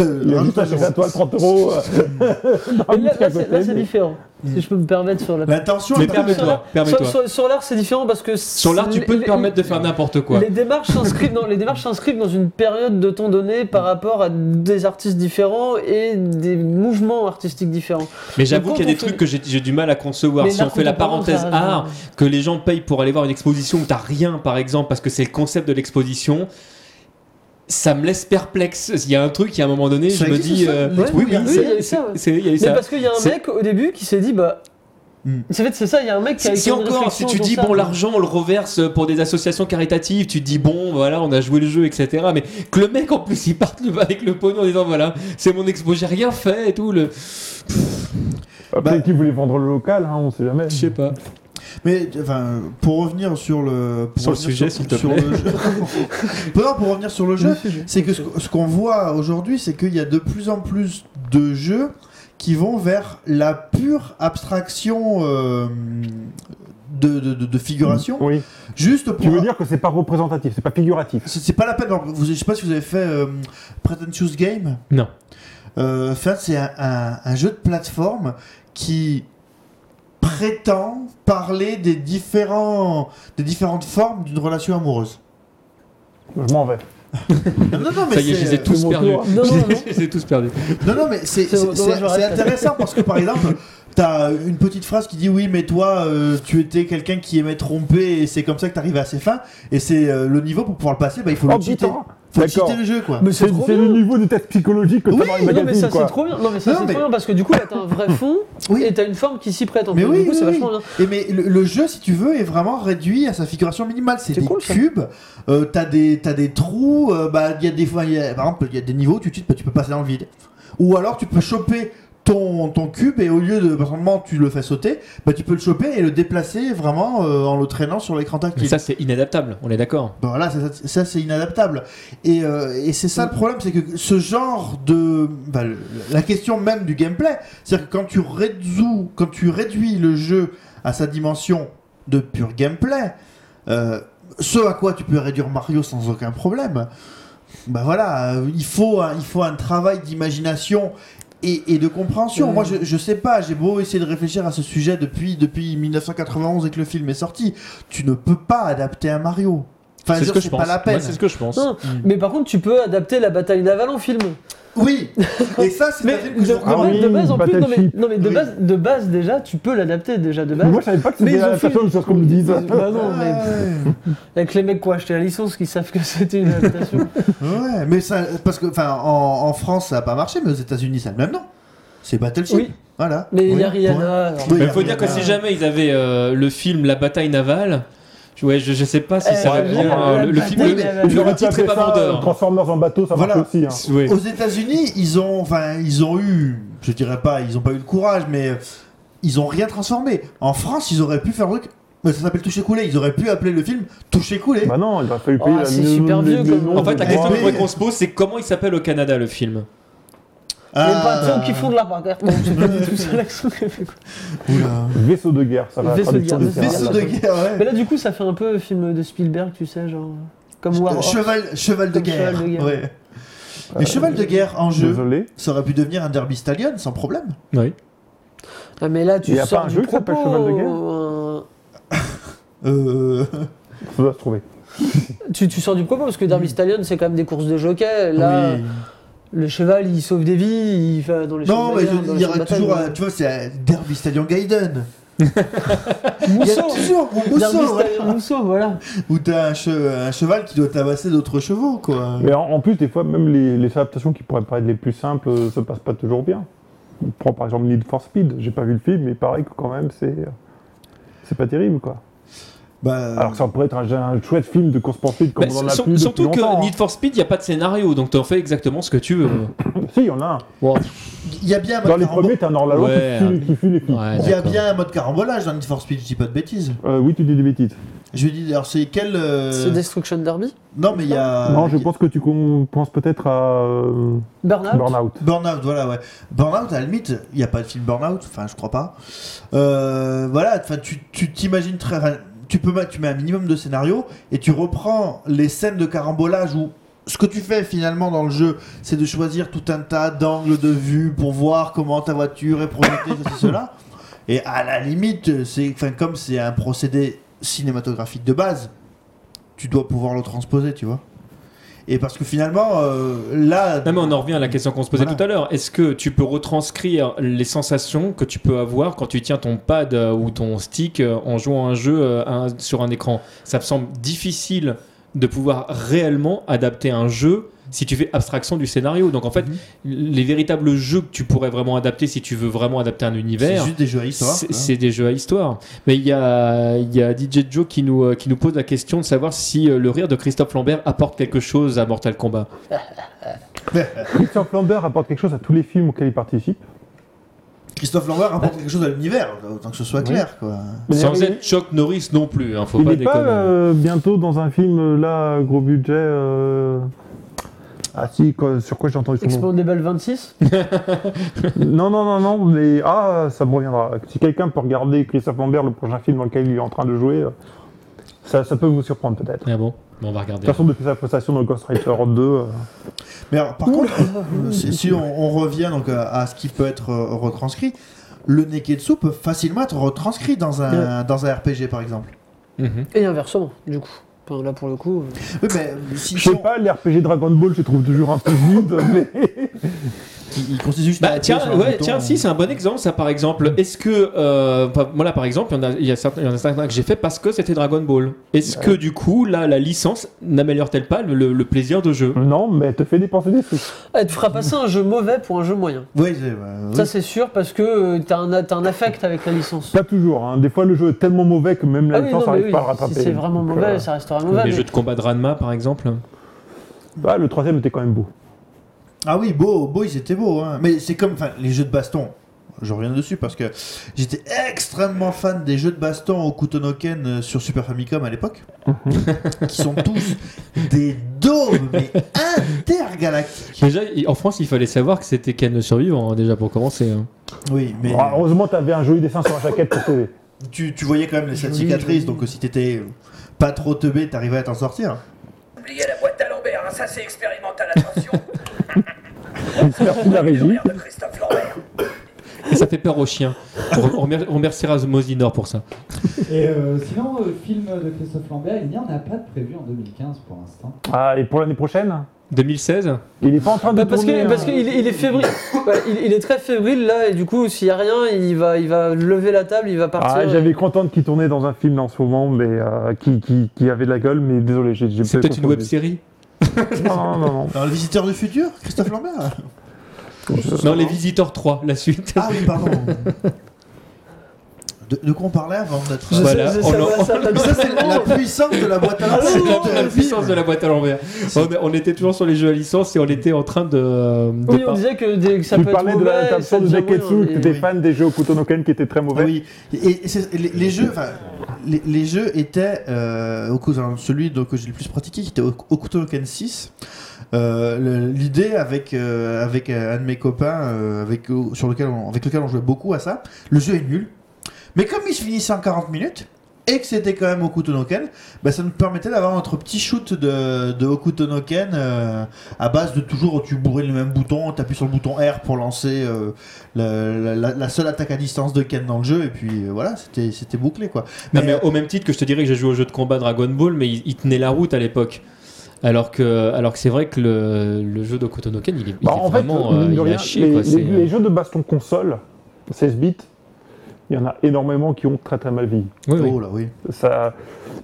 Euh, Il y a juste à chaque étoile 30 euros. euh, Mais là, là, c'est- là, c'est différent. Mm. Si je peux me permettre sur la. L'attention, Mais elle passe. sur permets-toi, l'art- permets-toi. sur- sur- sur l'art, c'est différent parce que. Sur l'art, tu peux te les- permettre de faire n'importe quoi. Les démarches s'inscrivent dans les démarches s'inscrivent dans une période de temps donnée par rapport à des artistes différents et des mouvements artistiques différents. Mais j'avoue quand qu'il y a des on fait- trucs que j'ai j'ai du mal à concevoir. Mais Si on fait la parenthèse ça- art, que les gens payent pour aller voir une exposition où t'as rien, par exemple, parce que c'est le concept de l'exposition, ça me laisse perplexe. Il y a un truc, il y a un moment donné, Ça je me existe, dis, ça euh, Ouais, oui, il y a- oui, oui, il y a eu c'est- ça, ouais. c'est- c'est- il y a eu Mais ça. parce qu'il y a un C'est- mec au début qui s'est dit bah. Hmm. C'est fait c'est ça, il y a un mec qui a Si, si écrit une encore, si réflexion tu sur dis ça. bon l'argent on le reverse pour des associations caritatives, tu te dis bon voilà on a joué le jeu etc. Mais que le mec en plus il parte le- avec le pognon en disant voilà c'est mon expo j'ai rien fait et tout le Bah, Peut-être qu'ils voulaient vendre le local, hein, on ne sait jamais. je sais pas. Mais enfin, pour revenir sur le pour Sur le revenir sujet, s'il te sur plaît. le jeu- non, pour revenir sur le jeu, c'est que ce, qu- ce qu'on voit aujourd'hui, c'est qu'il y a de plus en plus de jeux qui vont vers la pure abstraction euh, de, de- de- de figuration, Oui. juste pour Tu veux dire que c'est pas représentatif, c'est pas figuratif. C'est c'est pas la peine. Alors, vous- je sais pas si vous avez fait euh, Pretentious Game. Non. Euh, ça, c'est un, un- un jeu de plateforme qui prétend parler des, différents, des différentes formes d'une relation amoureuse. Je m'en vais. Non, non, non, mais Ça y est, je les c'est euh, ai tous mon perdus. tour. Non, Je non, les- non. je les ai tous perdus. non, non, mais c'est- C'est- c'est- dommage, c'est- je c'est reste. intéressant parce que par exemple, t'as une petite phrase qui dit oui, mais toi, euh, tu étais quelqu'un qui aimait tromper et c'est comme ça que t'arrives à ses fins. Et c'est euh, le niveau pour pouvoir le passer, bah, il faut le Oh cheater. putain Faut D'accord. cheater le jeu, quoi. Mais c'est C'est trop c'est bien. le niveau de test psychologique que t'as dans Oui, les Non mais magazines, ça c'est quoi. trop bien. Non mais ça Non, c'est mais- trop bien parce que du coup là t'as un vrai fond Oui. et t'as une forme qui s'y prête en Mais fait. oui, du coup oui, c'est oui. vachement bien. Et mais le, le jeu, si tu veux, est vraiment réduit à sa figuration minimale. C'est C'est des cool, ça. cubes, euh, t'as des, t'as des trous, euh, bah, il y a des fois, il y a- par exemple, il y a des niveaux, tu cheats, bah, tu peux passer dans le vide. Ou alors tu peux choper ton, ton cube et au lieu de, par exemple, tu le fais sauter, bah, tu peux le choper et le déplacer vraiment euh, en le traînant sur l'écran Mais tactile. ça c'est inadaptable, on est d'accord. Bon, voilà, ça, ça- ça, c'est inadaptable. Et, euh, et c'est ça le problème, c'est que ce genre de. bah, le- la question même du gameplay, c'est-à-dire que quand tu, résous, quand tu réduis le jeu à sa dimension de pur gameplay, euh, ce à quoi tu peux réduire Mario sans aucun problème, bah voilà, euh, il faut un, il faut un travail d'imagination. Et, et de compréhension. Euh. Ouais. Moi, je, je sais pas, j'ai beau essayer de réfléchir à ce sujet depuis, depuis 1991 et que le film est sorti. Tu ne peux pas adapter un Mario. Enfin, C'est ce dire, que je c'est pense. pas la Moi, peine. C'est ce que je pense. Non, Mais par contre tu peux adapter la bataille navale en film. Oui, et ça, c'est un Mais film de, que je de vous recommande. base, de base, en plus, non mais, Battleship. non, mais de, Ah Oui. base, de base déjà tu peux l'adapter déjà de base. Mais moi, je savais pas que Mais c'était ils ont la fait- façon de chose qu'on me dise. Bah non, mais Ouais, avec les mecs qui ont acheté la licence qui savent que c'était une adaptation. ouais, mais ça, parce que, enfin, en, en France, ça a pas marché, mais aux États-Unis, ça a le même nom. C'est Battleship. Oui. Voilà. Mais il Oui, y a point. Rihanna. alors. Oui, Il y a faut dire que Rihanna. si jamais ils avaient euh, le film La bataille navale, je- ouais, je, je sais pas si Eh, ça va la bien. bataille euh, le, le film, le, navale. le J'aurais pu titre est appeler pas ça, euh, vendeur. Transformers en bateau, ça Voilà. marche aussi. hein. Ouais. Aux États-Unis, ils ont, enfin, ils ont eu, je dirais pas, ils ont pas eu le courage, mais euh, ils ont rien transformé. En France, ils auraient pu faire un truc. mais ça s'appelle Toucher Coulé. Ils auraient pu appeler le film Toucher Coulé. Bah non, il a fallu Oh, payer la c'est le- super le- vieux, le comme- nom En fait, la de- question Ouais. qu'il faudrait qu'on se pose, c'est comment il s'appelle au Canada le film Les Ah. bateaux qui font de la bagarre. C'est pas du tout ça l'action qu'elle fait, quoi. Oula. Vaisseau de guerre, ça va. Vaisseau de traduction guerre, littérale. Vaisseau de guerre, Mais ouais. là du coup ça fait un peu film de Spielberg tu sais genre comme Euh, War. Cheval, cheval de Comme guerre. cheval de guerre. ouais. Mais cheval de guerre Euh, en jeu, Désolé. ça aurait pu devenir un derby stallion sans problème. Oui. Ah, mais là tu Il y a sors pas un du jeu qui s'appelle propos, Cheval de guerre euh, Euh... Ça doit se trouver. tu, tu sors du propos parce que Derby Stallion c'est quand même des courses de jockey. Là oui. le cheval il sauve des vies, il va dans les champs Non, de mais je- guerre, dans il les y champs de aurait bataille, toujours, ouais. euh, tu vois, c'est euh, Derby Stallion Gaiden. Il y a Mousseau toujours ou Derby Mousseau, ouais, Stallion Mousseau voilà. où t'as un, che- un cheval qui doit tabasser d'autres chevaux, quoi. Mais en, en plus, des fois, même les, les adaptations qui pourraient paraître les plus simples euh, se passent pas toujours bien. On prend par exemple Need for Speed, j'ai pas vu le film, mais pareil que quand même, c'est. euh, C'est pas terrible quoi. Bah, Alors que ça pourrait être un, un chouette film de course poursuite comme Bah, on en a sur- plus depuis surtout que longtemps. hein. Need for Speed, il n'y a pas de scénario, donc t'en fais exactement ce que tu veux. hein. Si, il y en a un. il y a bien un Dans mode les premiers, carambolage. t'as un hors-la-loi qui Ouais, fuit- un- qui, fuit les flics. Ouais, Il y a d'accord. bien un mode carambolage dans Need for Speed, je dis pas de bêtises. Euh, oui, tu dis des bêtises. Je lui dis, alors c'est quel. euh, C'est Destruction Derby. Non, mais il y a. non, je pense que tu con- penses peut-être à euh, Burnout. Burnout. Burnout, voilà, ouais. Burnout, à la limite, il n'y a pas de film Burnout, enfin, je crois pas. Euh, voilà, enfin, tu tu t'imagines très. enfin, Tu, peux, mettre- tu mets un minimum de scénario et tu reprends les scènes de carambolage où ce que tu fais finalement dans le jeu, c'est de choisir tout un tas d'angles de vue pour voir comment ta voiture est projetée, ceci, cela. Et à la limite, c'est, enfin, comme c'est un procédé cinématographique de base, tu dois pouvoir le transposer, tu vois. Et parce que finalement, euh, là, Non Ah, mais on en revient à la question qu'on se posait Voilà. tout à l'heure. Est-ce que tu peux retranscrire les sensations que tu peux avoir quand tu tiens ton pad euh, ou ton stick euh, en jouant à un jeu euh, à un- sur un écran Ça me semble difficile de pouvoir réellement adapter un jeu si tu fais abstraction du scénario. Donc en fait, Mhm. les véritables jeux que tu pourrais vraiment adapter si tu veux vraiment adapter un c'est univers, juste des jeux à histoire. c'est hein. c'est des jeux à histoire. Mais il y a, il y a DJ Joe qui nous, euh, qui nous pose la question de savoir si euh, le rire de Christophe Lambert apporte quelque chose à Mortal Kombat. Christophe Lambert apporte quelque chose à tous les films auxquels il participe. Christophe Lambert apporte quelque chose à l'univers, autant que ce soit clair, quoi. Mais Sans il- être Chuck Norris non plus, hein, faut Il pas n'est déconner. pas euh, bientôt dans un film euh, là, à gros budget. euh, Ah si, quoi- sur quoi j'ai entendu son nom Expandable 26 Non, non, non, non, mais ah, ça me reviendra. Si quelqu'un peut regarder Christophe Lambert, le prochain film dans lequel il est en train de jouer, euh, ça, ça peut vous surprendre peut-être. Ah bon Bon, On va De regarder. toute façon, depuis sa prestation dans Ghost Rider 2, euh, Mais alors, par contre, euh, si si on, on revient donc à, à ce qui peut être euh, retranscrit, le Neketsu peut facilement être retranscrit dans un, dans un RPG par exemple. Mhm. et inversement, du coup. Enfin, là pour le coup. euh, Oui, mais si, je si sais on, pas, les RPG Dragon Ball, je les trouve toujours un peu vide, mais il, il constitue juste un Bah appui tiens, sur un ouais, bouton, tiens, euh, si c'est un bon exemple ça par exemple. Est-ce que euh, bah, moi là par exemple, il y en a- il y, a certains- il y en a certains que j'ai fait parce que c'était Dragon Ball. Est-ce que du coup là la licence n'améliore-t-elle pas le, le plaisir de jeu non, mais elle te fait dépenser des trucs. Ah, tu feras passer un jeu mauvais pour un jeu moyen. Oui, c'est- bah, oui. Ça c'est sûr parce que euh, t'as un, t'as un affect avec la licence. Pas toujours, hein. des fois le jeu est tellement mauvais que même la Ah oui, licence non, mais n'arrive oui, pas à le rattraper. Si c'est vraiment Donc, mauvais, euh, ça restera Les mauvais. mais- Ah, jeux de combat de Ranma par exemple bah, le troisième était quand même beau. Ah oui, beau, beau, ils étaient beaux. hein. Mais c'est comme enfin, les jeux de baston. Je reviens dessus parce que j'étais extrêmement fan des jeux de baston au Kutonoken euh, sur Super Famicom à l'époque. qui sont tous des dômes, mais intergalactiques. Déjà, il- en France, il fallait savoir que c'était Ken le survivant, hein, déjà pour commencer. hein. Oui, mais Ah, heureusement, t'avais un joli dessin sur la jaquette pour t'aider. tu, tu voyais quand même les sept Joli, cicatrices, joli. donc euh, si t'étais euh, pas trop teubé, t'arrivais à t'en sortir. Oubliez la boîte à Lambert, hein, ça c'est expérimental, attention. Merci de la régie. Merde, Christophe Lambert. Et ça fait peur aux chiens. On remer- on remerciera Mosinor pour ça. Et euh, sinon, euh, film de Christophe Lambert, il n'y en a pas de prévu en 2015 pour l'instant. Ah, et pour l'année prochaine 2016 Il est pas en train de Bah, parce tourner, que- hein. parce qu'il est- il est fébrile. Ouais, il, il est très fébrile là et du coup s'il n'y a rien, il va, il va lever la table, il va partir. Ah, j'avais contente qu'il tournait dans un film là, en ce moment, mais euh, qui, qui, qui avait de la gueule, mais désolé, j'ai j'ai C'est peut-être une confondu. web série Non, non, non. Dans Le Visiteur du Futur, Christophe Lambert Non, Les Visiteurs 3, la suite. Ah oui, pardon. De, de quoi on parlait avant d'être. Je- Voilà, je- on ça l'a- va, ça va, Ah, Mais ça, c'est la puissance de la boîte à Ah, lance. c'est la la puissance de la boîte à l'envers. On, on était toujours sur les jeux à licence et on était en train de. de Oui, on par- disait que, des- que ça tu peut être parlais de mauvais, la ça de devient moyen, Neketsu, que et- t'étais fan des jeux au Kutonoken qui étaient très mauvais. Oui, et, et c'est- les, les jeux, enfin, les, les jeux étaient euh, au coup- enfin, celui donc, que j'ai le plus pratiqué, qui était au Okutoken 6. Euh, le- L'idée avec euh, avec euh, un de mes copains, euh, avec euh, sur lequel on, avec lequel on jouait beaucoup à ça, le jeu est nul. Mais comme il se finissait en 40 minutes et que c'était quand même Okutonoken, bah ça nous permettait d'avoir notre petit shoot de, de Okutonoken euh, à base de toujours tu bourrais le même bouton, t'appuies sur le bouton R pour lancer euh, la, la- la seule attaque à distance de Ken dans le jeu et puis euh, voilà c'était c'était bouclé quoi Non, mais au même titre que je te dirais que j'ai joué au jeu de combat Dragon Ball, mais il, il tenait la route à l'époque. Alors que, alors que c'est vrai que le, le jeu de Kotonoken, il est, il Bah, est en fait, vraiment. euh, mine de il rien, a chier, les, quoi. les- c'est- euh, les jeux de baston console, 16 bits, il y en a énormément qui ont très très mal vie. Oui, oui. oh là oui Ça,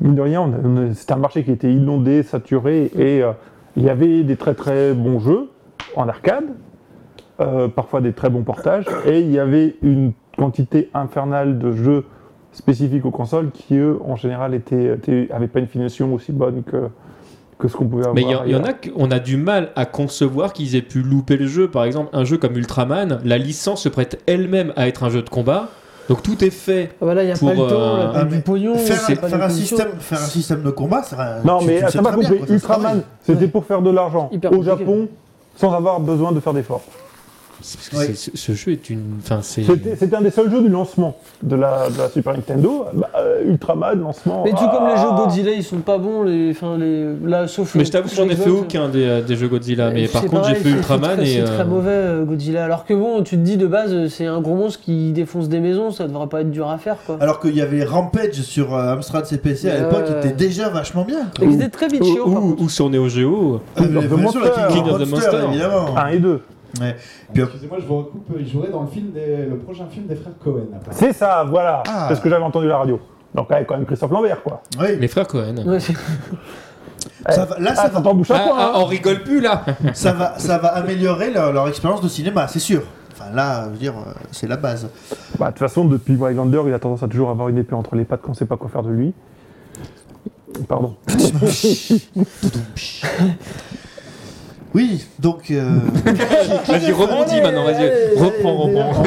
mine de rien, on a- on a- c'était un marché qui était inondé, saturé, et euh, il y avait des très très bons jeux en arcade, euh, parfois des très bons portages, et il y avait une quantité infernale de jeux spécifiques aux consoles qui, eux, en général, étaient, étaient- avaient pas une finition aussi bonne que, que ce qu'on pouvait avoir. Mais il y, en- il y en ailleurs. a qu'on a du mal à concevoir qu'ils aient pu louper le jeu. Par exemple, un jeu comme Ultraman, la licence se prête elle-même à être un jeu de combat. Donc tout est fait. Ah bah là, il n'y a Pour, pas le temps, euh, on a ah, perdu mais du pognon. faire, c'est un, pas faire les un conditions. système faire un système de combat ça va- Non, tu- mais tu le sais ça m'a très bien, compris. quoi, ça se Ultraman, travaille. c'était pour faire de l'argent Hyper au compliqué. Japon sans avoir besoin de faire d'efforts. C'est parce que Ouais. c'est- ce, ce jeu est une. Enfin, c'est. C'était c'était un des seuls jeux du lancement de la, de la Super Nintendo. Bah, euh, Ultraman, lancement. Mais tout ah. comme les jeux Godzilla, ils sont pas bons, les, enfin, les, là, sauf. Mais le- je t'avoue que j'en ai Xbox, fait aucun des, euh, des jeux Godzilla, mais c'est par contre j'ai pareil, fait c'est- Ultraman c'est très- et. C'est très euh, mauvais, euh, Godzilla. Alors que bon, tu te dis de base, euh, c'est un gros monstre qui défonce des maisons, ça devrait pas être dur à faire, Euh, quoi. Alors qu'il y avait Rampage sur euh, Amstrad CPC à Ouais, l'époque, qui ouais. était déjà vachement bien. Et Ils étaient très vite Ou, chiants, par ou, ou sur Neo Geo. Ah, King of the bien sûr, la Monster. Ah. King of the Monster, Monster. évidemment. Un et deux. Puis- Excusez-moi, je vous recoupe. Il jouerait dans le, film des- le prochain film des frères Cohen. apparemment. C'est ça, voilà. Ah. C'est ce que j'avais entendu à la radio. Donc, ouais, quand même, Christophe Lambert, quoi. Oui. Les frères Cohen. contre. Ouais, c'est- Ça va- là, ça Ah, ça va, t'en bouche à Ah, quoi ah, hein. on rigole plus là ça, va, ça va améliorer leur, leur expérience de cinéma, c'est sûr. Enfin, là, je veux dire, euh, c'est la base. Bah, de toute façon, depuis Highlander, il a tendance à toujours avoir une épée entre les pattes quand on sait pas quoi faire de lui. Pardon. Oui, donc euh, Vas-y, rebondis maintenant, vas-y. Reprends, reprends.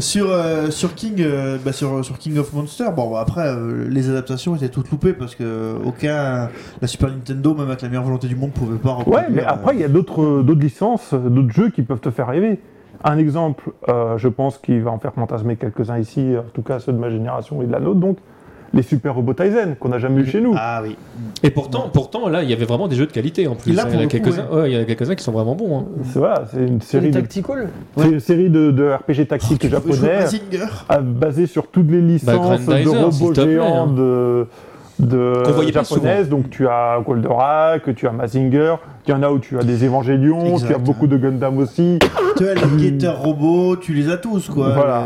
sur, euh, sur, King, euh, bah, sur, sur King of Monsters, bon, bah, après, euh, les adaptations étaient toutes loupées parce que aucun. La Super Nintendo, même avec la meilleure volonté du monde, pouvait pas Ouais, reproduire, mais euh, après, il y a d'autres d'autres licences, d'autres jeux qui peuvent te faire rêver. Un exemple, euh, je pense qu'il va en faire fantasmer quelques-uns ici, en tout cas ceux de ma génération et de la nôtre, donc, les Super Robots Tyson, qu'on n'a jamais eu chez nous. Ah oui. Et pourtant, pourtant, là, il y avait vraiment des jeux de qualité en plus. Et là, il y en pour a le coup, quelques-uns ouais, il y en a quelques-uns qui sont vraiment bons. hein. C'est voilà, c'est une c'est série, des de, tactical. c'est une série de, de Oh, RPG tactiques Tu veux jouer japonais, Mazinger à- basée sur toutes les Grand licences de Dizer, Bah, s'il robots te plaît, géants hein. de, de Qu'on voyait pas japonaises. Donc tu as Goldorak, tu as Mazinger, il y en a où tu as des Évangélions, tu as Exact, beaucoup hein. de Gundam aussi. Tu vois, les guetteurs robots, tu les as tous, quoi. Hmm. Euh, Voilà.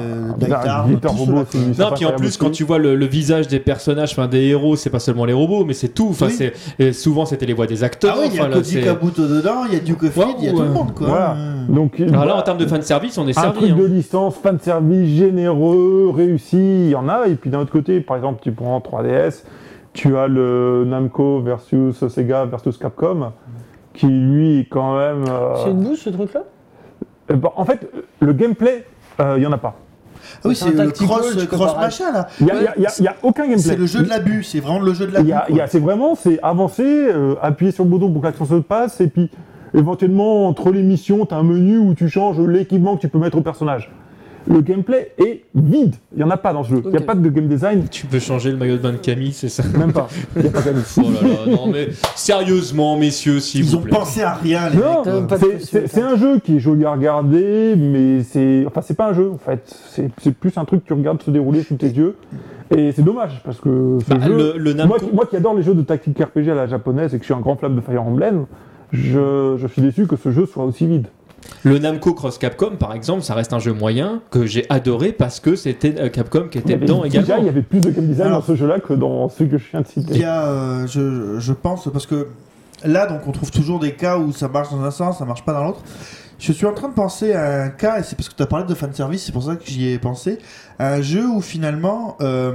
Ah, Le Les guetteurs robots, c'est une- Non, pas puis en incroyable plus, quand aussi. tu vois le, le visage des personnages, enfin des héros, c'est pas seulement les robots, mais c'est tout. Enfin, Oui. c'est et souvent c'était les voix des acteurs. Ah oui, il y a enfin, là, Koji c'est- Kabuto dedans, il y a Duke of Leeds, il y a tout le Waouh, monde, quoi. Voilà. Mmh. Donc, Alors voilà. Ah, là, en termes de fan service, on est un servi. truc de hein. licence, fan service généreux, réussi, il y en a. Et puis d'un autre côté, par exemple, tu prends 3DS, tu as le Namco versus Sega versus Capcom, qui lui est quand même. euh, C'est une bouse, ce truc-là euh, bah, en fait, le gameplay, euh, il y en a pas. Ah oui, C'est c'est un le tactical, cross, tu peux cross pareil. machin, là. Il y a, il y a- il y a- il y a aucun gameplay. C'est le jeu de l'abus, c'est vraiment le jeu de Il y l'abus. a- quoi. il y a- C'est vraiment, c'est avancer, euh, appuyer sur le bouton pour que l'action se passe, et puis éventuellement, entre les missions, tu as un menu où tu changes l'équipement que tu peux mettre au personnage. Le gameplay est vide, il n'y en a pas dans ce jeu. Il n'y a Ok. pas de game design, Tu peux changer le maillot de bain de Camille, c'est ça même pas. Il n'y a pas de game design. Oh là là, non mais sérieusement, messieurs, s'il Ils vous ont plaît. pensé à rien, les Non, mecs. quoi. pas de c'est- pression, c'est c'est un jeu qui est joli à regarder, mais c'est enfin c'est pas un jeu en fait. C'est c'est plus un truc que tu regardes se dérouler sous tes yeux, et c'est dommage parce que ce Bah, jeu, le, le moi, Namco, qui, moi qui adore les jeux de tactique RPG à la japonaise et que je suis un grand flamme de Fire Emblem, je, je suis déçu que ce jeu soit aussi vide. le Namco Cross Capcom, par exemple, ça reste un jeu moyen que j'ai adoré parce que c'était euh, Capcom qui était dedans également. Déjà, il y avait plus de game design Alors- dans ce jeu-là que dans celui que je viens de Il y citer. a, euh, je, je pense, parce que là, donc, on trouve toujours des cas où ça marche dans un sens, ça marche pas dans l'autre. Je suis en train de penser à un cas, et c'est parce que tu as parlé de fanservice, c'est pour ça que j'y ai pensé, à un jeu où finalement, euh,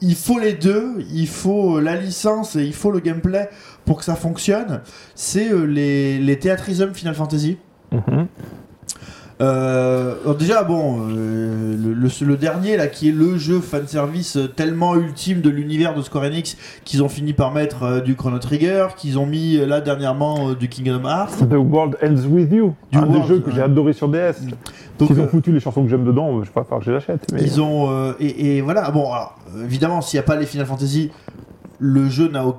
il faut les deux, il faut la licence et il faut le gameplay pour que ça fonctionne. C'est euh, les, les théâtrismes Final Fantasy. Mhm. Euh, alors déjà, bon, euh, le, le- le dernier là qui est le jeu fanservice euh, tellement ultime de l'univers de Square Enix qu'ils ont fini par mettre euh, du Chrono Trigger, qu'ils ont mis euh, là dernièrement euh, du Kingdom Hearts. The World Ends With You, Du un des World, jeux que ouais. j'ai adoré sur DS. Donc, Ils ont euh, foutu les chansons que j'aime dedans, je vais pas falloir que je les achète. Mais... Ils ont euh, et, et voilà. Bon, alors, euh, évidemment, s'il n'y a pas les Final Fantasy, le jeu n'a au-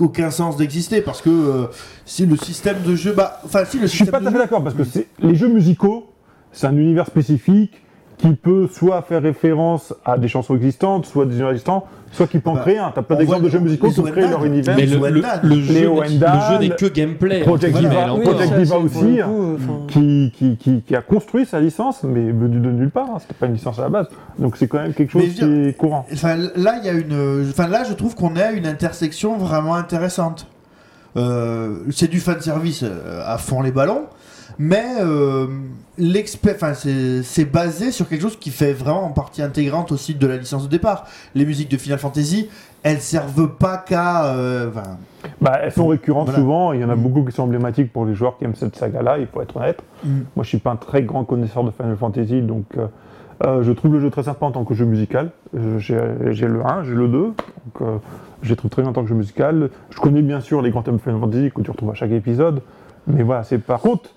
aucun sens d'exister parce que euh, si le système de jeu, bah, enfin si le Je suis pas tout système de à fait jeu, d'accord parce que c'est- les jeux musicaux, c'est un univers spécifique qui peut soit faire référence à des chansons existantes, soit à des univers existants, soit qui peut en Bah, créer un. T'as plein on d'exemples voit de jeux les- musicaux les qui créent Oendan. leur univers. mais le, Les le- Oendan. le jeu Les n'est- le Oendan. jeu n'est que gameplay. Project entre Diva, guillemets, là Oui, encore. Project ça, Diva c'est- pour aussi, hein. le coup, euh, enfin, Qui, qui, qui, qui a construit sa licence, mais venue de nulle part. hein. C'était pas une licence à la base. Donc c'est quand même quelque chose Mais je veux qui est courant. Enfin, là, il y a une. Enfin, là, je trouve qu'on est à une intersection vraiment intéressante. Euh, c'est du fan service à fond les ballons, mais euh, l'expé- enfin, c'est c'est basé sur quelque chose qui fait vraiment en partie intégrante aussi de la licence de départ. Les musiques de Final Fantasy, elles servent pas qu'à. euh, enfin, Bah, elles sont récurrentes Voilà. souvent. Il y en a Mm. beaucoup qui sont emblématiques pour les joueurs qui aiment cette saga-là, il faut être honnête. Mm. Moi, je suis pas un très grand connaisseur de Final Fantasy, donc euh, euh, je trouve le jeu très sympa en tant que jeu musical. Euh, J'ai j'ai le 1, j'ai le 2, donc euh, je les trouve très bien en tant que jeu musical. Je connais bien sûr les grands thèmes Final Fantasy que tu retrouves à chaque épisode, mais voilà, c'est par contre,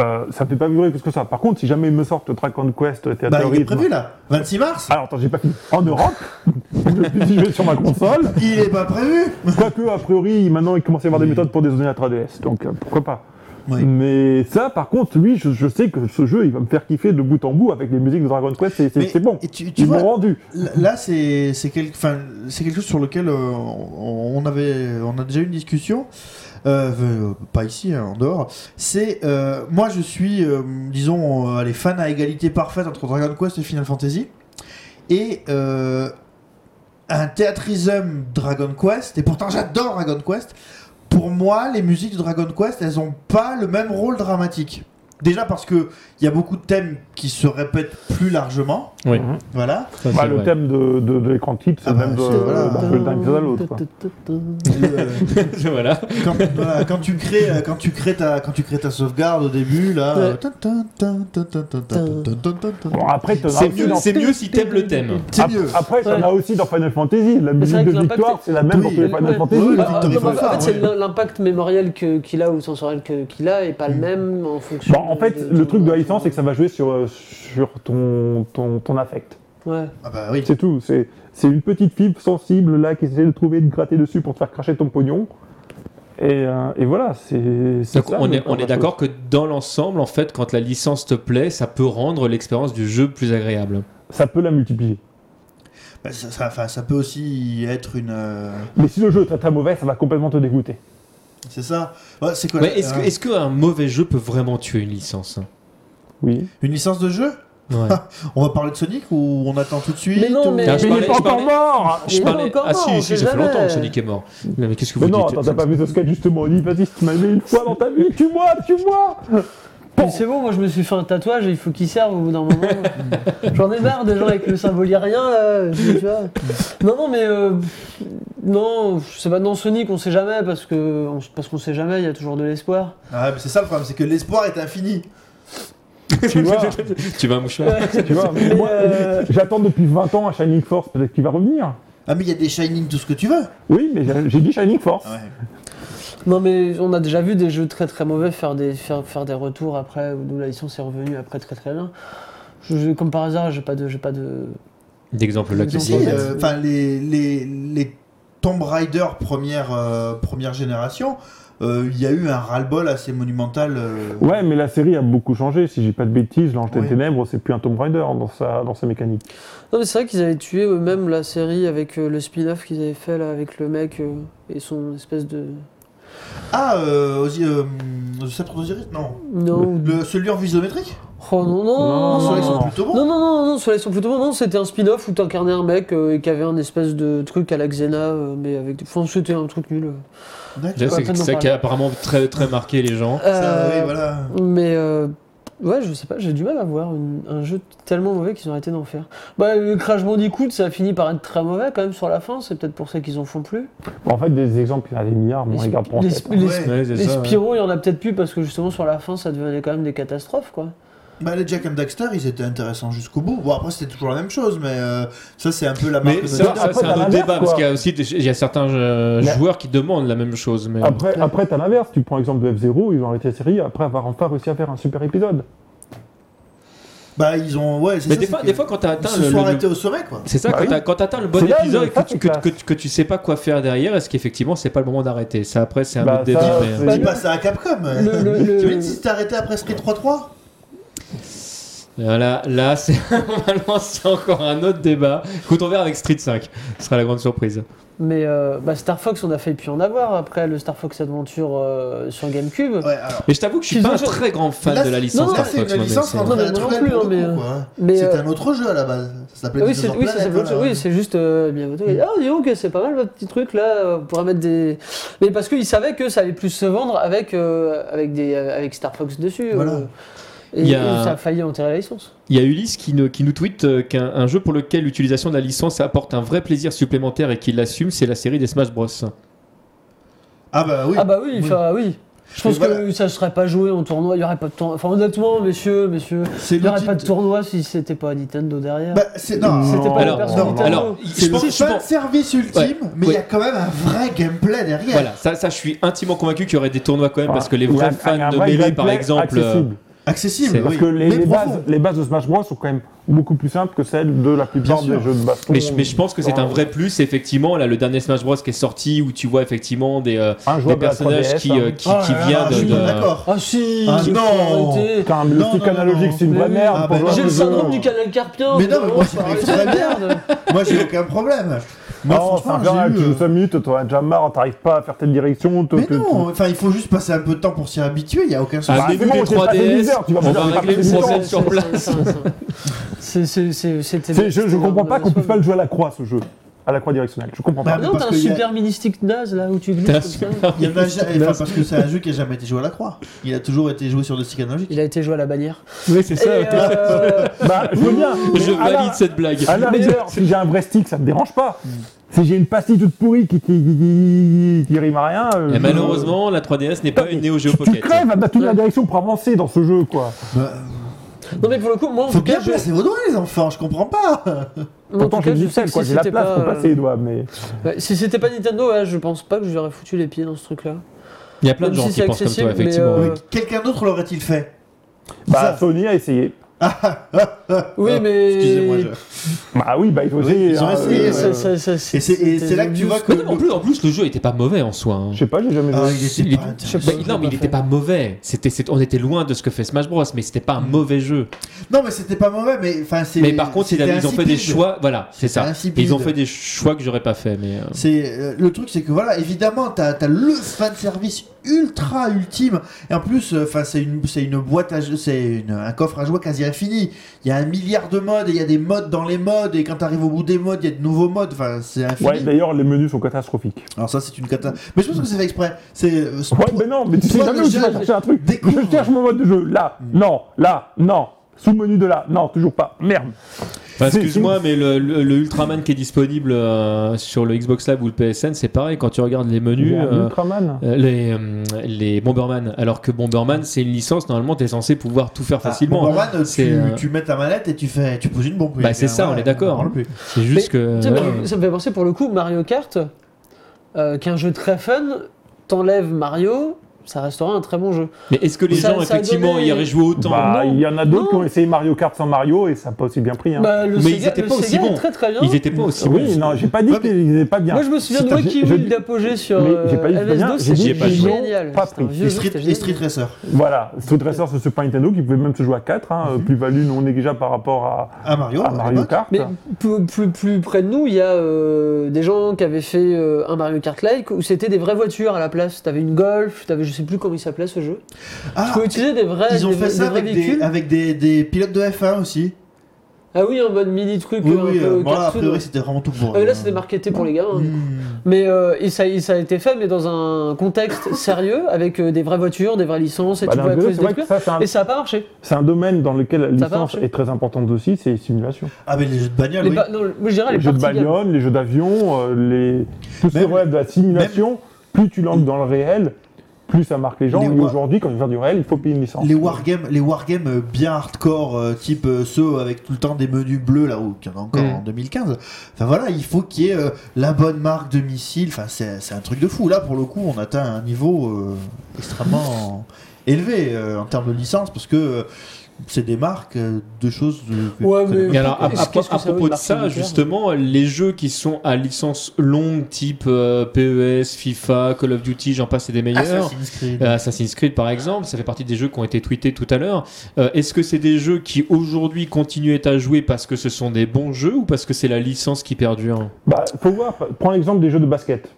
euh, ça ne fait pas vibrer plus que ça. Par contre, si jamais ils me sortent le Dragon Quest euh, Bah, il est Theaterism- prévu là, 26 mars. Ah, alors attends, j'ai pas fini. En Europe, depuis si je vais sur ma console, Il est pas prévu. quoique a priori maintenant il commence à y avoir des méthodes pour désonner la 3DS, donc euh, pourquoi pas. Oui. Mais ça, par contre, lui, je, je sais que ce jeu, il va me faire kiffer de bout en bout avec les musiques de Dragon Quest, c'est- c'est Mais- c'est bon. et tu, tu Ils vois, m'ont rendu. L- Là, c'est c'est quel- enfin, c'est quelque chose sur lequel euh, on, on avait, on a déjà eu une discussion, euh, euh, pas ici, hein, en dehors. C'est, euh, moi, je suis, euh, disons, euh, allez, fan à égalité parfaite entre Dragon Quest et Final Fantasy, et euh, un théâtrisme Dragon Quest. Et pourtant, j'adore Dragon Quest. Pour moi, les musiques de Dragon Quest, elles ont pas le même rôle dramatique. Déjà parce que il y a beaucoup de thèmes qui se répètent plus largement. Oui. Voilà. Ça, Bah, c'est le vrai. thème de, de, de l'écran titre, c'est Ah le bah, même c'est- euh, voilà. d'un peu d'un épisode à l'autre. Ah, quoi. Le- voilà. euh, quand, voilà, quand tu crées euh, quand tu crées ta quand tu crées ta sauvegarde au début là euh, tin, tin, tin, tin, tin, tin, tin, tin, tin, tin, tin. Bon, après, t'en as C'est aussi mieux, dans- c'est mieux si t'aimes le thème. c'est ap- mieux Après, t'en Ouais. as aussi dans Final Fantasy. La musique vrai que de l'impact victoire, est- c'est la même dans Oui, tous les Final ouais. Fantasy. Ouais, Ah, Victor ah, non, mais Victor en fait, c'est ouais. hein. l'im- l'impact mémoriel que- qu'il a ou sensoriel que- qu'il a est pas le Mm. même en fonction. Bon, Bah, en fait, de- le truc de la licence, c'est que ça va jouer sur, euh, sur ton, ton, ton affect. Ouais. ah bah oui C'est tout. C'est c'est une petite fibre sensible là qui essaie de trouver, de gratter dessus pour te faire cracher ton pognon. Et, euh, et voilà, c'est. c'est Donc ça, on le est, on principe. est d'accord que dans l'ensemble, en fait, quand la licence te plaît, ça peut rendre l'expérience du jeu plus agréable. Ça peut la multiplier. Bah, ça, ça, enfin, ça peut aussi être une euh, Mais si le jeu est très très mauvais, ça va complètement te dégoûter. c'est ça Ouais, c'est quoi Mais est-ce que- euh, est-ce qu'un mauvais jeu peut vraiment tuer une licence Oui. une licence de jeu Ouais. on va parler de Sonic ou on attend tout de suite Mais non, ou- mais- Ah, Mais il parlais- n'est pas je encore parlais- mort Je Il est parlais. pas encore Ah mort, on si, si, sait ça fait jamais. longtemps que Sonic est mort. Non, mais qu'est-ce que vous Mais non, dites attends, t'as pas vu ce sketch justement. On dit, vas-y, tu m'as mis une fois dans ta vie, tue-moi, tue-moi Mais C'est bon, moi je me suis fait un tatouage et il faut qu'il serve au bout d'un moment. J'en ai marre des gens avec le symbole irien là. tu vois. Non, non, mais euh, pff, non, je sais pas, dans Sonic on sait jamais parce que on- parce qu'on sait jamais, il y a toujours de l'espoir. Ah, mais c'est ça le problème c'est que l'espoir est infini Tu vois, Tu vas un mouchoir tu vois. mais moi, euh, J'attends depuis 20 ans un Shining Force, peut-être qu'il va revenir. ah mais il y a des Shining tout ce que tu veux Oui, mais j'ai- j'ai dit Shining Force. ouais. Non, mais on a déjà vu des jeux très très mauvais faire des, faire, faire des retours après, où la licence est revenue après très très bien. Je- je- comme par hasard, j'ai pas de. J'ai pas de... D'exemple là Mais qui Mais me si, revient. euh, enfin les, les, les Tomb Raider première, euh, première génération, euh, il y a eu un ras-le-bol assez monumental. euh, Ouais, mais la série a beaucoup changé. Si j'ai pas de bêtises, L'Ange des Oui. Ténèbres, c'est plus un Tomb Raider dans sa, dans sa mécanique. Non, mais c'est vrai qu'ils avaient tué eux-mêmes la série avec euh, le spin-off qu'ils avaient fait là, avec le mec euh, et son espèce de. Ah, euh, Osi- euh, The Sceptre d'Osiris Non. Non, ou- Le, celui en vue isométrique Oh non, non, Non, Ceux-là, ils sont non, plutôt bons. non, non, non, non, sur les plutôt non, c'était un spin-off où t'incarnais un mec euh, et qui avait un espèce de truc à la Xena, euh, mais avec. des- Enfin, c'était un truc nul. Déjà, D'accord. pas c'est tellement ça qui parlé. a apparemment très très marqué les gens. Ça, Euh, oui, voilà. Mais euh, ouais, je sais pas, j'ai du mal à voir une- un jeu tellement mauvais qu'ils ont arrêté d'en faire. Bah, le Crash Bandicoot, ça a fini par être très mauvais quand même sur la fin, c'est peut-être pour ça qu'ils en font plus. En fait, des exemples, il y en a des milliards, mais on Les- les garde pour en les- tête. les- Ouais. Ouais, c'est Les ça, ouais. Spyro, il y en a peut-être plus parce que justement sur la fin, ça devenait quand même des catastrophes quoi. Bah, les Jack and Daxter, ils étaient intéressants jusqu'au bout. Bon, après, c'était toujours la même chose, mais euh, ça, c'est un peu la marque Mais de ça, Nintendo. ça, Après, c'est t'as un autre l'inverse, débat, quoi. parce qu'il y a aussi des- il y a certains euh, Mais- joueurs qui demandent la même chose. Mais... Après, après t'as l'inverse, tu prends l'exemple de F-Zero, ils ont arrêté la série après avoir enfin réussi à faire un super épisode. Bah, ils ont. Ouais, c'est Mais ça, des, c'est fois, que des fois, quand t'as Ils atteint se le, sont le- arrêtés au sommet, quoi. C'est ça, Bah quand oui. t'as- quand t'atteins le bon C'est là, épisode mais et que ça, tu, c'est que, classe. que- que tu sais pas quoi faire derrière, est-ce qu'effectivement c'est pas le moment d'arrêter Ça après c'est un Bah, autre ça, débat. c'est- mais- Bah, Ils le- passent à Capcom. le- le- le- T'imagines si t'es arrêté après Street 3-3 Voilà, là c'est normalement, c'est encore un autre débat. Écoute, on verra avec Street 5, ce sera la grande surprise. Mais euh, bah, Star Fox, on a failli plus en avoir après le Star Fox Adventure euh, sur GameCube. Ouais, alors. Mais je t'avoue que je suis Ils pas ont un sur- très grand fan Là, de la c'est- licence non, Star Là, c'est Fox. moi, une mais licence hein, c'est- entre Non, mais la non truelle plus, pour le mais, coup, euh, quoi. Mais C'était euh, ah un autre jeu à la base. Ça s'appelait oui, Disneyland c'est oui, c'est- Planet, voilà. oui, c'est juste euh, bien photo. Mm. Et, Ah, dis donc, c'est pas mal votre petit truc là, euh, on pourrait mettre des. Mais parce qu'ils savaient que ça allait plus se vendre avec, euh, avec, des, avec Star Fox dessus. Voilà. euh. et, Il y a- et ça a failli enterrer la licence. Il y a Ulysse qui, ne- qui nous tweet euh, qu'un un jeu pour lequel l'utilisation de la licence apporte un vrai plaisir supplémentaire et qu'il l'assume, c'est la série des Smash Bros. Oh, Ah bah oui. Ah bah oui, enfin oui. Je pense Mais que voilà. ça serait pas joué en tournoi, il y aurait pas de tournoi. Enfin honnêtement, messieurs, messieurs, C'est il y le aurait pas de titre. tournoi si c'était pas Nintendo derrière. Bah, c'est non. c'était pas alors- les oh, personnes non, Nintendo. Alors, Je pense je que c'est pas pense- de service ultime, Ouais. mais il y a Ouais. quand même un vrai gameplay derrière. Voilà, ça, ça, je suis intimement convaincu qu'il y aurait des tournois quand même, Voilà. parce que les Il y a vrais Ah, un- un fans de vrai Melee, par gameplay exemple, euh, accessible. C'est- accessible. Parce oui, que les, mais les profond. bases, les bases de Smash Bros sont quand même beaucoup plus simples que celles de la plupart des Bien sûr. jeux de baston. Mais je, mais je pense que c'est un vrai plus, effectivement, là, le dernier Smash Bros qui est sorti, où tu vois effectivement des, euh, un des joueur personnages qui, hein. euh, qui, Ah, qui là, là, vient je de... suis de- pas D'accord. Ah si Ah il faut non. arrêter. Quand le Non, stick non, non, analogique, non. c'est une Mais vraie oui. merde. Ah, pour bah, jouer J'ai à le ce syndrome jeu. du canal carpien. Mais non, mais vraiment, moi, faut j'arrive arrêter très la bien. merde. Moi, j'ai aucun problème. Moi, Non, c'est franchement, infernal, j'ai tu eu. joues euh, 5 minutes, t'en as déjà marre, t'arrives pas à faire telle direction. te- Mais te- non, enfin, il faut juste passer un peu de temps pour s'y habituer, il n'y a aucun souci. Ah, Amenez-nous c'est bon, les j'ai pas fait 3DS, 10 heures, tu vas on pas va faire régler le passer du temps. problème sur place. C'est- c'est- c'est- c'était- C'est- Je, je comprends pas qu'on puisse pas Non, le jouer à la croix, ce jeu. À la croix directionnelle, je comprends pas. Bah, parce t'as un qu'il y a- super mini stick naze là où tu glisses T'as un comme ça. super- Il y en a ja- enfin, parce que c'est un jeu qui n'a jamais été joué à la croix. Il a toujours été joué sur le stick analogique. Il a été joué à la bannière. Oui, c'est ça. Et, euh, Bah, je veux bien. mais Je à la- valide Hmm. cette blague. À la rigueur, si j'ai un vrai stick, ça me dérange pas. Si j'ai une pastille toute pourrie qui, qui, qui, qui rime à rien. euh, Et je- malheureusement, la 3DS n'est pas une Neo Geo Tu- Tu Pocket. crèves à battre la direction pour avancer dans ce jeu, quoi. Bah, Non mais pour le coup, moi en faut tout bien cas, je- placer vos doigts, les enfants, je comprends pas. en Pourtant, tout j'ai cas, du je sais sel, que quoi. si J'ai la c'était place pas, pour euh, passer les doigts, mais. ouais, Si c'était pas Nintendo, ouais, je pense pas que j'aurais foutu les pieds dans ce truc là. Il y a plein de Même gens si qui c'est pensent comme toi, accessible, mais, effectivement. euh, Mais Quelqu'un d'autre l'aurait-il fait Bah, Ça. Sony a essayé. Oui, Ah, mais. Excusez-moi. je- Bah oui, bah ils ont Oui, essayé. ils ont hein, essayé, euh, Et ça- ça- ça- Et c'est- et c'est là que tu vois que. Mais non, mais en plus, en plus, le jeu était pas mauvais en soi. hein. Je sais pas, j'ai jamais Ah, joué. il était Il est- pas intéressant. Je sais Bah, pas, non, mais il pas n'était fait. pas mauvais. C'était, c'est- on était loin de ce que fait Smash Bros, mais c'était pas un mauvais jeu. Non, mais c'était pas mauvais, mais enfin, c'est. Mais par contre, ils, c'était ils ont fait des insipide. choix. Voilà, c'est C'était ça. insipide. Ils ont fait des choix que j'aurais pas fait, mais. euh, C'est euh, le truc, c'est que voilà, évidemment, t'as as le fan service ultra ultime. Et en plus, euh, enfin, c'est une, c'est une boîte, à jeux- c'est une- un coffre à jouer quasi infini. Il y a un milliard de modes, et il y a des modes dans les modes, et quand t'arrives au bout des modes, il y a de nouveaux modes. Enfin, c'est infini. Ouais, d'ailleurs, les menus sont catastrophiques. Alors ça, c'est une cata. Mais je pense que c'est fait exprès. C'est euh, ce- Ouais, mais non, mais tu sais toi, jamais où tu déjà, vas chercher un truc. découvre. Je cherche mon mode de jeu. Là, non, là, non. Sous-menu de là, non, toujours pas. Merde. Enfin, C'est- excuse-moi, mais le, le- le Ultraman qui est disponible euh, sur le Xbox Live ou le PSN, c'est pareil. Quand tu regardes les menus, euh, Ultraman. euh, les, euh, les Bomberman, alors que Bomberman, c'est une licence. Normalement, t'es censé pouvoir tout faire Ah, facilement. Bomberman, tu, c'est, euh, tu mets ta manette et tu fais, tu poses une bombe. Bah, c'est ça, on est d'accord. parle plus. C'est juste que. Tiens, ouais. mais Ça me fait penser pour le coup Mario Kart, euh, qui est un jeu très fun, t'enlèves Mario, ça restera un très bon jeu. Mais est-ce que les Ça- gens, ça a effectivement, donné- y auraient joué autant Bah, non. il y en a d'autres Non. qui ont essayé Mario Kart sans Mario et ça n'a pas aussi bien pris. Hein. Bah, le Mais Sega- ils étaient le pas aussi Sega est bons. Très très bien. Ils étaient pas aussi. oui, non, j'ai pas dit Ah Ouais, mais- qu'ils étaient pas bien. Moi je me souviens de Si, Wacky j'ai- j'ai Will dit- d'Apogée sur Mais euh, j'ai pas dit que c'était bien, LS2, j'ai dit c'était que ils l'ont génial. pas C'était un pris. vieux Et jeu, Street, c'était et génial. Street Racer. Voilà, Street Racer sur Super Nintendo qui pouvait même se jouer à 4, hein, plus-value non négligeable par rapport à, À Mario. à Mhm. à Mario l'époque. Kart. Bah, Mais plus, plus- plus près de nous, il y a euh, des gens qui avaient fait euh, un Mario Kart like où c'était des vraies voitures à la place. T'avais une Golf, t'avais je sais plus comment il s'appelait ce jeu. Ah, tu pouvais utiliser des vrais, ils ont des, fait des ça vrais avec, véhicules. des, Ah. avec des, des pilotes de F1 aussi. Ah oui, en mode mini truc. Oui, un oui, peu euh, bon, là, a cartoon. priori, c'était vraiment tout pour. Ah, mais euh, là, c'était marketé pour les gars. Mm. hein. Hmm. Mais euh, et ça, et ça a été fait, mais dans un contexte sérieux, avec euh, des vraies voitures, des vraies licences, et Bah, tu d'un pouvais côté, plus c'est se vrai que détruire. ça, c'est un, Et ça n'a pas marché. c'est un domaine dans lequel la Ça licence marche. est très importante aussi, c'est les simulations. Ah, mais les jeux de bagnole, Les oui. ba- non, moi, je les dirais Ah, les jeux de party games. bagnole, les jeux d'avion, euh, les... tout ce qui Même- relève de la simulation, plus tu lances dans le réel, plus ça marque les gens. Les et wa- aujourd'hui, quand tu veux faire du réel, il faut payer une licence. Les wargames, les wargames euh, bien hardcore, euh, type euh, ceux avec tout le temps des menus bleus, là, où qu'il y en a encore Mm. Hmm. en 2015. Enfin voilà, il faut qu'il y ait euh, la bonne marque de missile. Enfin, c'est c'est un truc de fou. Là, pour le coup, on atteint un niveau euh, extrêmement élevé euh, en termes de licence, parce que euh, c'est des marques, euh, de choses. euh, que- Ouais, que- mais- Et alors, à, Qu'est-ce à- que ça à veut, propos de marché ça, militaire justement, les jeux qui sont à licence longue, type euh, PES, FIFA, Call of Duty, j'en passe, c'est des meilleurs. Assassin's Creed. Euh, Assassin's Creed par exemple, ça fait partie des jeux qui ont été tweetés tout à l'heure. Euh, Est-ce que c'est des jeux qui aujourd'hui continuent à jouer parce que ce sont des bons jeux ou parce que c'est la licence qui perdure Bah, faut voir, prends l'exemple des jeux de basket,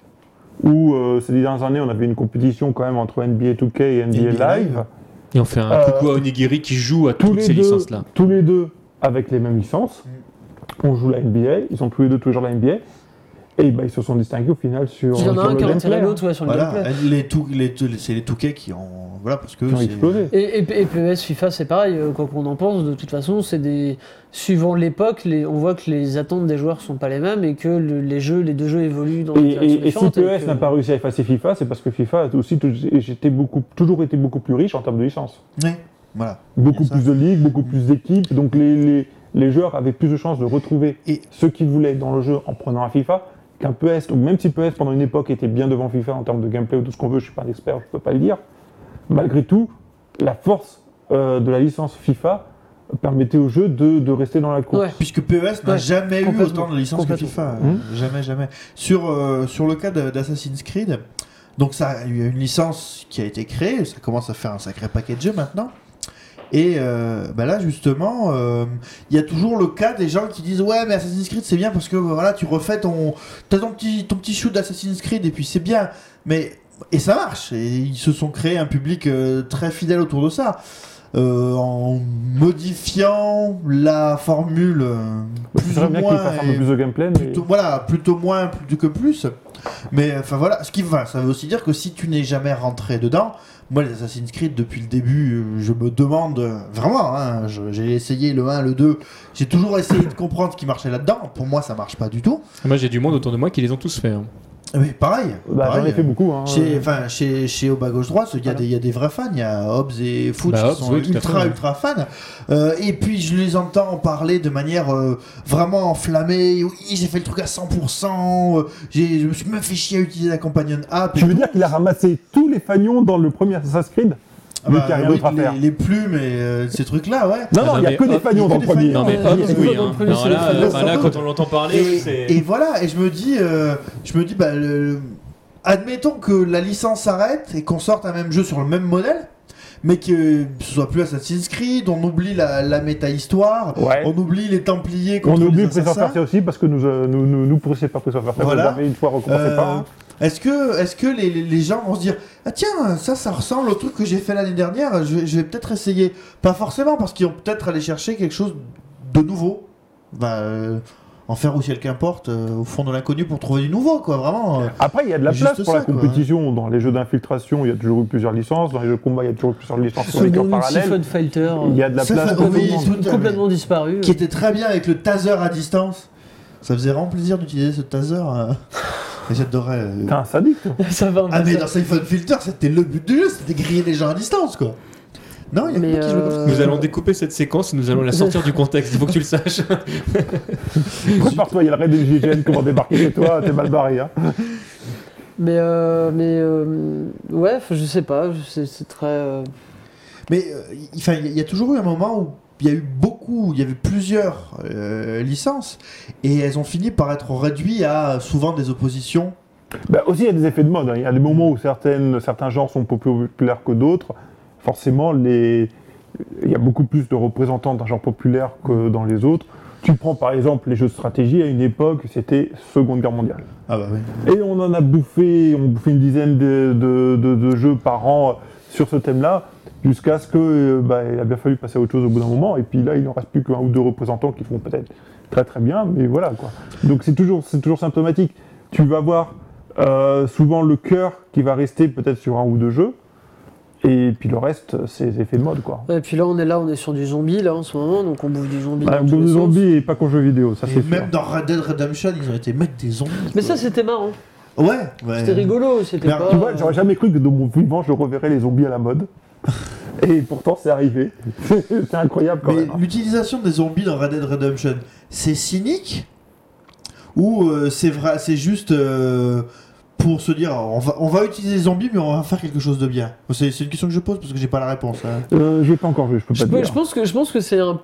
où euh, ces dernières années, on avait une compétition quand même entre NBA 2K et NBA, NBA Live. Et on fait un Euh, coucou à Onigiri qui joue à Tous toutes les, ces deux, licences-là. tous les deux avec les mêmes licences, on joue la NBA, ils ont tous les deux toujours la NBA, et bah, ils se sont distingués au final sur, Il y en a sur un le qui a gameplay, retiré hein, l'autre ouais, sur le Voilà, gameplay. les tou- les tou- c'est les touquets qui ont. Voilà, parce que. qui ont c'est- explosé. Et, et, et PES, FIFA, c'est pareil, euh, quoi qu'on en pense, de toute façon, c'est des. Suivant l'époque, les- on voit que les attentes des joueurs sont pas les mêmes et que le- les jeux, les deux jeux évoluent dans Et, des directions et- et si différentes. et PES que- n'a pas réussi à effacer FIFA, c'est parce que FIFA a aussi tou- j'étais beaucoup, toujours été beaucoup plus riche en termes de licences. Ouais, voilà. Beaucoup Bien ça. plus de ligues, beaucoup plus d'équipes, donc les, les- les joueurs avaient plus de chances de retrouver Et- ce qu'ils voulaient dans le jeu en prenant un FIFA qu'un PES, ou même si PES pendant une époque était bien devant FIFA en termes de gameplay ou tout ce qu'on veut, je suis pas un expert, je peux pas le dire. Malgré tout, la force euh, de la licence FIFA permettait au jeu de, de rester dans la course. Ouais. Puisque PES n'a Ouais, jamais eu complètement, autant de licences que complètement. FIFA. Mhm. euh, Jamais, jamais. Sur, euh, sur le cas de- d'Assassin's Creed, donc ça, il y a une licence qui a été créée, ça commence à faire un sacré paquet de jeux maintenant. Et euh, bah là, justement, euh, il y a toujours le cas des gens qui disent Ouais, mais Assassin's Creed, c'est bien parce que voilà, tu refais ton. T'as ton petit, ton petit shoot d'Assassin's Creed et puis c'est bien. Mais. Et ça marche. Et ils se sont créés un public euh, très fidèle autour de ça. Euh, en modifiant la formule euh, Bah, plus c'est ou vrai bien qu'il moins fasse un et peu plus de gameplay, mais plutôt, voilà plutôt moins plutôt que plus mais enfin voilà ce qui va ça veut aussi dire que si tu n'es jamais rentré dedans moi les Assassin's Creed depuis le début euh, je me demande euh, vraiment hein, je- j'ai essayé le 1 le 2 j'ai toujours essayé de comprendre ce qui marchait là-dedans pour moi ça marche pas du tout Moi, j'ai du monde autour de moi qui les ont tous fait. hein. mais Ah pareil, bah, j'en pareil, ai fait beaucoup. Hein. chez, enfin, chez, chez Au bas gauche droite, il y, a Voilà. des- il y a des vrais fans. Il y a Hobbs et Foot Bah, qui Hobbs, sont oui, tout à ultra, fait, ouais. ultra fans. Euh, et puis, je les entends en parler de manière euh, vraiment enflammée. Oui, j'ai fait le truc à 100%. euh, j'ai- je me suis même fait chier à utiliser la compagnon app. et Tu veux tout. dire qu'il a ramassé tous les fagnons dans le premier Assassin's Creed Ah mais bah, qu'il y a rien oui, d'autre à les- faire. les, plumes et euh, ces trucs-là, ouais. Non, non, Ah, il n'y a mais que des hop, fagnons il y a dans que le des premier. fagnons. Non, mais Euh, hop, euh, oui. non, hein. plus, Non, c'est là, les euh, fans. là, quand on l'entend parler, c'est. Et, et voilà, et je me dis, euh, je me dis, bah, le- admettons que la licence s'arrête et qu'on sorte un même jeu sur le même modèle, mais que ce soit plus Assassin's Creed, on oublie la, la méta-histoire, Ouais. on oublie les Templiers On contre oublie les Prince of assassins. Persia aussi parce que nous euh, nous nous, nous pressez pas Prince of Persia. Voilà. Vous avez une fois recommencé Euh, pas. hein. Est-ce que, est-ce que les, les- les gens vont se dire ah tiens ça ça ressemble au truc que j'ai fait l'année dernière je, vais- je vais peut-être essayer pas forcément parce qu'ils vont peut-être aller chercher quelque chose de nouveau bah euh, en faire aussi quelqu'un porte euh, au fond de l'inconnu pour trouver du nouveau quoi vraiment euh. Après, il y a de la Juste place pour ça, la quoi, compétition. Dans les jeux d'infiltration, il y a toujours eu plusieurs licences. Dans les jeux de combat, il y a toujours eu plusieurs licences sur Ce les cœurs bon Siphon parallèles. Fighter. euh, Il y a de la Ça, place ça, pour tout le oui, monde. tout à fait. complètement disparu. qui était très bien avec le taser à distance. Ça faisait vraiment plaisir d'utiliser ce taser. euh. Et j'adorais. euh. T'es un sadique. ça va. Ah, mais ça- dans Siphon Filter, c'était le but du jeu, c'était griller les gens à distance, quoi. Non, il y a Mais, pas qui jouait comme ça. euh, Nous allons découper cette séquence, nous allons la sortir du contexte, il faut que tu le saches. Prépare-toi, il y a le raid des GGN qui vont débarquer chez toi. T'es mal barré. hein. Mais, euh, mais euh, ouais, enfin, je sais pas, je- c'est c'est très. euh, Mais euh, il enfin, il y a toujours eu un moment où il y a eu beaucoup, il y avait plusieurs euh, licences, et elles ont fini par être réduites à souvent des oppositions. Bah, aussi, il y a des effets de mode. hein. Il y a des moments où certaines, certains genres sont plus populaires que d'autres. Forcément, les... il y a beaucoup plus de représentants d'un genre populaire que dans les autres. Tu prends par exemple les jeux de stratégie, à une époque, c'était Seconde Guerre mondiale. Ah bah oui. Et on en a bouffé, on bouffait une dizaine de, de- de- de jeux par an euh, sur ce thème-là, jusqu'à ce que euh, bah, il a bien fallu passer à autre chose au bout d'un moment. Et puis là, il n'en reste plus qu'un ou deux représentants qui font peut-être très très bien, mais voilà quoi. Donc c'est toujours, c'est toujours symptomatique. Tu vas voir euh, souvent le cœur qui va rester peut-être sur un ou deux jeux, et puis le reste, c'est les effets de mode quoi. ouais, et puis là, on est là, on est sur du zombie là en ce moment, donc on bouffe du zombie. Bah, dans tous des les sens. zombies et pas qu'en jeux vidéo, ça Et c'est sûr. même dans Red Dead Redemption, ils ont été mettre des zombies. Mais quoi. ça, c'était marrant, ouais, ouais. c'était rigolo, c'était Mais pas. Euh, Tu vois, j'aurais jamais cru que de mon vivant, je reverrais les zombies à la mode. Et pourtant, c'est arrivé. c'est incroyable quand Mais hein. même. l'utilisation des zombies dans Red Dead Redemption, c'est cynique ou euh, c'est vrai, c'est juste euh, pour se dire on va, on va utiliser les zombies mais on va faire quelque chose de bien. C'est c'est une question que je pose parce que j'ai pas la réponse. hein. Euh, j'ai pas encore joué, je peux Je, pas te peux- dire. je pense que je pense que c'est un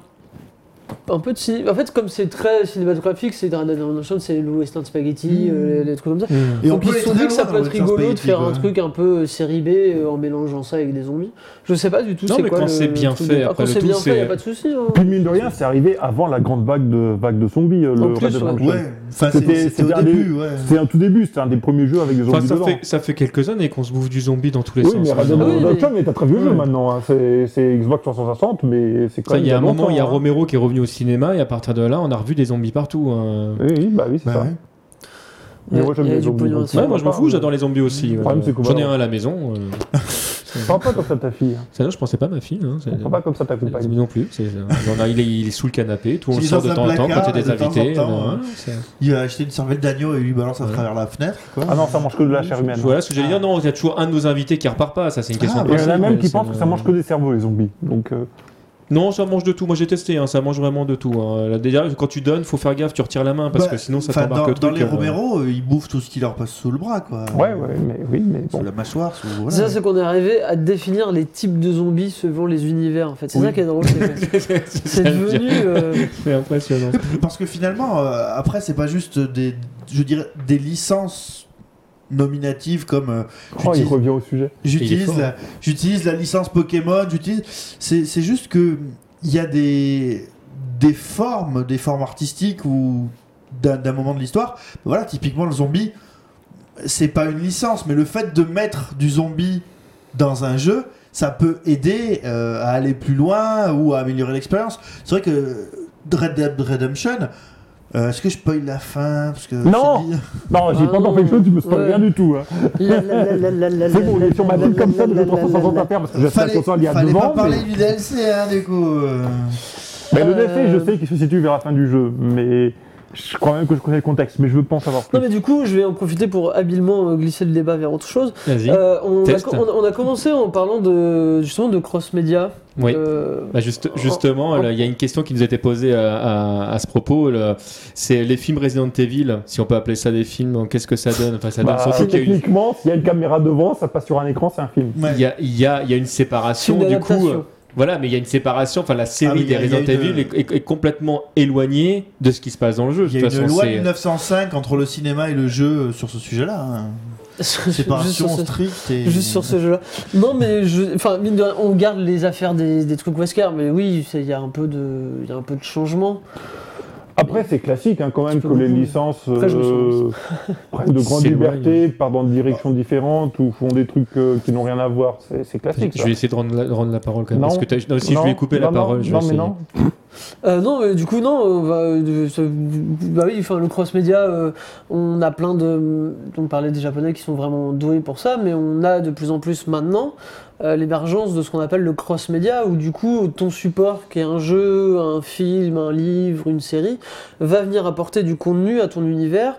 un peu de ciné- En fait, comme c'est très cinématographique, c'est Red Dead Redemption, c'est le Western Spaghetti, Hmm. euh, les, les trucs comme ça. Mmh. Et Donc ils aller se sont très dit que ça loin peut dans être Western rigolo de Spaghetti, faire un quoi. truc un peu euh, série B euh, en mélangeant ça avec des zombies. Je sais pas du tout. Non, c'est mais quoi quand le- c'est le bien truc fait, de- Ah, après quand le c'est tout, bien fait, y a c'est- pas de souci. hein. Puis mine de rien, c'est arrivé avant la grande vague de, vague de zombies, euh, En le plus, Red Dead ouais. Redemption. Ouais, enfin c'est- C'était- c'était c'était au un début, ouais. C'était un tout début, c'était un des premiers jeux avec des zombies Enfin, ça, dedans. fait, ça fait quelques années qu'on se bouffe du zombie dans tous les Oui, sens. mais Red Dead maintenant. oui, Redemption mais- est un très vieux jeu Oui. maintenant. hein. C'est c'est Xbox 360, mais c'est quand Ça, même. il y a un longtemps, moment, il y a hein. Romero qui est revenu au cinéma et à partir de là, on a revu des zombies partout. hein. Oui, oui, bah oui, c'est Bah ça. ouais. Mais Ouais, moi, j'aime il y a les du zombies, pognon donc à se ça Ouais, va moi je pas, m'en fous, mais- j'adore les zombies aussi. Le problème, c'est que J'en ai voilà. un à la maison. euh. Parle pas comme ça de ta fille. hein. Ça, non, je pensais pas à ma fille. hein. C'est- Parle pas comme ça de ta Elle dit compagne. Non plus. c'est- on a- il, est, il est sous le canapé, tout on Il le est sort de dans un temps en temps quand il y a placard, des de temps en invités. temps, euh, hein. c'est- Il va acheter une serviette d'agneau et lui balance à Ouais. travers la fenêtre. quoi. Ah non, ça mange que de la chair humaine. Voilà ce que j'allais dire. Non, il y a toujours un de nos invités qui repart pas. Ça, c'est une question Ah, de Il y en a principe, même qui mais pensent c'est- que ça mange que des cerveaux, les zombies. Donc, euh, Non, ça mange de tout. Moi j'ai testé, hein, ça mange vraiment de tout. hein. Là, déjà, quand tu donnes, faut faire gaffe, tu retires la main parce Bah, que sinon ça enfin, t'embarque dans, le dans truc. les euh, Romero, euh, ils bouffent tout ce qui leur passe sous le bras, quoi. Ouais, ouais, mais oui, mais Sous bon. la mâchoire, sous. voilà. C'est ça, c'est qu'on est arrivé à définir les types de zombies selon les univers, en fait. C'est Oui. ça qui est drôle. c'est que C'est ça, devenu. euh, C'est impressionnant. Parce que finalement, euh, après, c'est pas juste des, je dirais, des licences nominatives comme euh, Oh, il j'utilise- revient au sujet. Il est j'utilise fort. la, j'utilise la licence Pokémon, j'utilise. C'est c'est juste que il y a des des formes, des formes artistiques ou d'un d'un moment de l'histoire. Voilà, typiquement le zombie, c'est pas une licence, mais le fait de mettre du zombie dans un jeu, ça peut aider euh, à aller plus loin ou à améliorer l'expérience. C'est vrai que Red Dead Redemption, euh, est-ce que je paye la fin Parce que Non. c'est- Non, j'ai Ah pas encore non, fait le chose, tu me spoil ouais. rien du tout. hein. la- la- la- la- la- la- C'est bon, la- il est sur ma la- tête la- comme ça, la- de la- la- 360 la- à faire, parce que j'ai acheté la fallait, console il y a fallait deux pas ans. Mais, parler du DLC, hein, du coup. euh. mais le Euh, défi, je sais qu'il se situe vers la fin du jeu, mais je crois même que je connais le contexte, mais je veux pas en savoir plus. Non mais du coup, je vais en profiter pour habilement euh, glisser le débat vers autre chose. Vas-y. Euh, on, a, Test. on a- on a commencé en parlant de justement de cross-média. Oui. Euh, Bah, juste- justement, oh. là, il y a une question qui nous a été posée à, à- à ce propos. là. C'est les films Resident Evil, si on peut appeler ça des films, hein, qu'est-ce que ça donne Enfin, ça donne Bah, surtout qu'il y a une, techniquement, s'il y a une caméra devant, ça passe sur un écran, c'est un film. Ouais. il y a- il y a- il y a une séparation, Film du coup. d'adaptation. euh, voilà, mais il y a une séparation. Enfin, la Ah, série mais il y des a- il y Resident a une- Evil est, est- est complètement éloignée de ce qui se passe dans le jeu. Il y de a toute une façon, loi de c'est- 1905 entre le cinéma et le jeu euh, sur ce sujet-là. hein. euh, juste Séparation sur ce- stricte et. Juste sur ce jeu-là. Non, mais je, enfin, mine de rien, on garde les affaires des, des trucs Wesker, mais oui, c'est- il y a un peu de, il y a un peu de changement. Après, c'est classique hein, quand même Tu que peux les beaucoup. licences Après, je me euh, prennent de grandes S'éloignent. libertés, partent dans des directions différentes ou font des trucs euh, qui n'ont rien à voir. C'est c'est classique. Je vais essayer de rendre la, de rendre la parole quand même. Non. parce que t'as- non, si je lui ai coupé la parole, je vais non, mais essayer. non. Euh, non, mais du coup, non, on va, euh, ça- bah oui, enfin, le cross-média, euh, on a plein de. On parlait des Japonais qui sont vraiment doués pour ça, mais on a de plus en plus maintenant euh, l'émergence de ce qu'on appelle le cross-média, où du coup, ton support, qui est un jeu, un film, un livre, une série, va venir apporter du contenu à ton univers.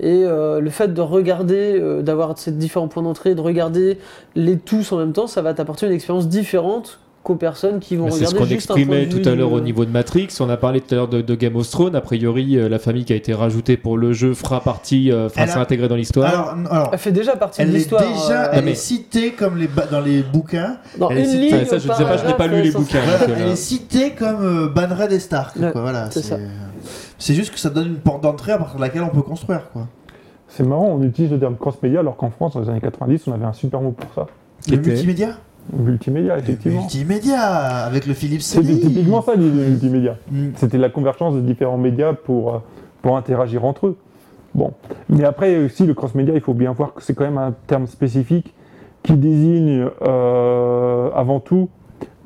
Et euh, le fait de regarder, euh, d'avoir ces différents points d'entrée, de regarder les tous en même temps, ça va t'apporter une expérience différente qu'aux personnes qui vont Bah, C'est ce qu'on regarder juste euh. un point de exprimait tout vue à l'heure du- au niveau de Matrix. On a parlé tout à l'heure de, de Game of Thrones. A priori, euh, la famille qui a été rajoutée pour le jeu fera partie, euh, fera Elle a- s'intégrer dans l'histoire. Alors, n- alors, Elle fait déjà partie de elle est l'histoire. déjà, euh, elle mais- est citée comme les ba- dans les bouquins. dans elle est une citée. ligne. Ça, ça, je ne sais pas, je n'ai pas lu les bouquins. Voilà, donc, euh, elle est citée comme euh, Banred et Stark. Ouais, quoi, voilà, c'est c'est- euh, ça. c'est juste que ça donne une porte d'entrée à partir de laquelle on peut construire. Quoi. C'est marrant, on utilise le terme cross-média alors qu'en France, dans les années 90, on avait un super mot pour ça. Qui Le était- multimédia Multimédia, Le effectivement. multimédia avec le Philips C'était Sony. typiquement ça l'idée du multimédia. Mm. C'était la convergence de différents médias pour, euh, pour interagir entre eux. Bon. Mais après aussi, le cross-média, il faut bien voir que c'est quand même un terme spécifique qui désigne euh, avant tout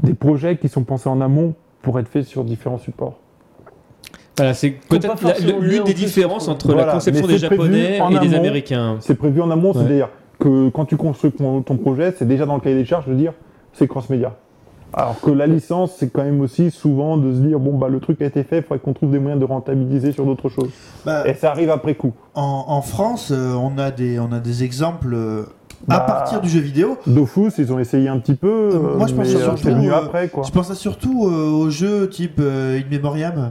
des projets qui sont pensés en amont pour être faits sur différents supports. Voilà, c'est pas peut-être la- forcément liés l'une en des plus, différences je trouve. entre la Voilà, conception mais des c'est prévu Japonais en et des amont. Américains. C'est prévu en amont, Ouais. c'est-à-dire que quand tu construis ton, ton projet, c'est déjà dans le cahier des charges de dire c'est cross-média. Alors que la licence, c'est quand même aussi souvent de se dire bon, bah le truc a été fait, il faudrait qu'on trouve des moyens de rentabiliser sur d'autres choses. Bah, Et ça arrive après coup. en, en France, euh, on, a des, on a des exemples euh, à Bah, partir du jeu vidéo. Dofus, ils ont essayé un petit peu, Euh, euh, moi, je pense mais que euh, surtout, c'est venu euh, après, quoi. Je pense à surtout euh, aux jeux type euh, In Memoriam. euh.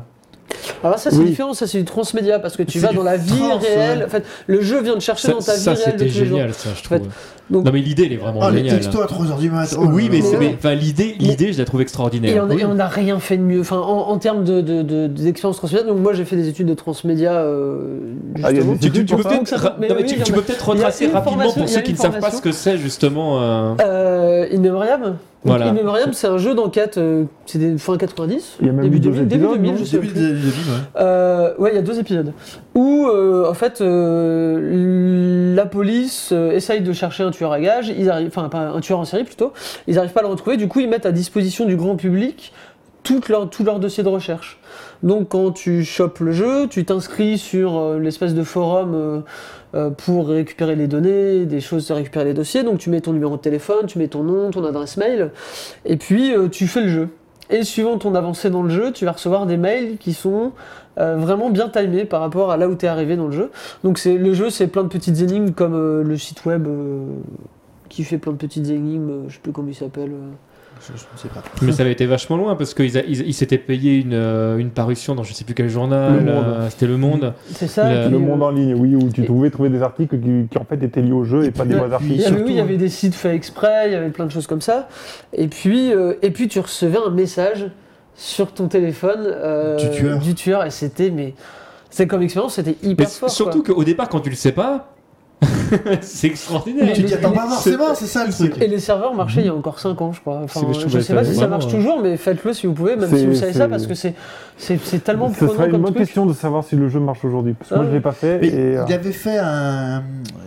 Alors ça c'est Oui. différent, ça c'est du transmédia parce que tu C'est vas du dans la vie trans, réelle. ouais. En fait, le jeu vient te chercher Ça, dans ta vie ça, réelle de c'était tous les jours. génial, ça, je trouve. fait, donc- non, mais l'idée, elle est vraiment Oh, les géniale. textos à 3h du Ah, mat. oh là oui, là mais, là. c'est- ouais. mais, enfin, l'idée, l'idée, je la trouve Et extraordinaire. on, et on n'a rien fait de mieux, enfin en, en termes de, de, de- d'expérience transmédia. Donc moi j'ai fait des études de transmédia. euh, Ah, il y a justement. des Tu, tu- tu études peux pour ça peut-être ra- Mais non, mais oui, tu- il y en tu a- peux peut-être il y a retracer une rapidement formation- pour il y a ceux qui une ne savent pas formation. ce que c'est justement. euh, Euh, Inmemoriam. Donc, Voilà. Inmemoriam, c'est un jeu d'enquête, euh, c'est des fin 90, Il y a même début eu deux 2000, début épisodes, 2000, non je Au sais début plus. de- du film, ouais. Euh, ouais, il y a deux épisodes. Où, euh, en fait, euh, la police euh, essaye de chercher un tueur à gage, ils arrivent, enfin, pas un tueur en série plutôt, ils n'arrivent pas à le retrouver, du coup, ils mettent à disposition du grand public toutes leurs- tous leurs dossiers de recherche. Donc, quand tu chopes le jeu, tu t'inscris sur euh, l'espèce de forum euh, euh, pour récupérer les données, des choses à récupérer les dossiers, donc tu mets ton numéro de téléphone, tu mets ton nom, ton adresse mail, et puis euh, tu fais le jeu. Et suivant ton avancée dans le jeu, tu vas recevoir des mails qui sont euh, vraiment bien timés par rapport à là où tu es arrivé dans le jeu. Donc c'est le jeu, c'est plein de petites énigmes comme euh, le site web euh, qui fait plein de petites énigmes, euh, je sais plus comment il s'appelle. euh, Je, je ne sais pas. Mais ça avait été vachement loin parce qu'ils a- ils- ils s'étaient payé une, euh, une parution dans je sais plus quel journal. Le Monde. euh, C'était Le Monde. C'est ça. Le- puis, Le euh, monde en ligne, oui, où tu et- pouvais trouver des articles qui, qui, en fait étaient liés au jeu et, pas des puis- vrais Il articles. y, avait, surtout, oui, il y hein. avait des sites faits exprès, il y avait plein de choses comme ça. Et puis, euh, et puis tu recevais un message sur ton téléphone euh, Du tueur. tueur, et c'était mais c'est comme expérience, c'était Mais hyper s- fort. surtout quoi. qu'au départ, quand tu le sais pas, c'est extraordinaire. Tu t'y mais- attends pas mais- forcément, c'est ça le truc. Et les serveurs marchaient il y a encore 5 ans, je crois. Enfin, C'est- je je trouvais sais ça pas si ça vraiment, marche euh, toujours, mais faites-le si vous pouvez, même si C'est- vous savez ça, c'est- parce que c'est c'est c'est tellement Ce prenant serait une comme bonne truc. question de savoir si le jeu marche aujourd'hui. Parce que Ah moi, je ouais. l'ai pas fait. Mais et, euh, il avait fait un.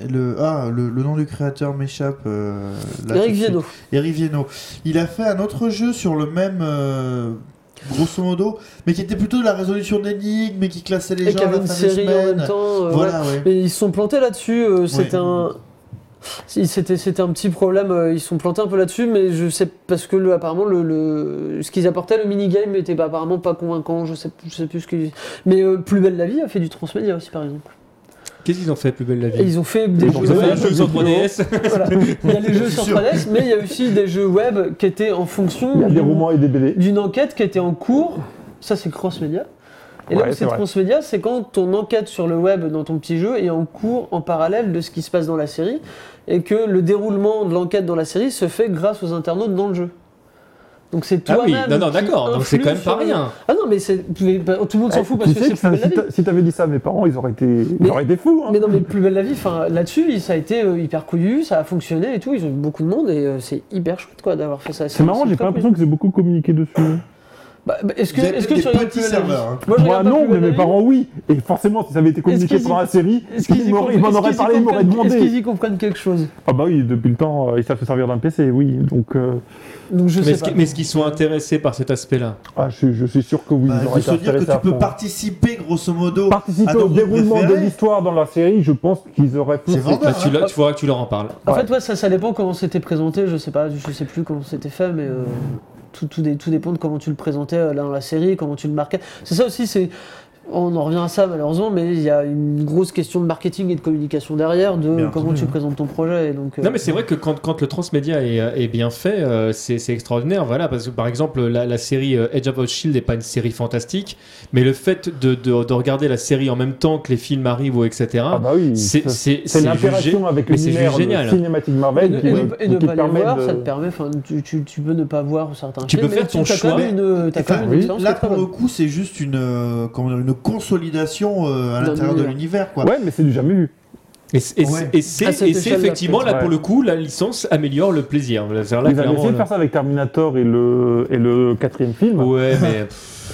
Le, ah, le, le nom du créateur m'échappe. euh, là, tout Eric de suite. Viano. Eric Viennot. Il a fait un autre jeu sur le même. euh, grosso modo, mais qui était plutôt de la résolution d'énigmes et qui classait les Et gens qui à avait la une fin des série en même semaines. temps. euh, ouais. Voilà, ouais. Mais ils se sont plantés là-dessus. euh, C'était Ouais. un. si, C'était c'était un petit problème, euh, ils se sont plantés un peu là-dessus, mais je sais parce que le, apparemment le, le- ce qu'ils apportaient le minigame était pas- apparemment pas convaincant, je sais, plus- je sais plus ce qu'ils. Mais euh, Plus Belle la Vie a fait du transmédia aussi par exemple. Qu'est-ce qu'ils ont fait plus belle la Et vie ils ont fait des Ils ont Ils jeux ont fait Ouais, un web, jeu sur 3DS. voilà. Il y a les jeux sur C'est 3DS, mais il y a aussi des jeux web qui étaient en fonction il y a des d'une- romans et des BD. d'une enquête qui était en cours. Ça c'est cross-média. Et là Ouais, où c'est c'est vrai. transmédia, c'est quand ton enquête sur le web dans ton petit jeu est en cours en parallèle de ce qui se passe dans la série et que le déroulement de l'enquête dans la série se fait grâce aux internautes dans le jeu. Donc c'est Ah oui, toi-même. non, non, qui d'accord. Donc c'est quand même influe pas sur- rien. Ah non, mais c'est mais, bah, tout le monde s'en fout parce Eh, tu que sais c'est que plus ça, belle la si vie. t'a- si t'avais dit ça à mes parents, ils auraient été, ils Mais- auraient été fous. hein. Mais non, mais plus belle la vie. Enfin, là-dessus, il- ça a été euh, hyper couillu, ça a fonctionné et tout. Ils ont eu beaucoup de monde et euh, c'est hyper chouette quoi d'avoir fait ça. C'est marrant, j'ai pas très cool. l'impression que j'ai beaucoup communiqué dessus. Bah, bah, est-ce que, Vous avez est-ce que des tu regardes petits Plus Belle la Vie serveurs, hein. Moi, je Moi regarde pas non, mais Plus Belle la mes Vie. parents oui. Et forcément, si ça avait été communiqué qu'ils y pendant la série, Est-ce qu'ils y ils m'auraient- comprennent- ils m'en est-ce auraient qu'ils y parlé, ils m'auraient comprennent- Est-ce qu'ils demandé. y comprennent quelque chose Ah bah oui, depuis le temps, euh, ils savent se servir d'un PC, oui. Donc, euh, Donc je Mais sais est-ce pas. qu'ils- mais est-ce qu'ils sont intéressés par cet aspect-là ah, je, suis- je suis sûr que oui, Bah, ils de auraient été se dire que intéressés tu à peux fond. participer grosso modo. Participer à ton au déroulement préféré. de l'histoire dans la série, je pense qu'ils auraient C'est foncé. vendeur. Bah, tu, leur- tu faudra que tu leur en parles. En Ouais. fait, ouais, ça, ça dépend comment c'était présenté. Je sais pas, je sais plus comment c'était fait, mais euh, tout, tout, dé- tout dépend de comment tu le présentais euh, là, dans la série, comment tu le marquais. C'est ça aussi, c'est. On en revient à ça malheureusement, mais il y a une grosse question de marketing et de communication derrière, de Bien comment entendu, tu hein. présentes ton projet. Et donc, euh, Non mais c'est vrai que quand, quand le transmédia est, euh, est bien fait, euh, c'est c'est extraordinaire. Voilà, parce que par exemple la, la série euh, Edge of Shield n'est pas une série fantastique, mais le fait de, de, de regarder la série en même temps que les films arrivent ou etc. hein. Ah bah oui. c'est ça, c'est C'est c'est jugé. l'interaction avec mais c'est l'univers juste génial. de cinématique Et Marvel ne, qui, et ne- et ne qui pas les permet voir, de... ça te permet, enfin, tu, tu- tu peux ne pas voir certains Tu films, peux faire mais ton t'as choix. Quand même une, t'as quand Enfin, même une oui. expérience Là, qui est très pour le bonne. coup, c'est juste une, euh, comment dire, une consolidation euh, à Dans l'intérieur de l'univers. l'univers. quoi. Ouais, mais c'est du jamais vu. Et c'est- et Ouais. c'est- et c'est À cette et c'est échelle-là, effectivement là peut-être, pour ouais. le coup la licence améliore le plaisir. Là, c'est-à-dire là, Ils avaient clairement, essayé de faire ça avec Terminator et le, et le quatrième film, Ouais mais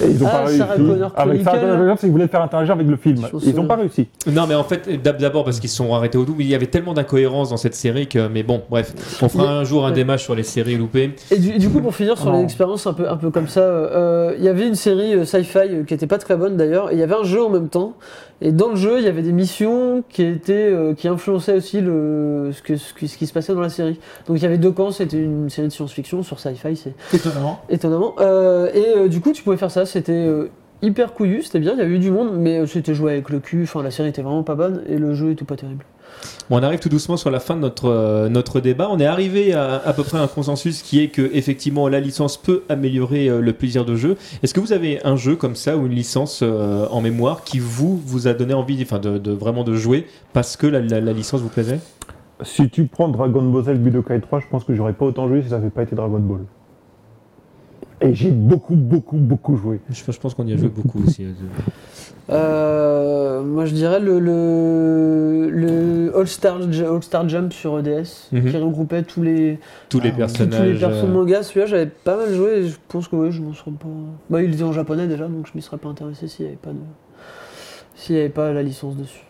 et ils ont Ah, pas réussi. Sarah Connor avec Sarah Chronicle. Connor Chronicle, c'est qu'ils voulaient faire interagir avec le film. Je pense Ils n'ont que- pas réussi. Non, mais en fait, d'ab- d'abord parce qu'ils se sont arrêtés au doux, mais il y avait tellement d'incohérences dans cette série que. Mais bon, bref, on fera un jour un Ouais. débat sur les séries loupées. Et du, du coup, pour finir sur Non. les expériences un peu, un peu comme ça, euh, il y avait une série euh, sci-fi euh, qui était pas très bonne d'ailleurs, et il y avait un jeu en même temps. Et dans le jeu, il y avait des missions qui étaient, euh, qui influençaient aussi le, ce, que, ce, qui- ce qui se passait dans la série. Donc il y avait deux camps, c'était une série de science-fiction sur sci-fi, c'est Étonnamment. étonnamment. Euh, et euh, du coup, tu pouvais faire ça, c'était euh, hyper couillu, c'était bien, il y avait eu du monde, mais euh, c'était joué avec le cul, enfin la série était vraiment pas bonne, et le jeu était pas terrible. Bon, on arrive tout doucement sur la fin de notre, euh, notre débat. On est arrivé à à peu près un consensus qui est que, effectivement, la licence peut améliorer euh, le plaisir de jeu. Est-ce que vous avez un jeu comme ça ou une licence euh, en mémoire qui vous, vous a donné envie enfin, de, de- vraiment de jouer parce que la, la- la licence vous plaisait Si tu prends Dragon Ball Z Budokai 3, je pense que j'aurais pas autant joué si ça n'avait pas été Dragon Ball. Et j'ai beaucoup, beaucoup, beaucoup joué. je, je pense qu'on y a joué beaucoup aussi. Euh, moi je dirais le, le, le All, Star, All Star Jump sur EDS Mhm. qui regroupait tous les, Tous les Ah, tous, tous les personnages. persos de euh, manga. Celui-là j'avais pas mal joué et je pense que ouais, je m'en serais pas. Bah, il était en japonais déjà donc je m'y serais pas intéressé s'il n'y avait pas de. S'il n'y avait pas la licence dessus.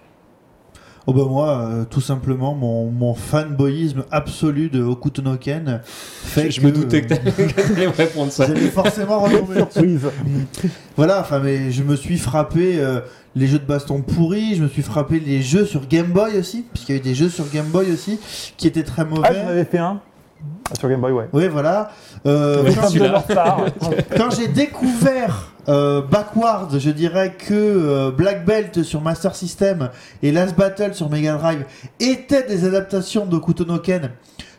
Oh bah moi, euh, tout simplement, mon, mon fanboyisme absolu de Okutonoken fait je me doutais que euh, t'allais- que t'allais me répondre ça. j'allais forcément retomber là-dessus. Surprise. Voilà, enfin, mais je me suis frappé euh, les jeux de baston pourris, je me suis frappé les jeux sur Game Boy aussi, puisqu'il y a eu des jeux sur Game Boy aussi qui étaient très Ah, j'en mauvais. avais fait un Ah, sur Game Boy, ouais. oui, voilà. Euh, Ouais, quand- celui-là. Dragon Ball Ah, Star. quand j'ai découvert euh, Backward, je dirais que euh, Black Belt sur Master System et Last Battle sur Mega Drive étaient des adaptations de Kutonoken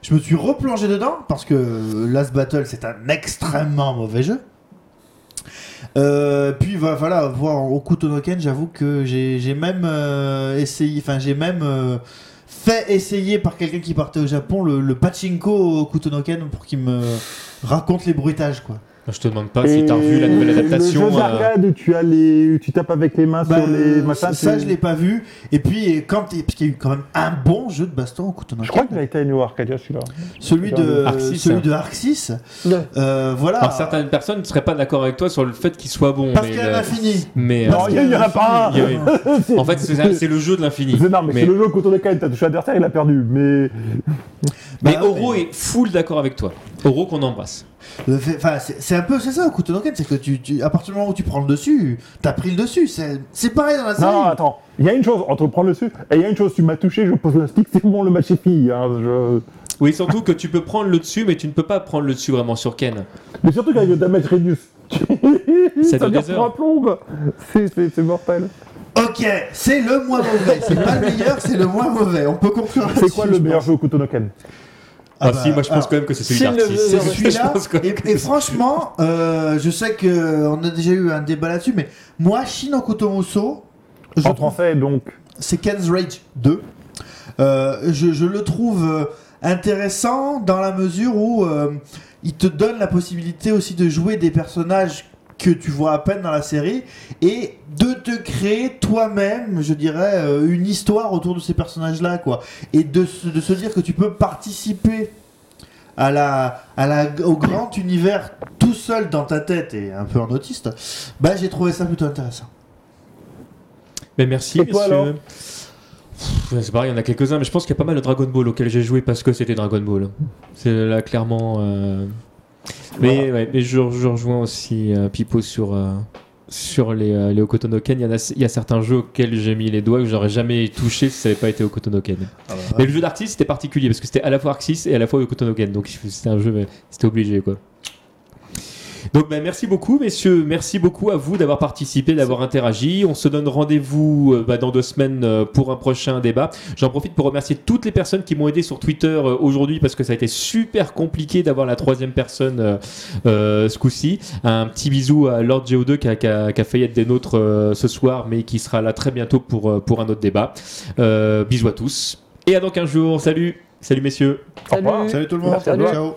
Je me suis replongé dedans parce que euh, Last Battle c'est un extrêmement mauvais jeu. Euh, puis va- voilà, voir au couteau Ken, j'avoue que j'ai j'ai même euh, essayé, enfin j'ai même euh, fait essayer par quelqu'un qui partait au Japon le, le pachinko au couteau Ken pour qu'il me raconte les bruitages quoi. Je te demande pas si t'as revu la nouvelle adaptation. Le jeu euh, d'arcade où tu, as les, où tu tapes avec les mains Bah, Ah, sur les euh, machins. ça, c'est- je l'ai pas vu. Et puis, et quand, parce qu'il y a eu quand même un bon jeu de baston au couteau Je crois qu'il a été à Arcadia celui-là. Celui de Arc six, celui hein. de Arc 6. Ouais. Euh, voilà. Alors, certaines personnes ne seraient pas d'accord avec toi sur le fait qu'il soit bon. Parce mais, qu'il y en euh, a fini. mais, Non, euh, il n'y en a pas il y a- en fait, c'est c'est le jeu de l'infini. C'est- Non, mais, Mais- c'est le jeu au tu t'as touché l'adversaire, il a perdu. Mais Mais Bah, Oro mais- est full d'accord avec toi. Oro qu'on embrasse. Le fait- Enfin, c'est c'est un peu c'est ça au couteau d'enquête, c'est que tu, tu- à partir du moment où tu prends le dessus, t'as pris le dessus. C'est c'est pareil dans la non, série. non, attends. Il y a une chose, entre prendre le dessus, et il y a une chose, tu m'as touché, je pose l'instinct, c'est bon, le match est fini. hein, je- Oui, surtout que tu peux prendre le dessus, mais tu ne peux pas prendre le dessus vraiment sur Ken. Mais surtout qu'avec le damage reduce. Ça ça dure dure des heures. trois plombes. C'est- C'est c'est mortel. ok, c'est le moins mauvais. C'est pas le meilleur, c'est le moins mauvais. On peut conclure. C'est quoi le meilleur jeu au couteau Ah, si, bah, moi je pense quand même que c'est celui s'il ne d'artiste. veut- C'est non, celui- je Euh, celui-là. pense quand même que- Et, et franchement, euh, je sais que on a déjà eu un débat là-dessus, mais moi, Shin Okutomuso, je En trouve français, donc. c'est Ken's Rage 2. Euh, je, je le trouve euh, intéressant dans la mesure où euh, il te donne la possibilité aussi de jouer des personnages que tu vois à peine dans la série et de te créer toi-même, je dirais, euh, une histoire autour de ces personnages-là, quoi. Et de, se- de se dire que tu peux participer à la, à la, au grand univers tout seul dans ta tête et un peu en autiste, bah j'ai trouvé ça plutôt intéressant. Mais merci, Et toi, alors messieurs. Pff, C'est pareil, il y en a quelques-uns, mais je pense qu'il y a pas mal de Dragon Ball auxquels j'ai joué parce que c'était Dragon Ball. C'est là clairement. euh, Mais, ouais, mais je, je rejoins aussi euh, Pipo sur, euh, sur les, euh, les Okotonoken. Il y, en a, il y a certains jeux auxquels j'ai mis les doigts que j'aurais jamais touché si ça n'avait pas été Okotonoken. Ah bah, Mais le jeu d'artiste c'était particulier parce que c'était à la fois Arxis et à la fois Okotonoken. Donc c'était un jeu, mais c'était obligé quoi. Donc bah, merci beaucoup messieurs, merci beaucoup à vous d'avoir participé, d'avoir interagi. On se donne rendez-vous euh, bah, dans deux semaines euh, pour un prochain débat. J'en profite pour remercier toutes les personnes qui m'ont aidé sur Twitter euh, aujourd'hui parce que ça a été super compliqué d'avoir la troisième personne euh, euh, ce coup-ci. Un petit bisou à Lord Geo2 qui a, qui a- qui a failli être des nôtres euh, ce soir mais qui sera là très bientôt pour, euh, pour un autre débat. Euh, bisous à tous et à dans 15 jours. Salut, salut messieurs. revoir. Salut. Salut tout le monde. monde. Merci à toi. Ciao.